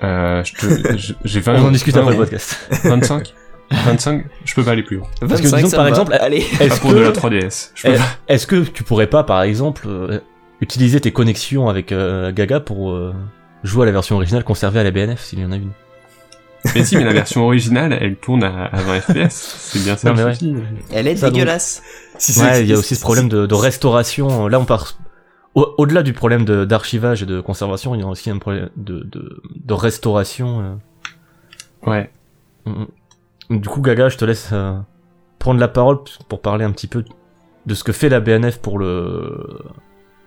Euh, je te- je- j'ai 20 On en discute 20, après le podcast. 25, 25. Je peux pas aller plus loin. Parce que disons, ça par me va. exemple, allez. Pas Est-ce pour de la que, 3DS. Je peux Eh, pas. est-ce que tu pourrais pas, par exemple, euh, utiliser tes connexions avec euh, Gaga pour euh, jouer à la version originale conservée à la BNF, s'il y en a une Mais si, mais la version originale, elle tourne à, à 20 FPS. C'est bien ça. Non, mais le ouais. souci. Elle est Ça, donc. dégueulasse. Si c'est- Ouais, il y a aussi ce problème de, de restauration. Là, on part au- au-delà du problème de- d'archivage et de conservation, il y a aussi un problème de, de, de restauration. Ouais. euh. Mm. Du coup, Gaga, je te laisse euh, prendre la parole p- pour parler un petit peu de ce que fait la BNF pour le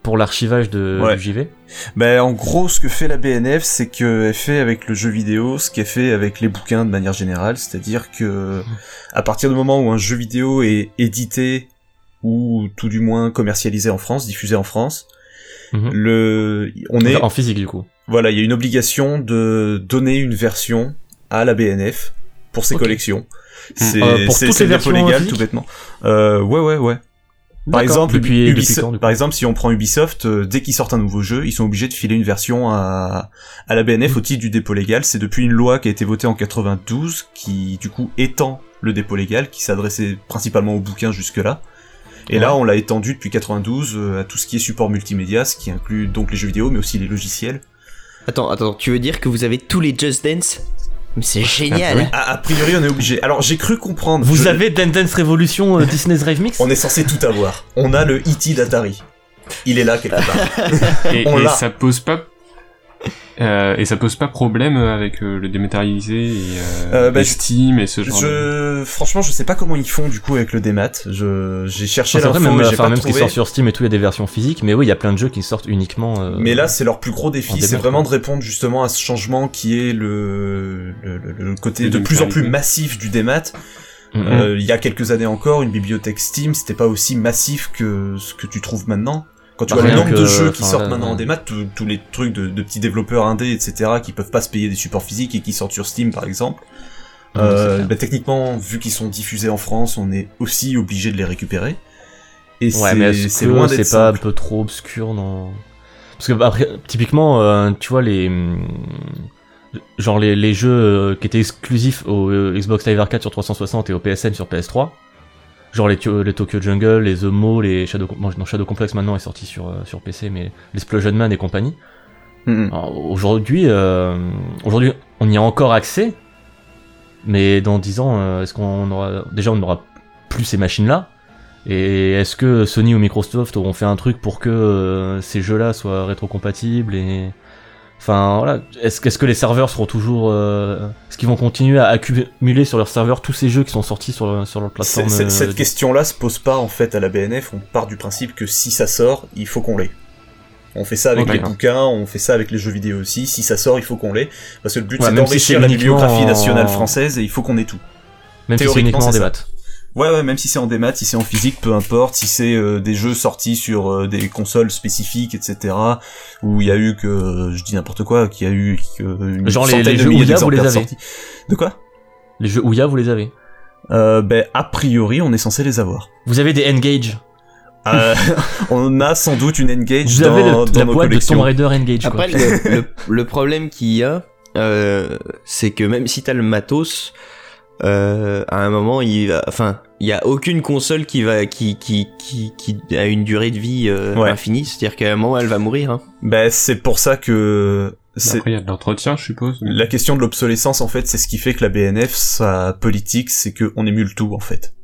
pour l'archivage de Ouais. du JV. Ben, en gros, ce que fait la BNF, c'est qu'elle fait avec le jeu vidéo ce qu'elle fait avec les bouquins de manière générale, c'est-à-dire que à partir du moment où un jeu vidéo est édité ou tout du moins commercialisé en France, diffusé en France, Mhm. le on est En physique, du coup. voilà, il y a une obligation de donner une version à la BNF pour ses Ok. collections. C'est Euh, pour c'est- toutes les c'est une versions défaut légal, physiques tout bêtement. Euh, ouais, ouais, ouais. Par D'accord. exemple, depuis, Ubi- depuis Ubisoft- quand, du coup par exemple, si on prend Ubisoft, euh, dès qu'ils sortent un nouveau jeu, ils sont obligés de filer une version à, à la BNF au titre du dépôt légal. C'est depuis une loi qui a été votée en 92 qui, du coup, étend le dépôt légal, qui s'adressait principalement aux bouquins jusque-là. Et là, on l'a étendu depuis 92 euh, à tout ce qui est support multimédia, ce qui inclut donc les jeux vidéo, mais aussi les logiciels. Attends, attends, tu veux dire que vous avez tous les Just Dance Mais c'est oui. Ah génial. A, a priori, on est obligé. Alors, j'ai cru comprendre. Vous Je- avez Dance Dance Revolution euh, Disney's Rave Mix On est censé tout avoir. On a le E.T. d'Atari. Il est là quelque part. Et, On et l'a. ça pose pas. euh, et ça pose pas problème avec euh, le dématérialisé et, euh, Euh, bah, et je- Steam et ce genre. de- Je, franchement, je sais pas comment ils font du coup avec le démat. Je, j'ai cherché Ah, C'est vrai, l'info, même, mais j'ai enfin, pas même ce qui trouvé. sort sur Steam et tout, il y a des versions physiques, mais oui, il y a plein de jeux qui sortent uniquement. euh, Mais là, c'est leur plus gros en défi, démat, c'est vraiment ouais. de répondre justement à ce changement qui est le, le, le- le côté Le de plus en dématérialisé. plus massif du démat. Mhm. Euh, il y a quelques années encore, une bibliothèque Steam, c'était pas aussi massif que ce que tu trouves maintenant. Quand tu Bah, vois le rien nombre que- de jeux qui enfin, sortent là, maintenant ouais. en démat, tous tous les trucs de, de petits développeurs indés, etc., qui peuvent pas se payer des supports physiques et qui sortent sur Steam, par exemple. Ouais, c'est euh, clair. bah, techniquement, vu qu'ils sont diffusés en France, on est aussi obligé de les récupérer. Et Ouais, mais c'est est-ce c'est que loin d'être c'est pas un simple. peu trop obscur dans. Parce que bah, après, typiquement, euh, tu vois, les. hum, Genre les, les jeux euh, qui étaient exclusifs au euh, Xbox Live Arcade sur 360 et au PSN sur PS3. Genre les, Tio- les Tokyo Jungle, les The Mo, les Shadow, Com- bon, non, Shadow Complex maintenant est sorti sur, euh, sur PC, mais les Splosion Man et compagnie. Mhm. Alors, Aujourd'hui, euh, aujourd'hui, on y a encore accès, mais dans 10 ans, euh, est-ce qu'on aura déjà on n'aura plus ces machines-là Et est-ce que Sony ou Microsoft auront fait un truc pour que euh, ces jeux-là soient rétrocompatibles et Enfin voilà, est-ce que- est-ce que les serveurs seront toujours, euh, est-ce qu'ils vont continuer à accumuler sur leurs serveurs tous ces jeux qui sont sortis sur le- sur leur plateforme C'est- c'est- euh, cette de- question-là se pose pas en fait à la BNF. On part du principe que si ça sort, il faut qu'on l'ait. On fait ça avec Oh, les d'accord. bouquins, on fait ça avec les jeux vidéo aussi. Si ça sort, il faut qu'on l'ait. Parce que le but Ouais, c'est même si c'est d'enrichir la uniquement bibliographie en- nationale française et il faut qu'on ait tout. même si c'est théoriquement, uniquement en c'est ça. débat Ouais, ouais, même si c'est en démat, si c'est en physique, peu importe, si c'est euh, des jeux sortis sur euh, des consoles spécifiques, etc., où il y a eu que, euh, je dis n'importe quoi, qu'il y a eu que, euh, une Genre les- centaine les de jeux milliers Ouya, vous les d'exemplaires avez sortis. De quoi Les jeux Ouya, vous les avez euh, Ben, a priori, on est censé les avoir. Vous avez des Engage. Euh, on a sans doute une Engage Vous dans, avez le- dans la nos boîte de collections. Tomb Raider Engage. quoi. Après, le, le- le problème qu'il y a, euh, c'est que même si t'as le matos, euh, à un moment, il va, enfin, il y a aucune console qui va, qui, qui, qui, qui a une durée de vie euh, Ouais. infinie. C'est-à-dire qu'à un moment, elle va mourir. Hein. Ben, c'est pour ça que... c'est- Après, il y a de l'entretien, je suppose. La question de l'obsolescence, en fait, c'est ce qui fait que la BNF, sa politique, c'est que on émule tout, en fait.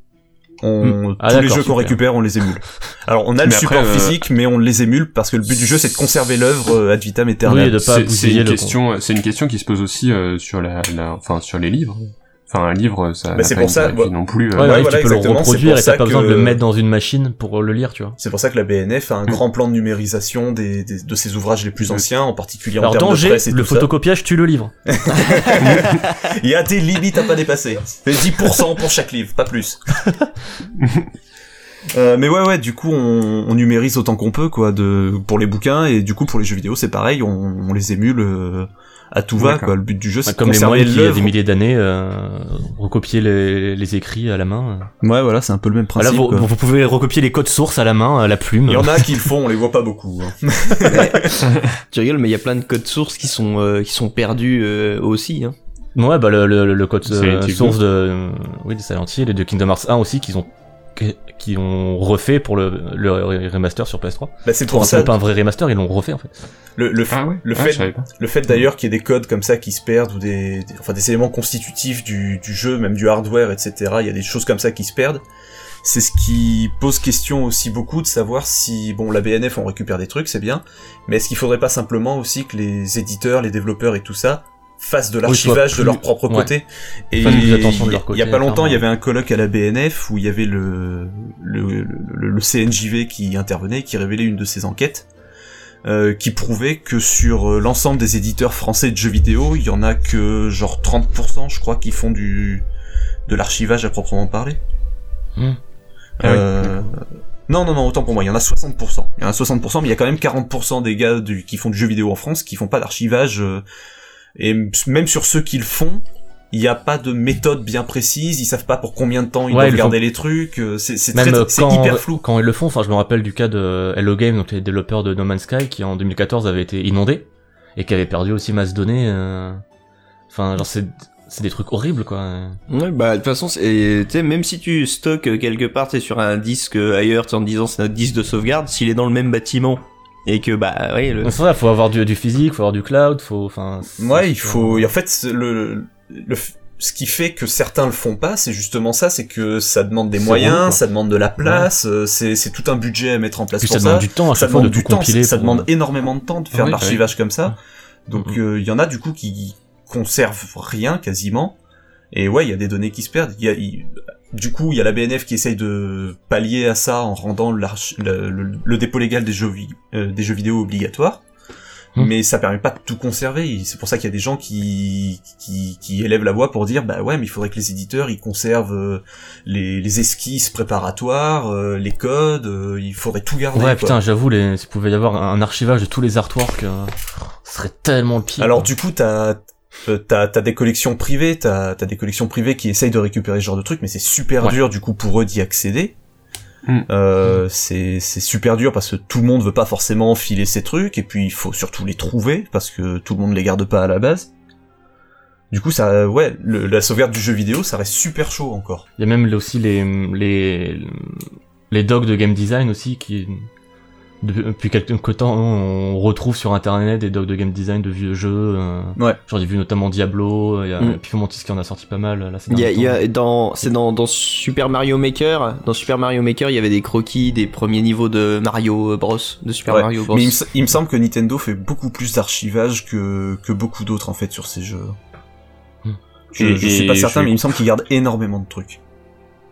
On, Ah, tous les d'accord, jeux qu'on super. récupère, on les émule. Alors, on a le Mais après, support euh, physique, mais on les émule parce que le but du jeu, c'est de conserver l'œuvre euh, ad vitam aeternam. Oui, de pas C'est- C'est bousiller une le question, c'est une question qui se pose aussi euh, sur la, la- enfin sur les livres. Enfin, un livre, ça. Bah, n'a c'est pas pour une ça, durée de vie ouais. non plus. Ouais, euh. ouais, voilà, tu peux le exactement, c'est reproduire pour et t'as ça pas besoin de le que- mettre dans une machine pour le lire, tu vois. C'est pour ça que la BNF a Hmm. un grand plan de numérisation des, des- de ses ouvrages les plus anciens, en particulier en Alors termes de danger, presse et le tout ça. photocopiage tue le livre. Il y a des limites à pas dépasser. C'est 10% pour chaque livre, pas plus. Euh, mais ouais ouais du coup on, on numérise autant qu'on peut quoi de pour les bouquins et du coup pour les jeux vidéo c'est pareil on, on les émule euh, à tout va D'accord. quoi le but du jeu Bah, c'est de comme les conserver moines qui, il y a l'œuvre des milliers d'années, euh, recopier les, les écrits à la main. ouais voilà c'est un peu le même Ah, là, principe vous, quoi. vous pouvez recopier les codes sources à la main, à la plume. il y en a qui le font on les voit pas beaucoup hein. Tu rigoles, mais il y a plein de codes sources qui sont, euh, qui sont perdus euh, aussi. Hein. Ouais, bah le, le, le code euh, Silent Hill source de, euh, oui, de Silent Hill et de Kingdom Hearts 1 aussi qu'ils ont qui- qui ont refait pour le, le remaster sur PS3. Bah, c'est Pour pour ça pas un vrai remaster, ils l'ont refait en fait. le, le, Ah ouais. le Ah, fait- je savais pas. Le fait d'ailleurs qu'il y ait des codes comme ça qui se perdent ou des, des- enfin des éléments constitutifs du, du jeu, même du hardware, etc. Il y a des choses comme ça qui se perdent. C'est ce qui pose question aussi beaucoup de savoir si bon la BNF on récupère des trucs c'est bien, mais est-ce qu'il faudrait pas simplement aussi que les éditeurs, les développeurs et tout ça fassent de soient l'archivage de plus- leur propre ouais. côté. Et Fassent plus attention de leur il y a côté, pas longtemps, il y clairement. avait un colloque à la BNF où il y avait le le, le, le- le CNJV qui intervenait, qui révélait une de ses enquêtes euh, qui prouvait que sur euh, l'ensemble des éditeurs français de jeux vidéo, il y en a que genre 30% je crois qui font du de l'archivage à proprement parler. Hmm. Ah oui, Euh, Non non non autant pour moi, il y en a 60%. Il y en a 60% mais il y a quand même 40% des gars du- qui font du jeu vidéo en France qui font pas d'archivage euh, et m- même sur ceux qui le font, il n'y a pas de méthode bien précise, ils savent pas pour combien de temps ils Ouais, doivent ils le garder les trucs, euh, c'est c'est Même très- euh, c'est quand, hyper flou. quand ils le font, enfin je me rappelle du cas de Hello Game, donc les développeurs de No Man's Sky, qui en 2014 avait été inondé et qui avait perdu aussi masse de données. euh, Enfin, genre c'est c'est des trucs horribles Euh, quoi. Ouais, bah, de toute façon, c'est- tu sais, même si tu stockes euh, quelque part, t'es sur un disque euh, ailleurs, t'es en disant c'est notre disque de sauvegarde, s'il est dans le même bâtiment, et que, bah, oui, le... Donc c'est ça, faut avoir du, du physique, faut avoir du cloud, faut enfin. c'est- Ouais, il faut. et En fait, c'est le, le f- ce qui fait que certains le font pas, c'est justement ça, c'est que ça demande des C'est moyens, relou, quoi. ça demande de la place, euh, c'est c'est tout un budget à mettre en place Puis pour ça ça. demande du temps à ça chaque fois demande de tout du temps, compiler. ça pour- euh, bah demande énormément de temps de faire Ouais, de l'archivage comme ça. Donc euh, Mhm. il y en a du coup qui conservent rien quasiment. Et ouais, il y a des données qui se perdent. Il y a- il- Du coup, il y a la BNF qui essaye de pallier à ça en rendant l'arch- le, le- le dépôt légal des jeux, vi- euh, des jeux vidéo obligatoire. Mhm. Mais ça permet pas de tout conserver. C'est pour ça qu'il y a des gens qui, qui qui élèvent la voix pour dire bah ouais mais il faudrait que les éditeurs ils conservent euh, les, les esquisses préparatoires, euh, les codes, euh, il faudrait tout garder. Ouais, quoi. putain, j'avoue, les... s'il pouvait y avoir un archivage de tous les artworks, euh, ce serait tellement le pire. Alors du coup, t'as euh, t'as t'as des collections privées, t'as t'as des collections privées qui essayent de récupérer ce genre de trucs, mais c'est super Ouais. dur du coup pour eux d'y accéder. Mm. Euh, c'est c'est super dur parce que tout le monde veut pas forcément filer ces trucs et puis il faut surtout les trouver parce que tout le monde les garde pas à la base. Du coup, ça, ouais, le- la sauvegarde du jeu vidéo, ça reste super chaud encore. Il y a même là aussi les, les, les docs de game design aussi qui, de- depuis quelques temps, on retrouve sur internet des docs de game design de vieux jeux. euh, Ouais. J'en ai vu notamment Diablo, il y a Mm. Pipo Mantis qui en a sorti pas mal là ces Il y a, derniers il y temps. a dans, c'est dans, dans Super Mario Maker, dans Super Mario Maker, il y avait des croquis des premiers niveaux de Mario Bros, de Super Ouais, Mario Bros. Mais il me, s- il me semble que Nintendo fait beaucoup plus d'archivage que, que beaucoup d'autres en fait sur ces jeux. Hmm. Je, Et- je suis et pas je certain, vais- mais il me semble qu'ils gardent énormément de trucs.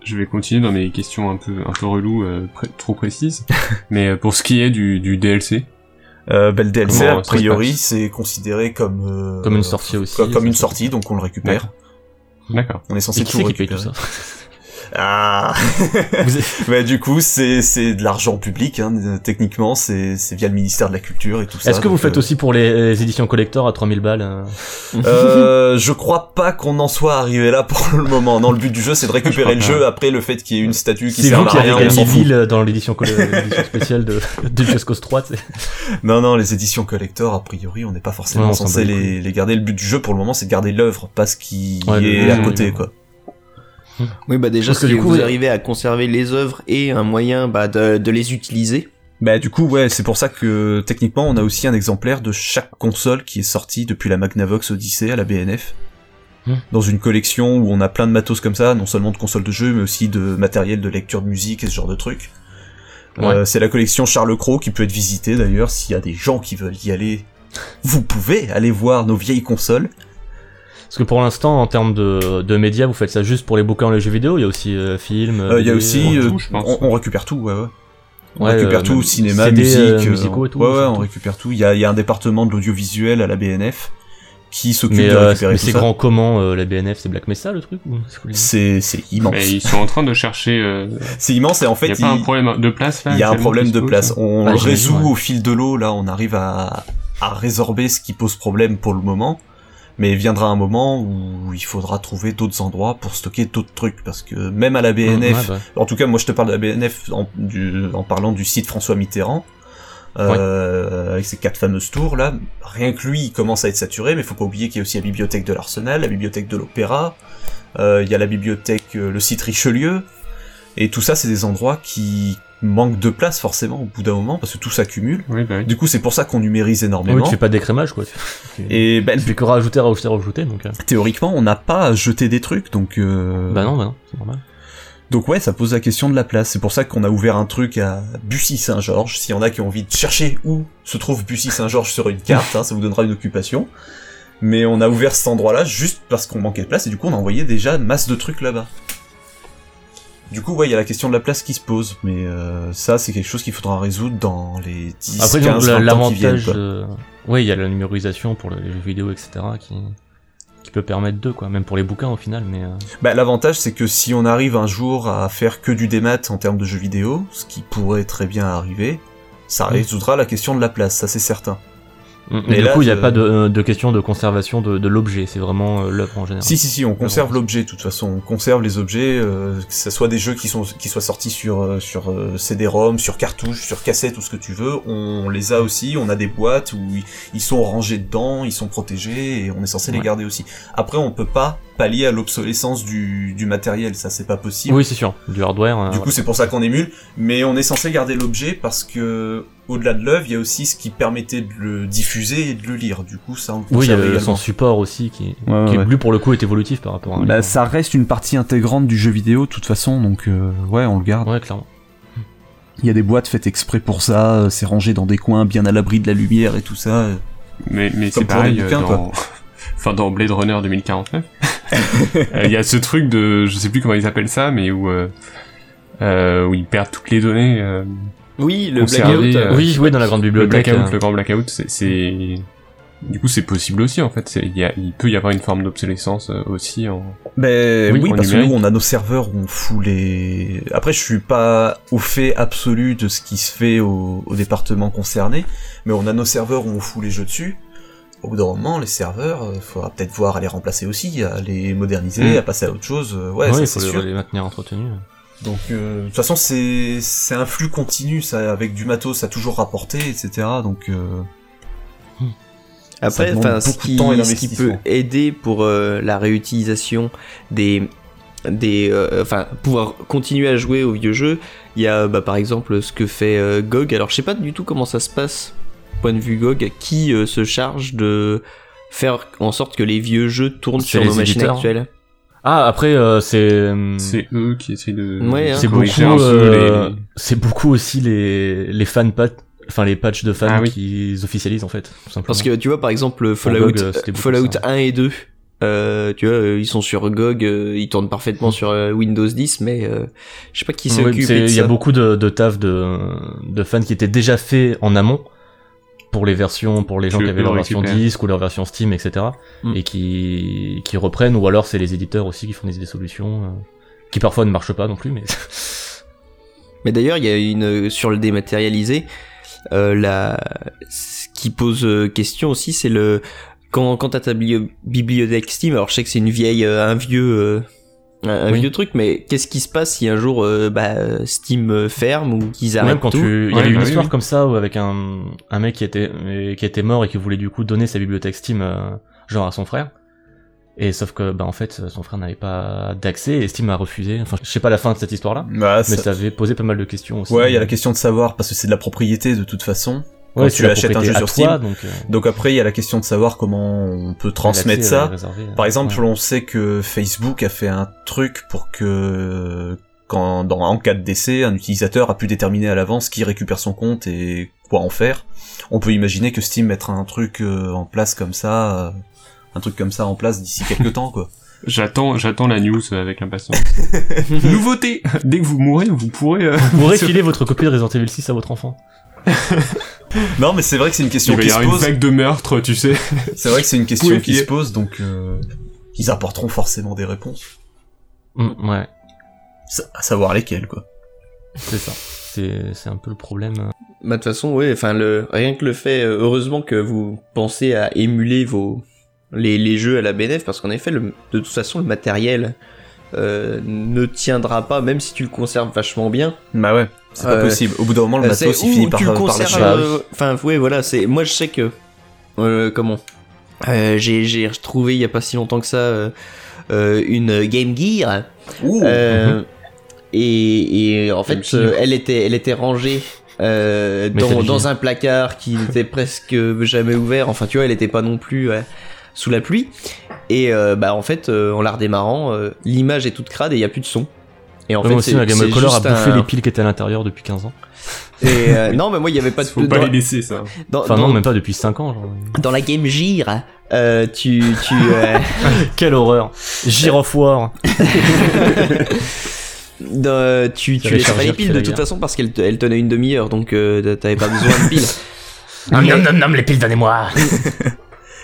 Je vais continuer dans mes questions un peu un peu reloues, euh, pré- trop précises. Mais euh, pour ce qui est du, du DLC, Euh, bah, le DLC, Comment ça a se priori, passe c'est considéré comme euh, Comme une sortie aussi. comme, comme une ça. sortie, donc on le récupère. d'accord. On est Et censé qui tout c'est qui paye récupérer. tout ça Ah. Vous bah, du coup, c'est c'est de l'argent public. Hein. euh, Techniquement, c'est c'est via le ministère de la culture et tout ça. Est-ce que vous donc, faites euh, aussi pour les, les éditions collector à 3000 balles euh Euh, je crois pas qu'on en soit arrivé là pour le moment. Non, le but du jeu, c'est de récupérer le Je crois jeu après le fait qu'il y ait une statue qui C'est sert vous à qui avez rien. on gagné s'en fout. 1000 euh, dans l'édition coll- l'édition spéciale de, de Just Cause 3, tu sais. Non, non, les éditions collector, a priori, on n'est pas forcément Ouais, on s'en censé bat les les, les garder. Le but du jeu, pour le moment, c'est de garder l'œuvre, pas ce qui Ouais, est le- à le- côté, le- quoi. Oui, bah déjà, Parce que si du coup, vous il- arrivez à conserver les œuvres et un moyen bah, de, de les utiliser. Bah, du coup, ouais, c'est pour ça que, techniquement, on a aussi un exemplaire de chaque console qui est sortie depuis la Magnavox Odyssey à la BNF. Hmm. Dans une collection où on a plein de matos comme ça, non seulement de consoles de jeux, mais aussi de matériel de lecture de musique et ce genre de trucs. Euh, c'est la collection Charles Cros qui peut être visitée d'ailleurs s'il y a des gens qui veulent y aller. Vous pouvez aller voir nos vieilles consoles. Parce que pour l'instant, en termes de, de médias, vous faites ça juste pour les bouquins, les jeux vidéo. Il y a aussi euh, films. Euh, Il y a BD, aussi, euh, euh, tout, je pense. on, on récupère tout, ouais, ouais. On Ouais, récupère euh, tout, même cinéma, CD, musique, euh, euh, musicaux et tout, ouais, ouais, on surtout. récupère tout. Il y a, il y a un département de l'audiovisuel à la BNF qui s'occupe Mais, de euh, récupérer mais tout c'est ça. grand comment euh, la BNF C'est Black Mesa le truc ou c'est quoi les- C'est c'est immense. Mais ils sont en train de chercher. euh, C'est immense et en Il fait, y a pas un il- problème de place là Il y a un actuellement, problème qui se de pose, hein place. On Bah, le j'imagine, résout ouais. au fil de l'eau. Là, on arrive à, à résorber ce qui pose problème pour le moment. Mais viendra un moment où il faudra trouver d'autres endroits pour stocker d'autres trucs. Parce que même à la BNF, Ouais, bah. en tout cas, moi je te parle de la BNF en, du- en parlant du site François Mitterrand. euh, avec ses quatre fameuses tours là, rien que lui il commence à être saturé, mais faut pas oublier qu'il y a aussi la bibliothèque de l'Arsenal, la bibliothèque de l'Opéra, euh, il y a la bibliothèque, euh, le site Richelieu, et tout ça c'est des endroits qui manquent de place forcément au bout d'un moment parce que tout s'accumule. Oui, bah oui. Du coup c'est pour ça qu'on numérise Ah oui, énormément. tu fais pas d'écrémage quoi. Et... Et ben, Tu fais que rajouter, rajouter, rajouter. Donc, euh, théoriquement on n'a pas à jeter des trucs donc. euh, Bah non, bah non, c'est normal. Donc ouais, ça pose la question de la place. C'est pour ça qu'on a ouvert un truc à Bussy Saint-Georges. S'il y en a qui ont envie de chercher où se trouve Bussy Saint-Georges sur une carte, hein, ça vous donnera une occupation. Mais on a ouvert cet endroit-là juste parce qu'on manquait de place et du coup on a envoyé déjà masse de trucs là-bas. Du coup, ouais, il y a la question de la place qui se pose, mais euh, ça, c'est quelque chose qu'il faudra résoudre dans les 10, Après, 15, donc, 20 la- ans qui viennent. l'avantage. quoi. de- Ouais, il y a la numérisation pour les jeux vidéo, etc. qui qui peut permettre deux quoi. Même pour les bouquins au final, mais. euh, Bah, l'avantage, c'est que si on arrive un jour à faire que du démat en termes de jeux vidéo, ce qui pourrait très bien arriver, ça résoudra la question de la place, ça c'est certain. Mm, Mais Et du là, coup, il n'y a je- pas de, euh, de question de conservation de, de l'objet. C'est vraiment euh, l'œuvre en général. Si, si, si, on conserve l'objet, de toute façon, on conserve les objets, euh, que ce soit des jeux qui, sont, qui soient sortis sur, euh, sur euh, CD-ROM, sur cartouche, sur cassette ou ce que tu veux, on les a aussi, on a des boîtes où ils- ils sont rangés dedans, ils sont protégés et on est censé les Ouais. garder aussi. Après, on peut pas pallier à l'obsolescence du, du matériel, ça c'est pas possible. Oui, c'est sûr. Du hardware. euh, Du coup, c'est pour ça qu'on émule, mais on est censé garder l'objet parce que au-delà de l'œuvre, il y a aussi ce qui permettait de le diffuser et de le lire. Du coup, ça on le Oui, il y conserve a hein, également. son support aussi qui, Ouais, qui ouais. lui pour le coup est évolutif par rapport à. un Bah, livre. ça reste une partie intégrante du jeu vidéo, de toute façon, donc euh, ouais, on le garde. Ouais, clairement. Il y a des boîtes faites exprès pour ça, euh, c'est rangé dans des coins bien à l'abri de la lumière et tout ça. euh. Mais, mais Comme c'est pour les pareil euh, bouquins, dans... enfin, dans Blade Runner 2049. Euh, Il y a ce truc de, je sais plus comment ils appellent ça, mais où, euh, euh, où ils perdent toutes les données. euh, Oui, le Conserver, blackout. euh, oui, oui, dans la grande le bibliothèque. blackout, euh, le grand blackout, c'est- c'est, du coup, c'est possible aussi en fait. C'est- Il, y a- il peut y avoir une forme d'obsolescence euh, aussi. En... Ben oui, Oui, en parce que nous, numérique. on a nos serveurs où on fout les. Après, je suis pas au fait absolu de ce qui se fait au, au département concerné, mais on a nos serveurs où on fout les jeux dessus. Au bout d'un moment, les serveurs, euh, faudra peut-être voir à les remplacer aussi, à les moderniser, Mm. à passer à autre chose. euh, Ouais, oui, ça, il c'est faut le- sûr. les maintenir entretenus. Donc, euh, de toute façon, c'est c'est un flux continu, ça, avec du matos, ça a toujours rapporté, etc. Donc, euh, Après, demande enfin, ce, beaucoup de qui, temps et ce qui peut d'investissement. aider pour euh, la réutilisation des des euh, enfin pouvoir continuer à jouer aux vieux jeux, il y a euh, bah, par exemple ce que fait euh, GOG. Alors je sais pas du tout comment ça se passe point de vue GOG, qui euh, se charge de faire en sorte que les vieux jeux tournent C'est sur les nos machines éditeurs. actuelles. Ah, après, euh, c'est. euh, C'est eux qui essayent de. Ouais, hein. C'est de beaucoup, corriger un peu euh, les- c'est beaucoup aussi les, les fan pat- enfin les patchs de fans Ah oui. qui officialisent en fait. tout simplement. Parce que tu vois par exemple Fallout, GOG, euh, c'était beaucoup Fallout ça. 1 et 2, euh, tu vois, euh, ils sont sur GOG, euh, ils tournent parfaitement sur euh, Windows 10, mais euh, je sais pas qui Oui, s'occupe Hmm. c'est- de Il y a ça. beaucoup de, de taf de, de fans qui étaient déjà faits en amont pour les versions, pour les gens Tu qui peux avaient leur version récupérer. disque ou leur version Steam, etc. Mm. Et qui, qui reprennent, ou alors c'est les éditeurs aussi qui fournissent des solutions, euh, qui parfois ne marchent pas non plus, mais. Mais d'ailleurs, il y a une euh, sur le dématérialisé, euh, la ce qui pose euh, question aussi, c'est le quand quand t'as ta bibli- bibliothèque Steam. Alors je sais que c'est une vieille, euh, un vieux, euh, un, un Oui. vieux truc, mais qu'est-ce qui se passe si un jour euh, bah, Steam euh, ferme ou qu'ils Ou arrêtent même quand tout tu, il y Ouais, avait bah une oui, histoire oui. comme ça où avec un, un mec qui était, euh, qui était mort et qui voulait du coup donner sa bibliothèque Steam, euh, genre à son frère. Et sauf que, bah en fait, son frère n'avait pas d'accès et Steam a refusé. Enfin, je sais pas la fin de cette histoire-là, bah, mais ça- ça avait posé pas mal de questions aussi. ouais, il y a la question de savoir parce que c'est de la propriété de toute façon. Ouais, quand c'est tu la achètes un propriété jeu à sur toi, Steam. donc, euh, Donc après, il y a la question de savoir comment on peut transmettre l'accès, euh, ça. réservé, euh, Par exemple, ouais. on sait que Facebook a fait un truc pour que quand dans en cas de décès, un utilisateur a pu déterminer à l'avance qui récupère son compte et quoi en faire. On peut imaginer que Steam mettra un truc euh, en place comme ça, euh, un truc comme ça en place d'ici quelques temps quoi. J'attends, j'attends la news avec impatience. Nouveauté Dès que vous mourrez, vous pourrez. euh, vous pourrez filer votre copie de Resident Evil 6 à votre enfant. Non, mais c'est vrai que c'est une Il question va qui y se avoir une pose. vague de meurtres, tu sais. C'est vrai que c'est une question Pouvez qui se filer. pose, donc euh, ils apporteront forcément des réponses, Mm, ouais, Sa- à savoir lesquelles quoi. c'est ça. C'est c'est un peu le problème. Bah de toute façon, oui. Enfin, le rien que le fait, euh, heureusement que vous pensez à émuler vos les, les jeux à la BNF parce qu'en effet, le, de toute façon, le matériel euh, ne tiendra pas, même si tu le conserves vachement bien. Bah ouais, c'est pas Euh, possible. Au bout d'un moment, le Euh, c'est matos il où finit par, tu le par lâcher. conserves. euh, Enfin, ouais, voilà. C'est moi, je sais que euh, comment euh, j'ai j'ai retrouvé il y a pas si longtemps que ça euh, euh, une Game Gear. Ouh. Euh, et, et en Même fait, si- euh, elle était, elle était rangée euh, Mais t'as dans, du dans génie. un placard qui n'était presque jamais ouvert. Enfin, tu vois, elle était pas non plus euh, sous la pluie. Et euh, bah en fait, euh, en la redémarrant, euh, l'image est toute crade et il y a plus de son. Et en Ah, Moi fait, aussi, c'est la Game c'est of Color a juste bouffé un- les piles qui étaient à l'intérieur depuis 15 ans. Oh, et, euh, non, mais moi, il y avait pas de. Faut pas dans- les laisser, ça. dans- Enfin, dans- non, même pas depuis 5 ans, genre. dans la Game Gear, euh, tu, tu, euh, Quelle horreur Girofoire euh, dans- tu, tu J'avais laissais pas chargé les tout piles à de l'heure. toute façon parce qu'elle te- elle tenait une demi-heure, donc euh, t'avais pas besoin de piles. Mais- les piles, donnez-moi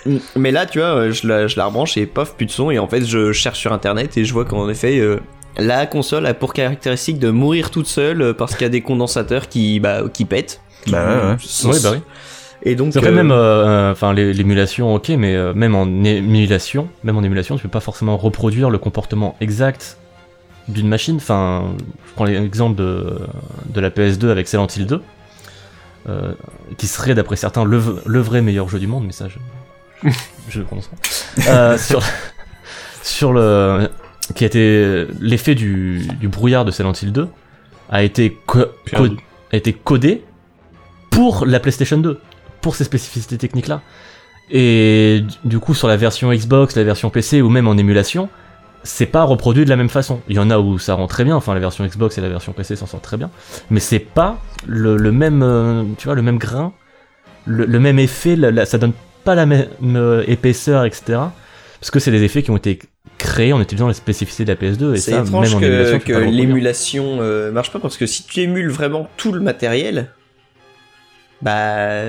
Mm. Mais là, tu vois, euh, je la, je la rebranche et pof, plus de son. Et en fait, je cherche sur internet et je vois qu'en effet, euh, la console a pour caractéristique de mourir toute seule euh, parce qu'il y a des condensateurs qui, bah, qui pètent. Bah ouais, ouais. Oui, bah oui. Et donc, C'est vrai, euh, même, euh, enfin, l'é- l'émulation, ok, mais euh, même en émulation, même en émulation, tu peux pas forcément reproduire le comportement exact d'une machine. Enfin, je prends l'exemple de, de la PS2 avec Silent Hill 2, euh, qui serait, d'après certains, le, v- le vrai meilleur jeu du monde, mais ça, je, je le prononce pas. Euh, sur, sur le, qui a été l'effet du, du brouillard de Silent Hill 2 a été co- Perdu. co- a été codé pour la PlayStation 2 pour ces spécificités techniques là et du- du coup sur la version Xbox la version PC ou même en émulation c'est pas reproduit de la même façon il y en a où ça rend très bien enfin la version Xbox et la version PC s'en sortent très bien mais c'est pas le, le même euh, tu vois le même grain le, le même effet la- la- ça donne pas la même euh, épaisseur etc parce que c'est des effets qui ont été créés en utilisant les spécificités de la PS2 et c'est ça étrange même en que, émulation tu que peux pas le reproduire. l'émulation euh, marche pas parce que si tu émules vraiment tout le matériel, bah.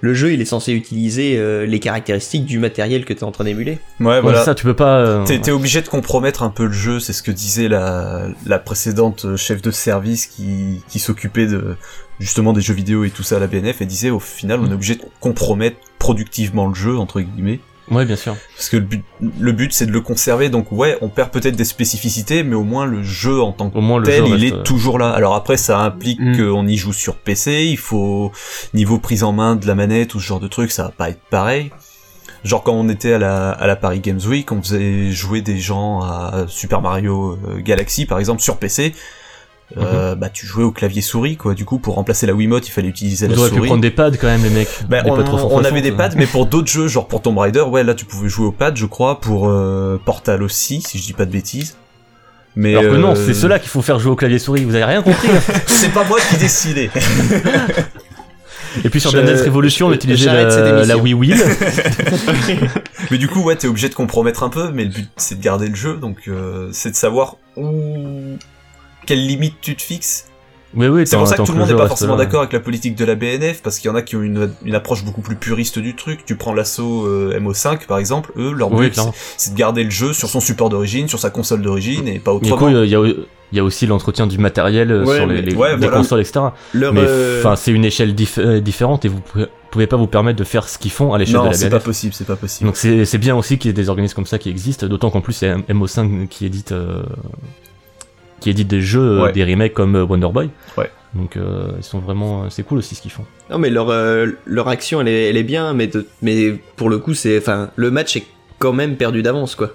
Le jeu, il est censé utiliser euh, les caractéristiques du matériel que t'es en train d'émuler. Ouais, Ouais, voilà. c'est ça tu peux pas euh, T'es t'es obligé de compromettre un peu le jeu, c'est ce que disait la, la précédente chef de service qui, qui s'occupait de justement des jeux vidéo et tout ça à la BNF et disait au final on est obligé de compromettre productivement le jeu entre guillemets Ouais, bien sûr. Parce que le but, le but c'est de le conserver, donc ouais, on perd peut-être des spécificités, mais au moins le jeu en tant que Au moins le tel, jeu il reste, euh, est toujours là. Alors après, ça implique Mm. qu'on y joue sur PC, il faut niveau prise en main de la manette ou ce genre de truc, ça va pas être pareil. Genre quand on était à la, à la Paris Games Week, on faisait jouer des gens à Super Mario euh, Galaxy par exemple sur PC. Mm-hmm. Euh, Bah tu jouais au clavier souris quoi. Du coup pour remplacer la Wiimote, il fallait utiliser Vous la auriez pu souris. prendre des pads quand même, les mecs. Ben, Des on, pads 360, on avait des euh. pads, mais pour d'autres jeux, genre pour Tomb Raider, ouais, là tu pouvais jouer au pad, je crois, pour euh, Portal aussi, si je dis pas de bêtises. Mais Alors que non, euh, c'est cela qu'il faut faire jouer au clavier souris, vous avez rien compris. hein. C'est pas moi qui décidais. Et puis sur Je- Dance Revolution, on je- utilisait j'arrête cette la, émission. la Wii Wheel. mais du coup, ouais, t'es obligé de compromettre un peu, mais le but c'est de garder le jeu, donc euh, c'est de savoir où quelle limite tu te fixes. Oui, oui, C'est pour tant- ça que tant tout le monde jeu n'est pas reste forcément là. d'accord avec la politique de la BNF, parce qu'il y en a qui ont une, une approche beaucoup plus puriste du truc. Tu prends l'assaut euh, MO5 par exemple, eux, leur Oui, but clairement. c'est- c'est de garder le jeu sur son support d'origine, sur sa console d'origine, et pas Du autrement. coup, il y a, il y a aussi l'entretien du matériel euh, Ouais, sur les, mais- les- ouais, les voilà. consoles, etc. Leur, Mais euh, enfin, c'est une échelle dif- euh, différente et vous pouvez- pouvez pas vous permettre de faire ce qu'ils font à l'échelle de Non, la c'est BNF. pas possible, c'est pas possible. Donc c'est c'est bien aussi qu'il y ait des organismes comme ça qui existent, d'autant qu'en plus c'est MO5 qui édite euh, qui édite des jeux, euh, Ouais. des remakes comme euh, Wonder Boy. Ouais. Donc euh, ils sont vraiment, c'est cool aussi ce qu'ils font. Non, mais leur, euh, leur action, elle est, elle est bien, mais, de- mais pour le coup, c'est, enfin, le match est quand même perdu d'avance, quoi.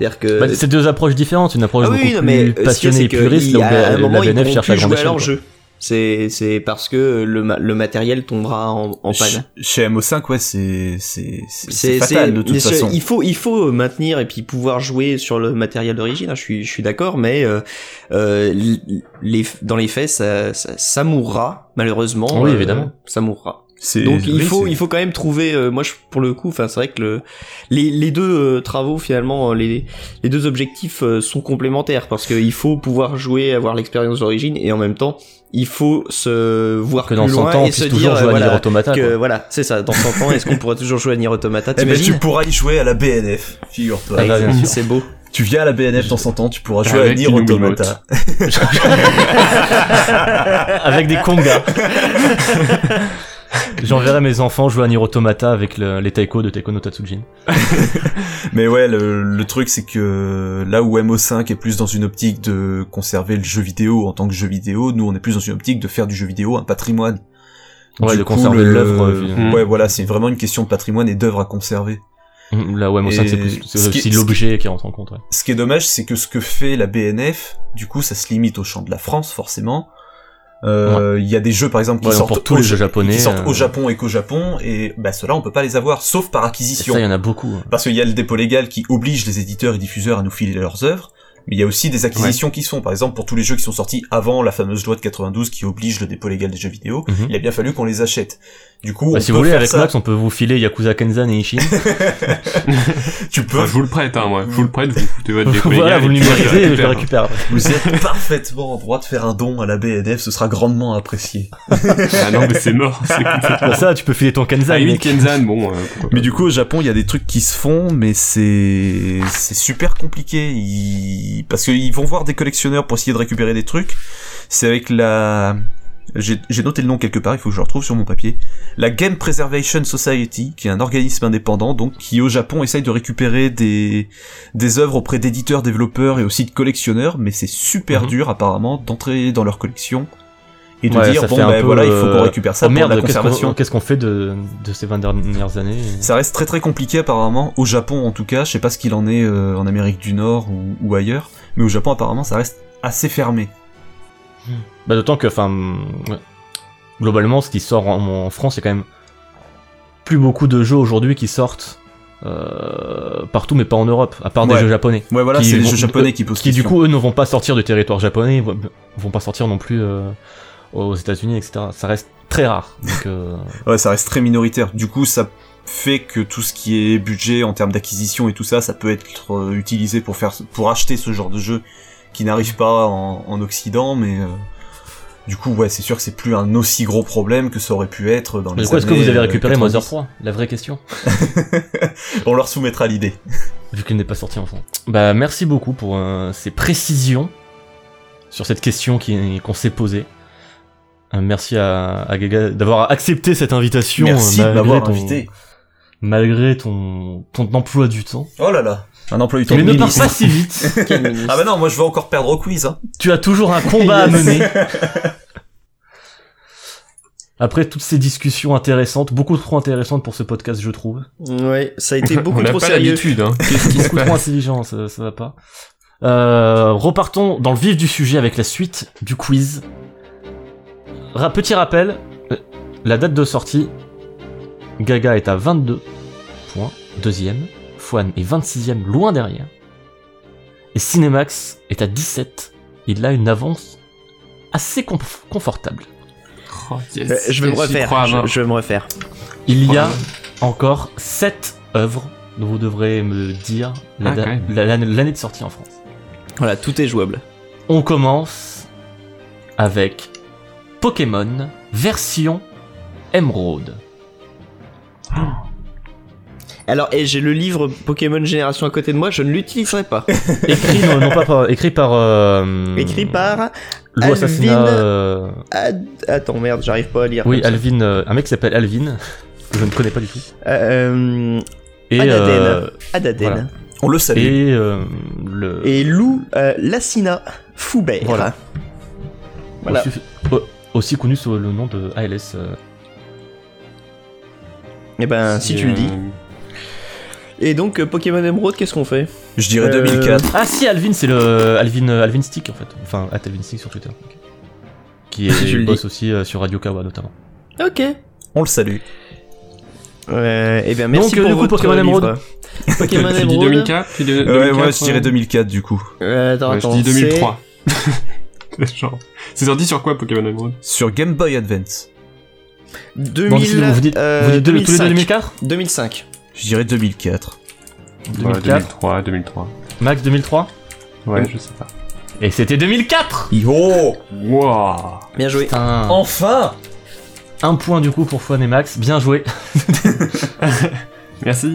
C'est-à-dire que. Bah, c'est deux approches différentes, une approche Euh, ah oui, beaucoup non, mais plus euh, ce qu'il y a, passionnée c'est et que puriste, il- là où à la, un la moment, ils BNF pourront cherche plus à grande jouer à échelle. leur quoi. jeu. C'est, c'est parce que le, ma- le matériel tombera en, en Ch- panne. Chez MO5, ouais, c'est c'est c'est- c'est fatal de toute mais c'est- façon. Il faut, il faut euh, maintenir et puis pouvoir jouer sur le matériel d'origine. hein, je suis, je suis d'accord, mais euh, euh, l- les, dans les faits, ça, ça, ça mourra malheureusement. Oui, euh, évidemment. ça mourra. C'est- Donc il oui, faut c'est- il faut quand même trouver euh, moi je, pour le coup enfin c'est vrai que le, les, les deux euh, travaux finalement euh, les, les deux objectifs euh, sont complémentaires parce que il faut pouvoir jouer avoir l'expérience d'origine et en même temps il faut se voir Que plus dans 100 loin ans, on et se puisse toujours dire jouer à Nier voilà, Automata. que quoi. voilà c'est ça dans 100 ans est-ce qu'on pourra toujours jouer à Nier Automata Eh ben, tu t'imagines pourras y jouer à la BNF, figure-toi. Ah, bah, bien sûr. c'est beau Tu viens à la BNF dans 100 ans, tu pourras jouer à Avec Nier une Automata. avec des congas. J'enverrai mes enfants jouer à Nier Automata avec le- les taiko de Taiko no Tatsujin. Mais ouais, le, le truc c'est que là où MO5 est plus dans une optique de conserver le jeu vidéo en tant que jeu vidéo, nous on est plus dans une optique de faire du jeu vidéo un patrimoine. Ouais, Du de coup, conserver le- l'œuvre. euh, Mm. Ouais, voilà, c'est vraiment une question de patrimoine et d'œuvre à conserver. Mm, Là, ouais, moi, ça, Et c'est plus- ce c'est qui- aussi ce l'objet qui rentre en compte, ouais. Ce qui est dommage, c'est que ce que fait la BNF, du coup, ça se limite au champ de la France, forcément. Euh, Il y a des jeux, par exemple, qui Ouais, non, sortent pour tous au les Ja- jeux japonais, qui sortent euh, au Japon et qu'au Japon, et bah ceux-là, on peut pas les avoir, sauf par Et acquisition. ça, il y en a beaucoup. hein. Parce qu'il y a le dépôt légal qui oblige les éditeurs et diffuseurs à nous filer leurs œuvres, mais il y a aussi des acquisitions qui se font. Par exemple, pour tous les jeux qui sont sortis avant la fameuse loi de 92 qui oblige le dépôt légal des jeux vidéo, Mhm. il a bien fallu qu'on les achète. Du coup, Bah, on si peut vous voulez, faire avec ça. Max, on peut vous filer Yakuza Kenzan et Ishin. tu peux Enfin, je vous le prête, hein, moi. Je vous le prête, vous foutez votre dépôt légal voilà, vous et le puis je numérisez et je le récupère. récupère. après. Vous êtes parfaitement en droit de faire un don à la BNF, ce sera grandement apprécié. Ah non, mais c'est mort. C'est complètement... Pour Bah, ça, tu peux filer ton Kenzan. Ah, oui, mec. Kenzan, bon. euh, pourquoi pas. Mais du coup, au Japon, il y a des trucs qui se font, mais c'est. c'est super compliqué. Ils- Parce qu'ils vont voir des collectionneurs pour essayer de récupérer des trucs. C'est avec la... J'ai j'ai noté le nom quelque part, il faut que je le retrouve sur mon papier. La Game Preservation Society, qui est un organisme indépendant, donc qui au Japon essaye de récupérer des, des œuvres auprès d'éditeurs, développeurs et aussi de collectionneurs, mais c'est super Mhm. dur apparemment d'entrer dans leur collection et de Ouais, dire ça bon fait un ben peu, voilà, il faut euh, qu'on récupère ça Oh pour la merde, qu'est-ce conservation. qu'on- qu'est-ce qu'on fait de, de ces 20 dernières années Ça reste très très compliqué apparemment, au Japon en tout cas, je sais pas ce qu'il en est euh, en Amérique du Nord ou, ou ailleurs, mais au Japon apparemment ça reste assez fermé. Bah, d'autant que, enfin, ouais. globalement, ce qui sort en, en France, il y a quand même plus beaucoup de jeux aujourd'hui qui sortent euh, partout, mais pas en Europe, à part Ouais. des jeux japonais. Ouais voilà, Qui c'est les vont- jeux japonais qui posent Qui du question. coup eux ne vont pas sortir du territoire japonais, vont- vont pas sortir non plus euh, aux États-Unis, etc. Ça reste très rare. Donc, euh, Ouais, ça reste très minoritaire. Du coup, ça fait que tout ce qui est budget en termes d'acquisition et tout ça, ça peut être euh, utilisé pour faire, pour acheter ce genre de jeu qui n'arrive pas en, en Occident, mais euh, du coup, ouais, c'est sûr que c'est plus un aussi gros problème que ça aurait pu être dans mais les du coup, est-ce que années, vous avez euh, récupéré 90. Mother 3 La vraie question. On leur soumettra l'idée. Vu qu'il n'est pas sorti en France. Bah merci beaucoup pour euh, ces précisions sur cette question qui- qu'on s'est posée. Euh, merci à, à Gaga d'avoir accepté cette invitation. Merci euh, de malgré m'avoir ton- invité. malgré ton, ton emploi du temps. Oh là là. Un emploi du temps Mais ne pars ministre. pas si vite. Ah bah non, moi je vais encore perdre au quiz. Hein. tu as toujours un combat à mener. Après toutes ces discussions intéressantes, beaucoup trop intéressantes pour ce podcast, je trouve. Ouais, ça a été beaucoup On n'a trop pas sérieux. l'habitude, hein. Qu'est-ce qui se Beaucoup trop passe intelligent, ça, ça va pas. Euh, repartons dans le vif du sujet avec la suite du quiz. Ra- petit rappel, euh, la date de sortie, Gaga est à 22 points, deuxième, Fouane est 26ème, loin derrière. Et Cinemax est à 17, il a une avance assez conf- confortable. Oh, yes, Euh, Je vais me yes, j'y crois hein. refaire. à Je, mort. je vais me refaire. Il y a Ouais. encore 7 œuvres dont vous devrez me dire la Ah, da- quand même. la- la- l'année de sortie en France. Voilà, tout est jouable. On commence avec Pokémon version Emerald. Alors, et j'ai le livre Pokémon Génération à côté de moi, je ne l'utiliserai pas. Écrit non, non pas par écrit par euh, Écrit par. Lou Assassinat, Alvin. euh, Ad- Attends, merde, j'arrive pas à lire. oui, comme ça. Alvin, euh, un mec qui s'appelle Alvin que je ne connais pas du tout. Euh, euh, Et Adaden. euh, Adaden. Voilà. On le salue. et euh, le Et Lou euh, Lassina Foubert. Voilà. voilà. aussi, au- aussi connu sous le nom de ALS. euh, Et ben, si tu le dis. Et donc, euh, Pokémon Emerald, qu'est-ce qu'on fait Je dirais Euh, 2004. Ah si, Alvin, c'est le Alvin, euh, Alvin Stick en fait. Enfin, at Alvin Stick sur Twitter. Ok. Qui Je le est boss aussi euh, sur Radio Kawa notamment. Ok. On le salue. Euh, et bien, merci Donc, euh, pour du coup, votre Pokémon livre. Emerald. Pokémon Tu dis Emerald. 2004 tu dis 2004, ouais, moi je dirais ouais. 2004 du coup. Euh, attends, Ouais, attends, je dis c'est- 2003. Genre, c'est sorti sur quoi Pokémon Emerald Sur Game Boy Advance. 2000, Bon, décidez, vous dites, euh, vous dites deux- tous les deux 2005. 2004 2005. Je dirais 2004. Ouais, 2004, 2003, 2003. Max 2003 Ouais, je sais pas. Et c'était 2004 Yo Wow Bien joué. Putain, Enfin Un point du coup pour Fouane et Max, bien joué. Merci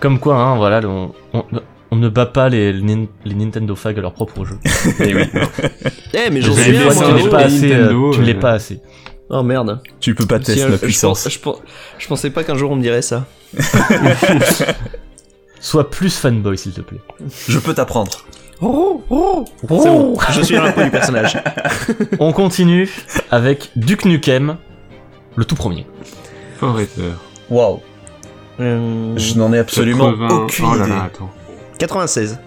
Comme quoi, hein, voilà, le- on, on- on ne bat pas les, les Nin- les Nintendo Fag à leur propre jeu. Et oui. Eh, mais j'en Vous suis avez Tu bien bien, vois, ça, tu moi. ne l'es oui, les pas assez. euh, Nintendo, tu ne l'es euh, pas assez. Oh merde. Tu peux pas tester Tiens, la je- puissance. Je, pense- je, pense- je pensais pas qu'un jour on me dirait ça. Sois plus fanboy, s'il te plaît. Je peux t'apprendre. Oh, oh, C'est bon, je suis dans la peau du personnage. On continue avec Duke Nukem, le tout premier. Forever. Waouh. Euh, Je n'en ai absolument 80 aucune Oh là idée. là, attends. 96.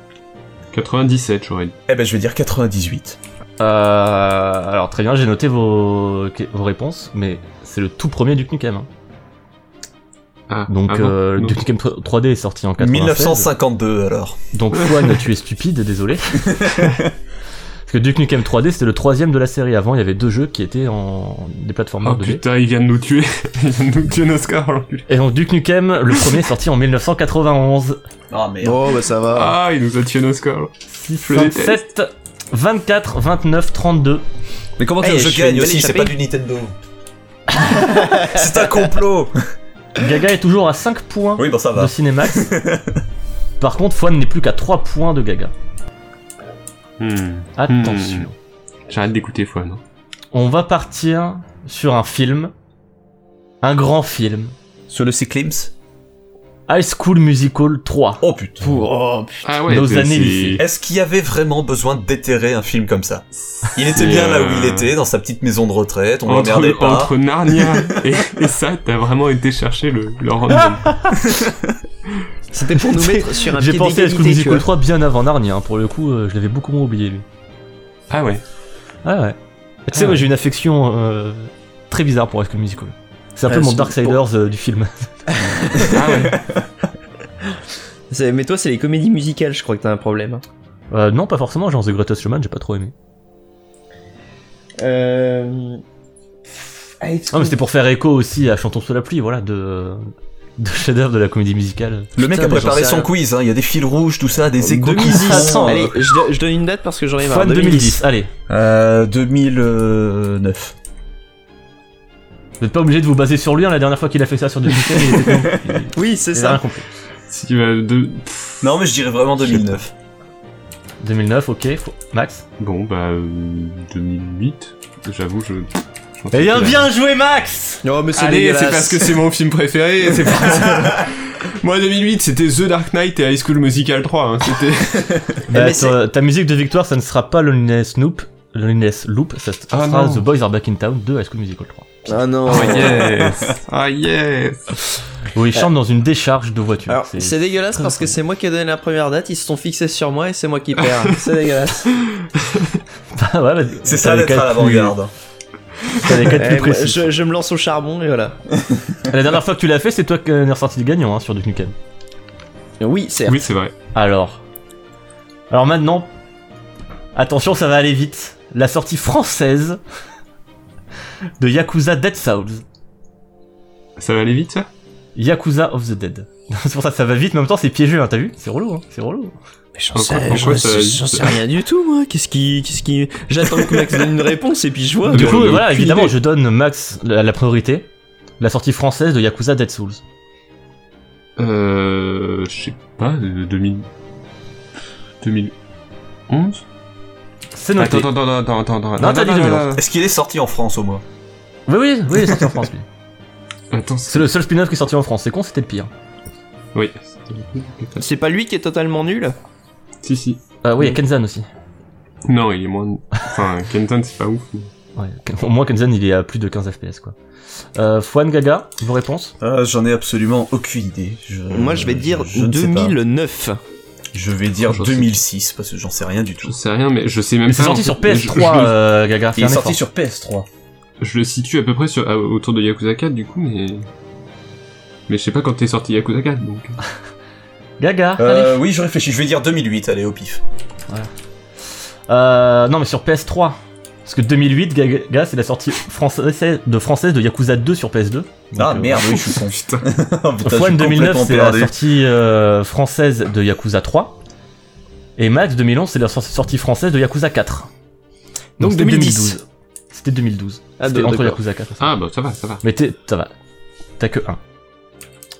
97, j'aurais dit. Eh ben je vais dire 98. Euh, alors très bien, j'ai noté vos, vos réponses, mais c'est le tout premier Duke Nukem. hein. Ah, Donc ah bon euh, Non. Duke Nukem 3D est sorti en 96. 1952 alors. Donc Juan, tu es stupide, désolé. Parce que Duke Nukem 3D, c'était le troisième de la série. Avant, il y avait deux jeux qui étaient en des plateformes Oh 2D. putain, il vient de nous tuer. il vient de nous tuer nos scores, l'enculé. Et donc Duke Nukem, le premier est sorti en 1991. Ah merde. Oh, bah ça va. Ah, il nous a tué nos scores. 6, Je le déteste. 7, 24, 29, 32. Mais comment Eh, dire, Oh, je, je fais gagne une aussi, belle c'est échappée. pas du Nintendo. c'est un complot. Gaga est toujours à 5 points Oui, bon ça de va. Cinemax. Par contre, Juan n'est plus qu'à 3 points de Gaga. Hmm. Attention. Hmm. J'arrête d'écouter Fouan. hein. On va partir sur un film. Un grand film. Sur le Cyclims High School Musical 3. Oh putain. Pour- oh, putain. Ah ouais, Nos c'est- années c'est- lycée. Est-ce qu'il y avait vraiment besoin d'éterrer un film comme ça Il était C'est, bien là euh, où il était, dans sa petite maison de retraite, on l'emmerdait Entre, pas. entre Narnia et, et ça, t'as vraiment été chercher le, le random. C'était pour nous mettre sur un pied J'ai pensé à High School d'égalité, tu vois. Musical 3 bien avant Narnia. hein. Pour le coup, euh, je l'avais beaucoup moins oublié lui. ah ouais. Ah ouais. Tu Ah sais, moi ouais. j'ai une affection euh, très bizarre pour High School Musical. C'est un peu Ah, mon c'est- Darksiders euh, du film. Ah ouais. C'est- Mais toi, c'est les comédies musicales, je crois que t'as un problème. Euh, non, pas forcément. Genre The Greatest Showman, j'ai pas trop aimé. Euh... Non, mais c'était pour faire écho aussi à Chantons sous la pluie, voilà, de, euh, de chef-d'œuvre de la comédie musicale. Le mec Putain, a moi, j'en préparé sais son rien. Oh, quiz, hein. il y a des fils rouges, tout ça, euh, des échos qui 2010. sont... Attends. Allez, je, do- je donne une date parce que j'en ai marre. Fan 2010. Allez, Euh, 2009. vous n'êtes pas obligé de vous baser sur lui. hein, la dernière fois qu'il a fait ça sur 2010, il était con. Il- Oui, c'est il a rien ça. compris. Si tu vas de... Non mais je dirais vraiment 2009. 2009, ok. faut- Max. Bon, bah, euh, 2008. J'avoue, je, je franchement. Eh bien, c'est- bien joué, Max Non, mais c'est Allez, dégueulasse. c'est parce que c'est mon film préféré, c'est pour ça. Moi, 2008, c'était The Dark Knight et High School Musical 3. hein, C'était. Bah, mais c'est- ta, ta musique de victoire, ça ne sera pas Loneliness Loop, Loneliness Loop ça, ça Ah sera non. The Boys Are Back in Town 2 High School Musical 3. Ah non. yes Ah yes Où ils chantent dans une décharge de voiture. Alors, C'est- c'est dégueulasse parce que c'est moi qui ai donné la première date, ils se sont fixés sur moi et c'est moi qui perds. C'est dégueulasse. Ah, voilà, C'est t'as ça les d'être quatre à l'avant-garde. plus- T'as les quatre Eh, plus moi, précis. je, je me lance au charbon et voilà. La dernière fois que tu l'as fait, c'est toi qui en es ressorti de gagnant hein, sur Duke Nukem. Oui, certes. Oui, c'est vrai. Alors. Alors maintenant. Attention, ça va aller vite. La sortie française de Yakuza Dead Souls. Ça va aller vite, ça Yakuza of the Dead. c'est pour ça que ça va vite, mais en même temps c'est piégeux, hein, t'as vu C'est relou, hein, c'est relou. Mais J'en En quoi- en sais, quoi j'en ça- sais, j'en sais rien du tout, moi. Qu'est-ce qui, qu'est-ce qui. J'attends que Max donne une réponse et puis je vois. Du Mais coup, on a voilà, aucune évidemment, idée. je donne Max la, la priorité. La sortie française de Yakuza Dead Souls. Euh. Je sais pas, euh, 2000. 2011 C'est noté. Ah, Attends, attends, attends, attends, attends, attends. Non, t'as dit 2011. Est-ce qu'il est sorti en France au moins Oui, oui, oui, il est sorti en France, lui. Attends, C'est le seul spin-off qui est sorti en France. C'est con, c'était le pire. Oui. C'est pas lui qui est totalement nul Si, si. Ah oui, il y a Kenzan aussi. Non, il est moins. Enfin, Kenton, c'est pas ouf. mais- Ouais, Ken- au moins Kenzan, il est à plus de 15 FPS, quoi. Euh, Fouan Gaga, vos réponses Ah, J'en ai absolument aucune idée. Je- Moi, je vais dire Euh, je ne sais pas. 2009. Je vais dire Je sais. 2006 parce que j'en sais rien du Je tout. sais rien, mais je sais même Mais pas. c'est sorti en sur fait. Je- PS3, je- euh, Gaga. fais Il est un sorti effort. sur PS3. Je le situe à peu près sur, à- autour de Yakuza 4 du coup, mais. Mais je sais pas quand t'es sorti Yakuza 4 donc. Gaga, allez. Euh, oui, je réfléchis. Je vais dire 2008. Allez, au pif. Euh, non, mais sur PS3. Parce que 2008, Gaga, c'est la sortie française de, française de Yakuza 2 sur PS2. Donc, Ah euh, merde, oui, je suis con. Putain. Oh, putain, je Fouan suis 2009, complètement c'est la perdu. sortie euh, française de Yakuza 3. Et Max 2011, c'est la sor- sortie française de Yakuza 4. Donc c'était 2010. 2012. C'était 2012. Ah, C'était de- entre d'accord. Yakuza 4 et ça. Ah bah ça va, ça va. Mais t'es- ça va. T'as que 1.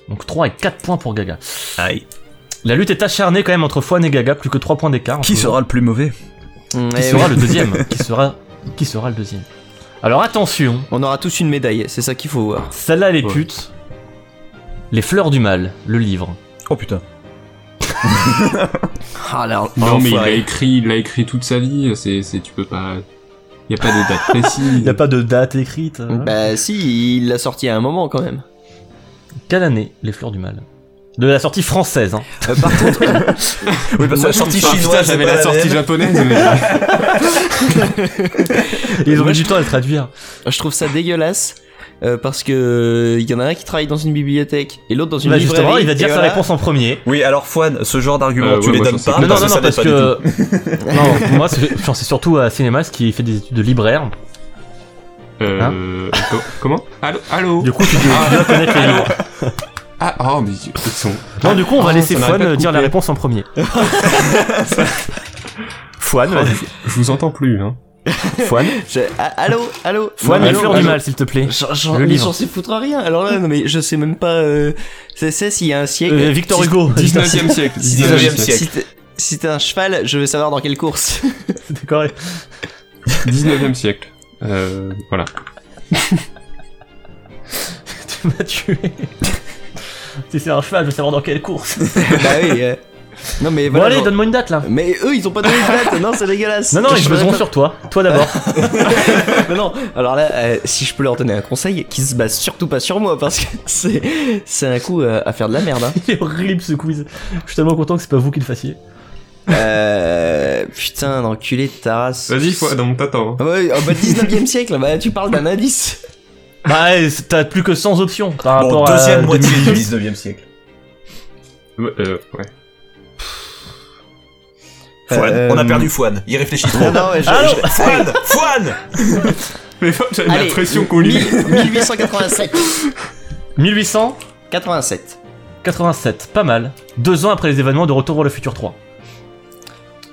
Donc 3 et 4 points pour Gaga. Aïe. La lutte est acharnée quand même entre Fouan et Gaga, plus que 3 points d'écart. Qui entre sera le plus mauvais Hmm, eh Qui sera le deuxième Qui sera qui sera le deuxième Alors attention, On aura tous une médaille, c'est ça qu'il faut voir. celle-là les Ouais. putes. Les fleurs du mal, le livre. Oh putain. Ah, là, Non mais il l'a écrit, il l'a écrit toute sa vie. C'est, c'est, tu peux pas. Y a pas de date précise. Il n'y a pas de date écrite. Bah si, il l'a sorti à un moment quand même. Quelle année les fleurs du mal De la sortie française. Hein. Euh, par contre, Oui, parce que la sortie Ah, putain, chinoise, j'avais la sortie japonaise. japonaise. Mais... Ils ont mis du temps à le traduire. je trouve ça dégueulasse. euh, parce que il y en a un qui travaille dans une bibliothèque et l'autre dans une Bah, librairie. justement, il va dire et sa voilà. réponse en premier. Oui, alors Fouane, ce genre d'argument, Euh, tu ouais, les moi, donnes j'en sais pas. Ah, non, non, parce non, que ça non, n'est parce pas du tout. que. non, pour moi, c'est- j'en sais surtout à Cinémas qui fait des études de libraire. Hein Euh, co- comment Allô, allô. Du coup, tu dois bien connaître les livres. Ah oh mais ils sont. Non, du coup, on va Ah, laisser ça m'aurait Fouane pas euh, dire coupé. la réponse en premier. Fouane, vas-y. Je vous entends plus. Hein. Fouane, Je- ah, allô, allô. Fouane, non, les allô, fleurs du allô. mal, s'il te plaît. J'en- j'en- Le mais livre. j'en sais foutre rien. Alors là, non mais je sais même pas. euh, c'est c'est s'il y a un siècle. Euh, Victor Si- Hugo. 19e siècle. 19e siècle. Si t'es- si t'es un cheval, je veux savoir dans quelle course. D'accord. 19e siècle. Euh, voilà. tu m'as tué. si c'est un cheval, je veux savoir dans quelle course. bah oui. euh. Non mais Bon, voilà. allez, genre- donne-moi une date là. Mais eux, ils ont pas donné de date. non, c'est dégueulasse. Non, non, ils Je beseront voudrais sur toi. Toi d'abord. pas- Non, non. Alors là, euh, si je peux leur donner un conseil, qu'ils se basent surtout pas sur moi parce que c'est c'est un coup euh, à faire de la merde. hein. C'est horrible ce quiz. Je suis tellement content que c'est pas vous qui le fassiez. Euh, putain, d'enculé de ta race. Vas-y, Fouane, on t'attend. hein. Ah ouais, ah bah 19e siècle, bah tu parles d'un indice. Bah, ouais, c'est- t'as plus que 100 options par Bon, rapport à. deuxième moitié 2018. du 19e siècle. Ouais, Euh, ouais. Fouane, on a Euh, perdu Fouane. Il réfléchit trop. Non, Ah non, ouais, je- Allô je- Fouane Fouane Mais j'avais Allez, l'impression qu'on lit. 1887. 1887, 87. pas mal. Deux ans après les événements de Retour vers le futur 3.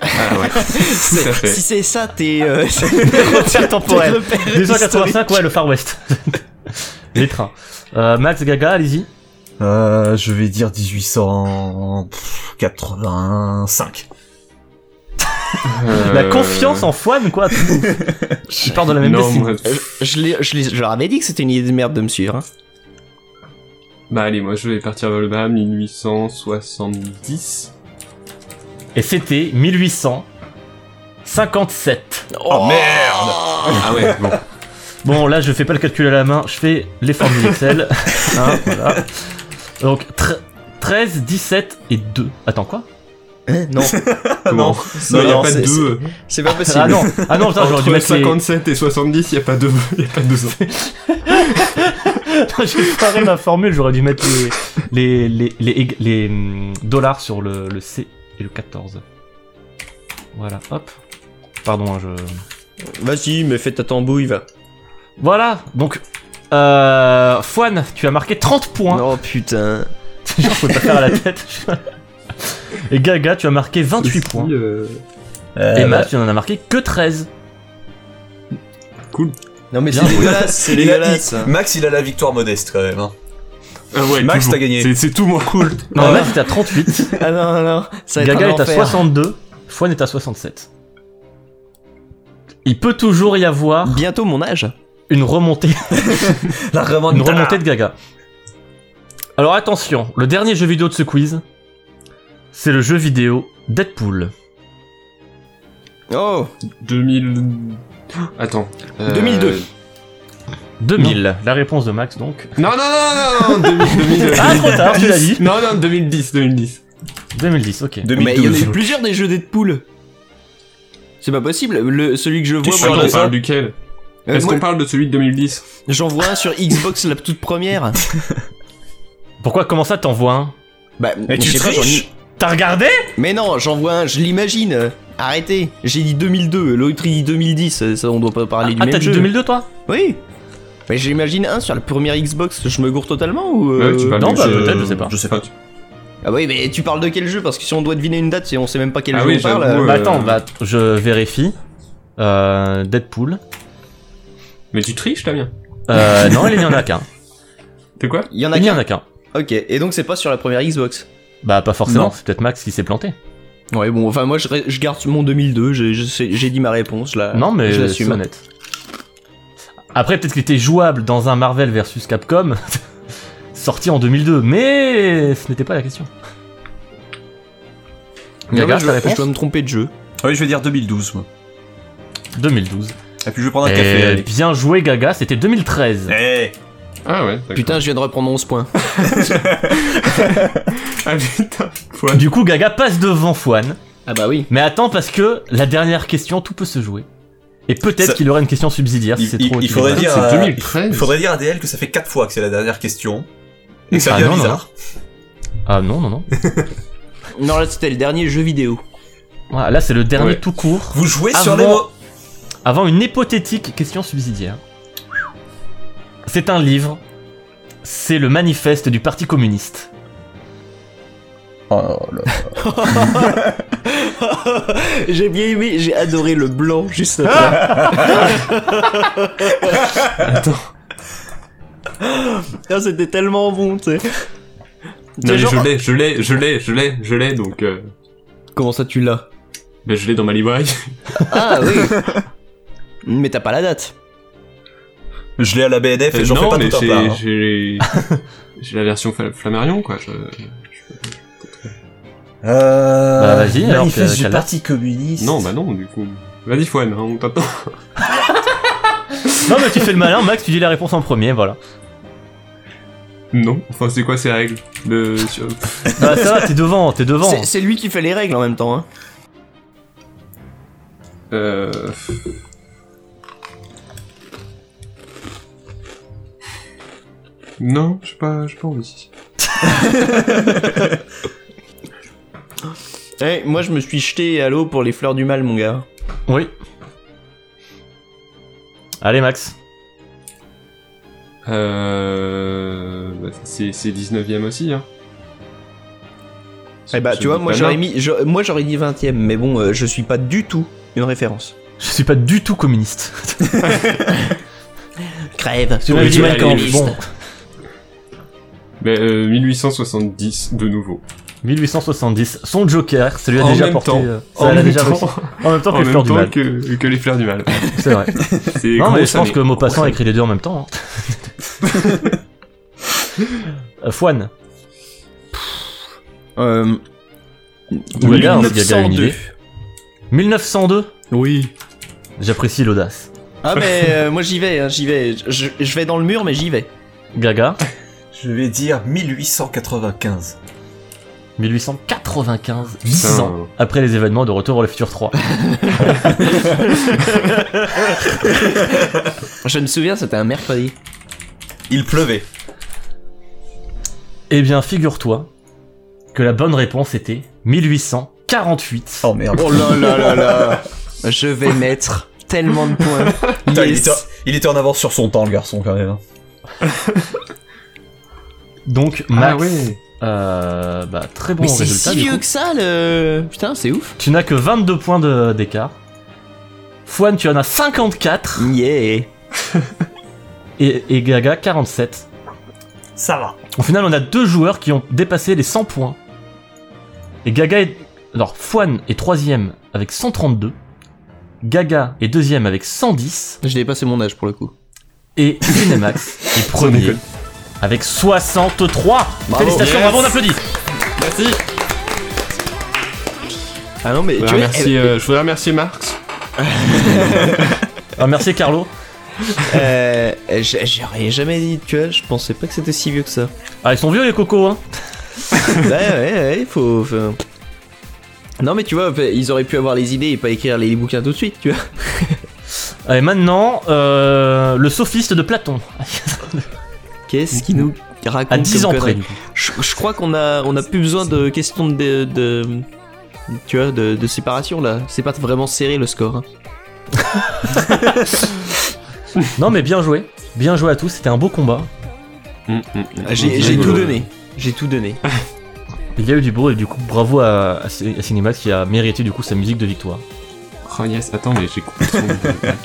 Ah ouais. Tout à C'est- Si fait. c'est ça, t'es. Euh, Repère temporel. Euh, repère 1885, ouais, le Far West. les trains. Euh, Max Gaga, allez-y. Euh, je vais dire 1885. Euh, La confiance en Fouane, quoi. Tu pars de la même Non, destinée. moi- Euh, Je, l'ai- je, l'ai- je leur avais dit que c'était une idée de merde de me suivre. hein. Bah allez, moi je vais partir vers le bas, 1870. Et c'était 1857. Oh, merde Ah ouais, bon. Bon, là, je fais pas le calcul à la main, je fais les formules Excel. Hein, voilà. Donc, tre- 13, 17 et 2. Attends, quoi Eh, Hein, Non, Comment Non, non, il n'y a non, pas de c'est- deux. c'est pas possible. Ah non, ah non, putain, j'aurais dû Entre mettre les- 57 et 70, il n'y a pas de y a pas deux ans. J'ai foiré ma formule, j'aurais dû mettre les, les, les, les, ég- les, hum, dollars sur le, le C et le 14. Voilà, hop. Pardon, hein, je... Vas-y, mais fais ta tambouille, va. Voilà, donc... Euh, Fouane, tu as marqué 30 points. Oh putain. Genre, faut pas faire à la tête. Et Gaga, tu as marqué 28 points. Aussi, euh, Et Matt, tu n'en as marqué que 13. Non mais Bien c'est joué. dégueulasse, c'est Il a- dégueulasse. il- Max, il a la victoire modeste quand même. hein. Ah ouais, Max, toujours. t'as gagné. C'est- C'est tout moi. Cool. Non, Matt est à 38. Ah non, non, non, ça va être Gaga un est à enfer. 62. Fouane est à 67. Il peut toujours y avoir Bientôt mon âge. une remontée, La remonte. une remontée de Gaga. Alors attention, le dernier jeu vidéo de ce quiz, c'est le jeu vidéo Deadpool. Oh, 2000. Attends. euh, 2002. 2000, la réponse de Max donc. Non, non, non, non, non, 2000, 2000, Ah, trop tard, tu l'as dit. Non, non, 2010, 2010. 2010, ok. mais il y en a 2012. eu plusieurs des jeux Deadpool. C'est pas possible. Le, celui que je vois, T'es moi, sûr Attends, de on ça parle duquel euh, Est-ce moi, qu'on parle de celui de 2010 j'en vois un sur Xbox la toute première. Pourquoi, comment ça t'envoies un Bah, Mais je tu sais pas, j'en triches T'as regardé Mais non, j'en vois un, je l'imagine. Arrêtez. J'ai dit 2002, l'autre il dit 2010. Ça, on doit pas parler du Ah, même t'as dit jeu. 2002 toi Oui. Mais j'imagine un sur la première Xbox. Je me gourre totalement ou Ouais, euh, tu parles non, du bah, jeu- peut-être, je sais pas. Je sais pas. Ah oui, mais tu parles de quel jeu Parce que si on doit deviner une date, si on sait même pas quel Ah jeu oui, on parle. j'avoue, euh, Bah Euh, attends, bah, je vérifie. Euh, Deadpool. Mais tu triches, Damien. Euh, non, il n'y en a qu'un. T'es quoi Il y en a Il n'y en qu'un. a qu'un. Ok, et donc c'est pas sur la première Xbox. Bah pas forcément, Non. c'est peut-être Max qui s'est planté. Ouais, bon, enfin moi je, re- je garde mon 2002, j'ai je sais- j'ai dit ma réponse Euh, là. non mais je c'est l'assume. honnête. Après peut-être qu'il était jouable dans un Marvel versus Capcom sorti en 2002, mais ce n'était pas la question. Gaga, ta Je réponse dois me tromper de jeu. Ah oui, je vais dire 2012, moi. 2012. Et puis je vais prendre un Eh, café. allez. bien joué Gaga, c'était 2013. Eh, Ah ouais, d'accord. Putain, je viens de reprendre 11 points. Ah putain. Faut- Du coup Gaga passe devant Fouane. Ah bah oui. Mais attends parce que la dernière question, tout peut se jouer. Et peut-être Ça- qu'il aurait une question subsidiaire si Il- Ah, c'est il- trop. il utile. faudrait dire, C'est euh, 2013. il faudrait dire à DL que ça fait 4 fois que c'est la dernière question. Et que ça Ah, devient non, non. bizarre. Ah non non non. Non, là c'était le dernier jeu vidéo. Voilà, là c'est le dernier Ouais. tout court. Vous jouez Avant- sur les mots. Avant une hypothétique question subsidiaire. C'est un livre. C'est le manifeste du Parti communiste. Oh, j'ai bien aimé, j'ai adoré le blanc juste après. Attends. Ah, c'était tellement bon, tu sais. Non, mais je l'ai, je l'ai, je l'ai, je l'ai, je l'ai, donc. euh, Comment ça tu l'as ben, je l'ai dans ma librairie. Ah oui Mais t'as pas la date. Je l'ai à la BNF Euh, et j'en fais non, pas mais tout un plat. j'ai- hein. j'ai. hein. J'ai la version Fla- Flammarion, quoi. je- Euh... Bah, vas-y, alors, quelle- quelle date communiste. Non, bah non, du coup. Vas-y, Fouane, hein, on t'attend. Non mais tu fais le malin, Max, tu dis la réponse en premier, voilà. Non, enfin, c'est quoi ces règles Le. sur- Pff, Bah ça va, t'es devant, t'es devant. C'est- C'est lui qui fait les règles en même temps. Hein. Euh. Non, je sais pas, j'ai pas envie. Eh, moi je me suis jeté à l'eau pour les fleurs du mal, mon gars. Oui. Allez Max. Euh. bah, c'est c'est 19ème aussi, hein. Eh bah, tu vois, moi j'aurais mis, je- moi j'aurais dit 20 e mais bon, euh, je suis pas du tout une référence. Je suis pas du tout communiste. Crève. Tu m'avais dit Mein Kampf, Bon, Ben, Bah, euh, 1870, de nouveau. 1870, son Joker, ça lui a En déjà même porté. temps. euh, ça En l'a même déjà temps, réussi. en même temps que en les même fleurs du temps mal. que, que les fleurs du mal. C'est vrai. C'est non, gros, mais je ça, pense que Maupassant a écrit les deux en même temps. hein. Euh, Fouane. Euh, Ou Gaga, hein, si Gaga a une idée. 1902 oui. J'apprécie l'audace. Ah mais euh, moi j'y vais, hein, j'y vais. Je, je vais dans le mur mais j'y vais. Gaga, Je vais dire 1895. 1895, 10 Putain. ans après les événements de Retour au futur 3. Je me souviens c'était un mercredi. Il pleuvait. eh bien, figure-toi que la bonne réponse était 1848. Oh merde. Oh là là là là. Je vais mettre tellement de points. Putain, il, Yes. était, il était en avance sur son temps, le garçon, quand même. hein. Donc, Ah Max, ouais. euh, bah, très bon Mais c'est résultat. si du vieux coup. que ça le. Putain, c'est ouf. Tu n'as que 22 points de- d'écart. Fouane, tu en as Mm. 54. Yeah. Et, et Gaga, 47. Ça va. Au final, on a deux joueurs qui ont dépassé les 100 points. Et Gaga est. Alors, Fouane est troisième avec 132. Gaga est deuxième avec 110. J'ai dépassé mon âge pour le coup. Et Cinemax est premier avec 63. Félicitations, Yes. bravo, on applaudit. Ah non mais Je tu vois, remercie, euh, je voudrais remercier Marx. Ah, merci, Carlo. hein. euh, euh, j'- j'aurais jamais dit, tu vois, je pensais pas que c'était si vieux que ça. Ah, ils sont vieux, les cocos, hein. ouais ouais ouais, il faut. faut- Non mais tu vois, ils auraient pu avoir les idées et pas écrire les bouquins tout de suite, tu vois. Allez, Ah, maintenant, euh, le sophiste de Platon. Qu'est-ce qu'ils nous racontent À 10 ans comme près, conneries du coup. Je, je crois qu'on a, on a plus besoin de questions de, de, tu vois, de, de séparation là. C'est pas vraiment serré le score. hein. Non mais bien joué, bien joué à tous, c'était un beau combat. Mm, mm, mm. Ah, J'ai j'ai tout donné. J'ai tout donné. Il y a eu du beau et du coup bravo à, à, Cin- à Cinemax qui a mérité du coup sa musique de victoire. Oh yes, attends, mais j'ai coupé le son.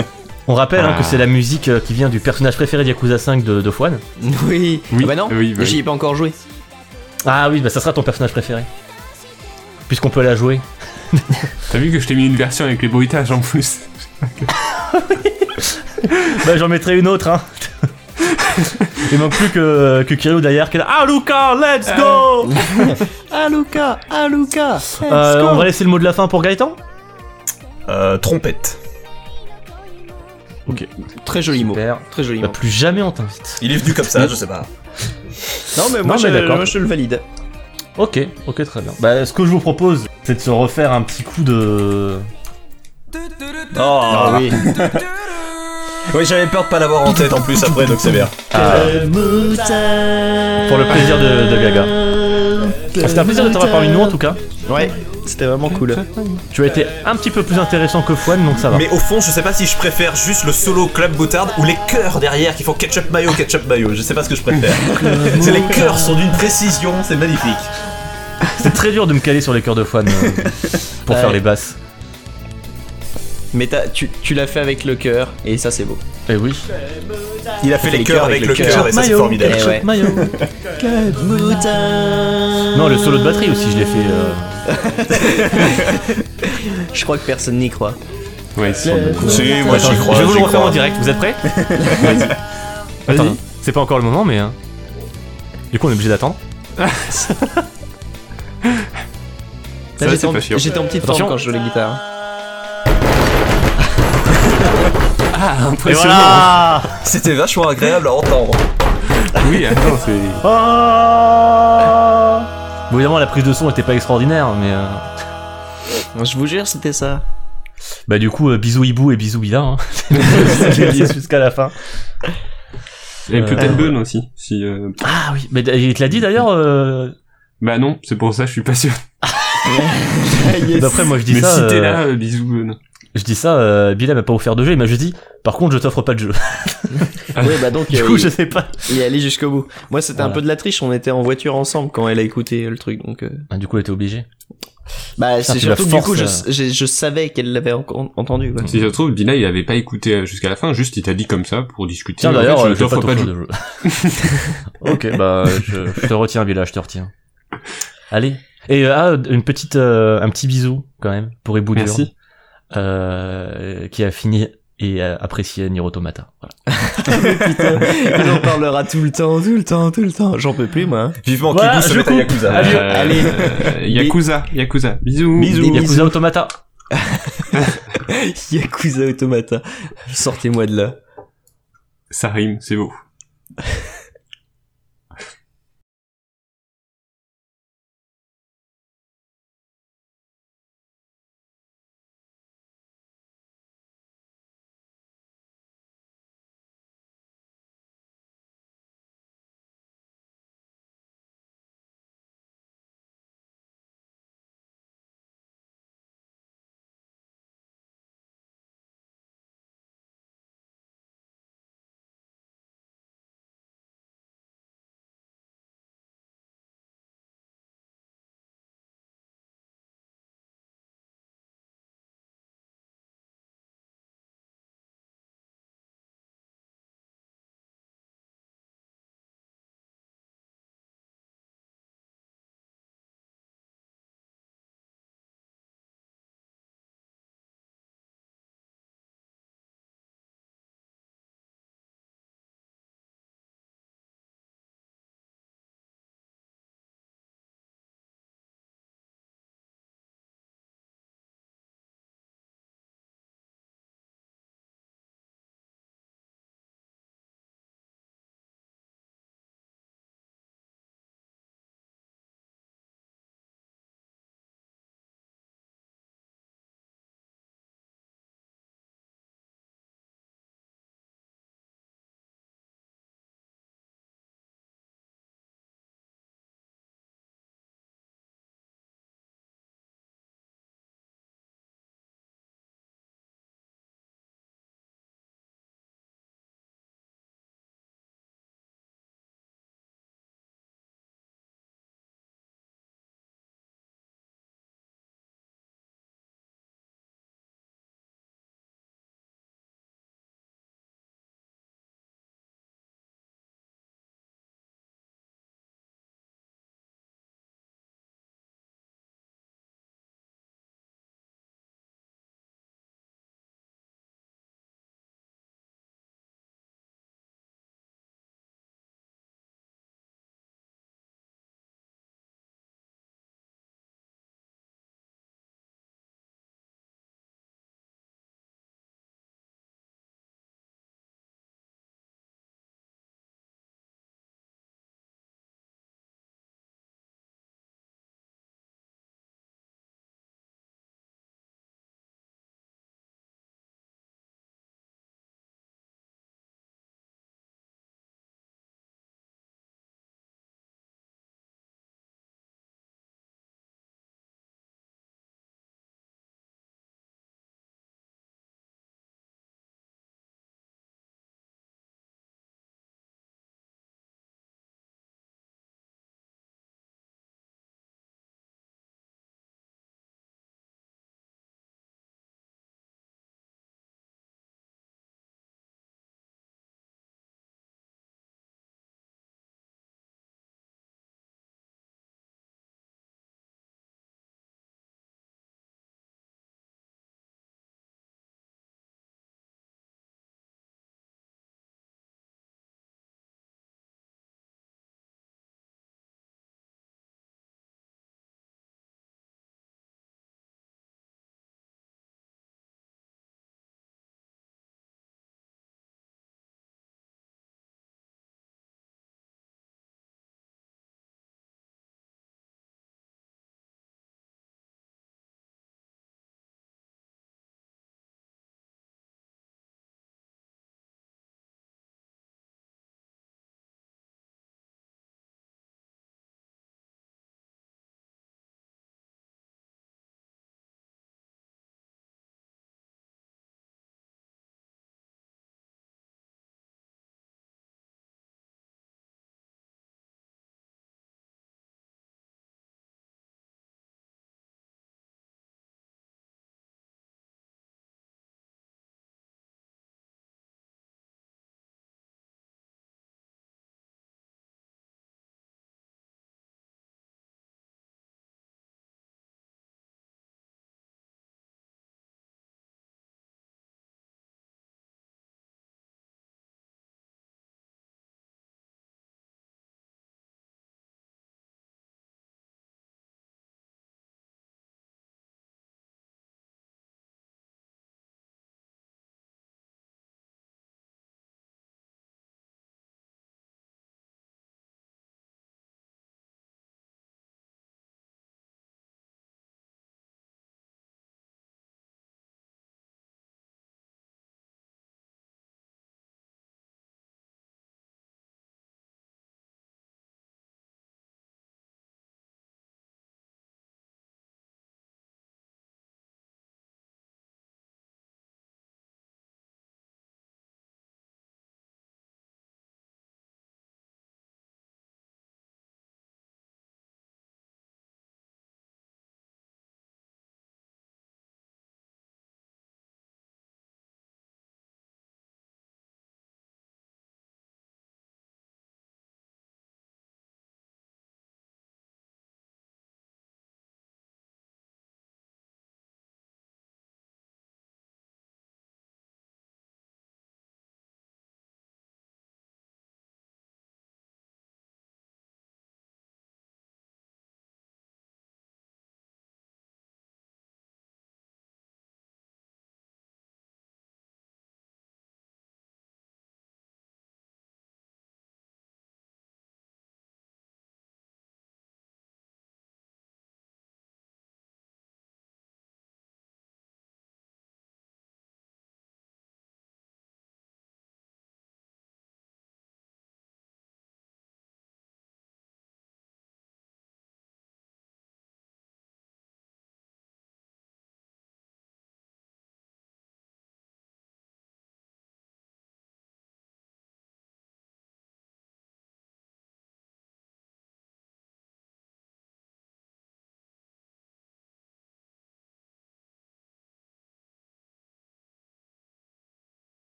On rappelle hein, Ah. que c'est la musique euh, qui vient du personnage préféré de Yakuza 5 de, de Fouane. Oui. Oui, Ah bah non. oui, bah oui. J'y ai pas encore joué. Ah oui, bah ça sera ton personnage préféré. Puisqu'on peut la jouer. T'as vu que je t'ai mis une version avec les bruitages en plus Bah j'en mettrai une autre hein. Il manque plus que, que Kiryu derrière qui est là, Ah Luca, Euh, let's go Ah Luca, ah Luca. Euh, On va laisser le mot de la fin pour Gaëtan Euh, trompette. Très joli mot. Super. Très joli Bah, mot. plus jamais on t'invite. Il est venu comme ça, je sais pas. Non mais Euh, moi, Non, je, mais d'accord. moi, je le valide. Ok, ok très bien. Bah ce que je vous propose c'est de se refaire un petit coup de... Ah oui. Oui, j'avais peur de pas l'avoir en tête en plus après, donc c'est bien. Pour le plaisir de, de Gaga. Ah, C'était un plaisir de t'avoir parmi nous en tout cas. Ouais. C'était vraiment cool. Tu as été un petit peu plus intéressant que Fouane, donc ça va. Mais au fond, je sais pas si je préfère juste le solo Club Boutard ou les cœurs derrière qui font ketchup mayo, ketchup mayo. Je sais pas ce que je préfère. C'est les cœurs sont d'une précision, c'est magnifique. C'est très dur de me caler sur les cœurs de Fouane euh, pour Ouais. faire les basses. Mais t'as- tu, tu l'as fait avec le cœur et ça c'est beau. Eh oui. Il a fait les cœurs avec le cœur et ça c'est Mayo, formidable. ketchup, Eh ouais. mayo. non, le solo de batterie aussi, je l'ai fait. euh, Je crois que personne n'y croit. Ouais, c'est Si, moi j'y crois. je vais vous j'y le refaire crois. en direct, vous êtes prêts Attends, c'est pas encore le moment, mais. hein, Du coup, on est obligé d'attendre. Ça, Là, c'est J'étais en, pas sûr. j'étais en petite Attention. forme quand je jouais la guitare. Et voilà C'était vachement agréable à entendre. Oui, attends, c'est. Ah Bon, évidemment, la prise de son était pas extraordinaire, mais. euh, Je vous jure, c'était ça. Bah, du coup, euh, bisous hibou et bisous Bila. Hein. C'est lié jusqu'à la fin. Et Euh, peut-être ouais. Bun aussi. Si, euh, Ah oui, mais il te l'a dit d'ailleurs euh, Bah non, c'est pour ça que je suis pas sûr. D'après moi, je dis Mais ça. si t'es euh, là, euh, bisous Bun. Je dis ça, euh, Bilal m'a pas offert de jeu, il m'a juste dit par contre je t'offre pas de jeu. Ouais, bah donc, Ah. du euh, coup il- je sais pas. il est allé jusqu'au bout. Moi, c'était un Voilà. peu de la triche. On était en voiture ensemble quand elle a écouté le truc, donc. euh, Ah, du coup elle était obligée. Bah, Putain, c'est tu la hein. surtout que du coup, je, forces, je, je savais qu'elle l'avait en- en- entendu. Quoi. Si ça se trouve, Bila il avait pas écouté euh, jusqu'à la fin, juste il t'a dit comme ça pour discuter. Tiens En fait, d'ailleurs, euh, je je t'offre pas de jeu. jeu. ok, bah je, je te retiens Bilal, je te retiens. Allez, Et euh, ah, une petite, euh, un petit bisou quand même pour Eboudur, Merci. euh, qui a fini et a apprécié Nier Automata. Voilà. Putain, il en parlera tout le temps, tout le temps, tout le temps. J'en peux plus, moi. hein. Vivement Voilà, Kibu se je mette à coupe. Yakuza. Adieu. Euh, Allez. euh, Yakuza, Yakuza. Bisous. Bisous. Yakuza Automata. Yakuza Automata. Sortez-moi de là. Ça rime, c'est beau.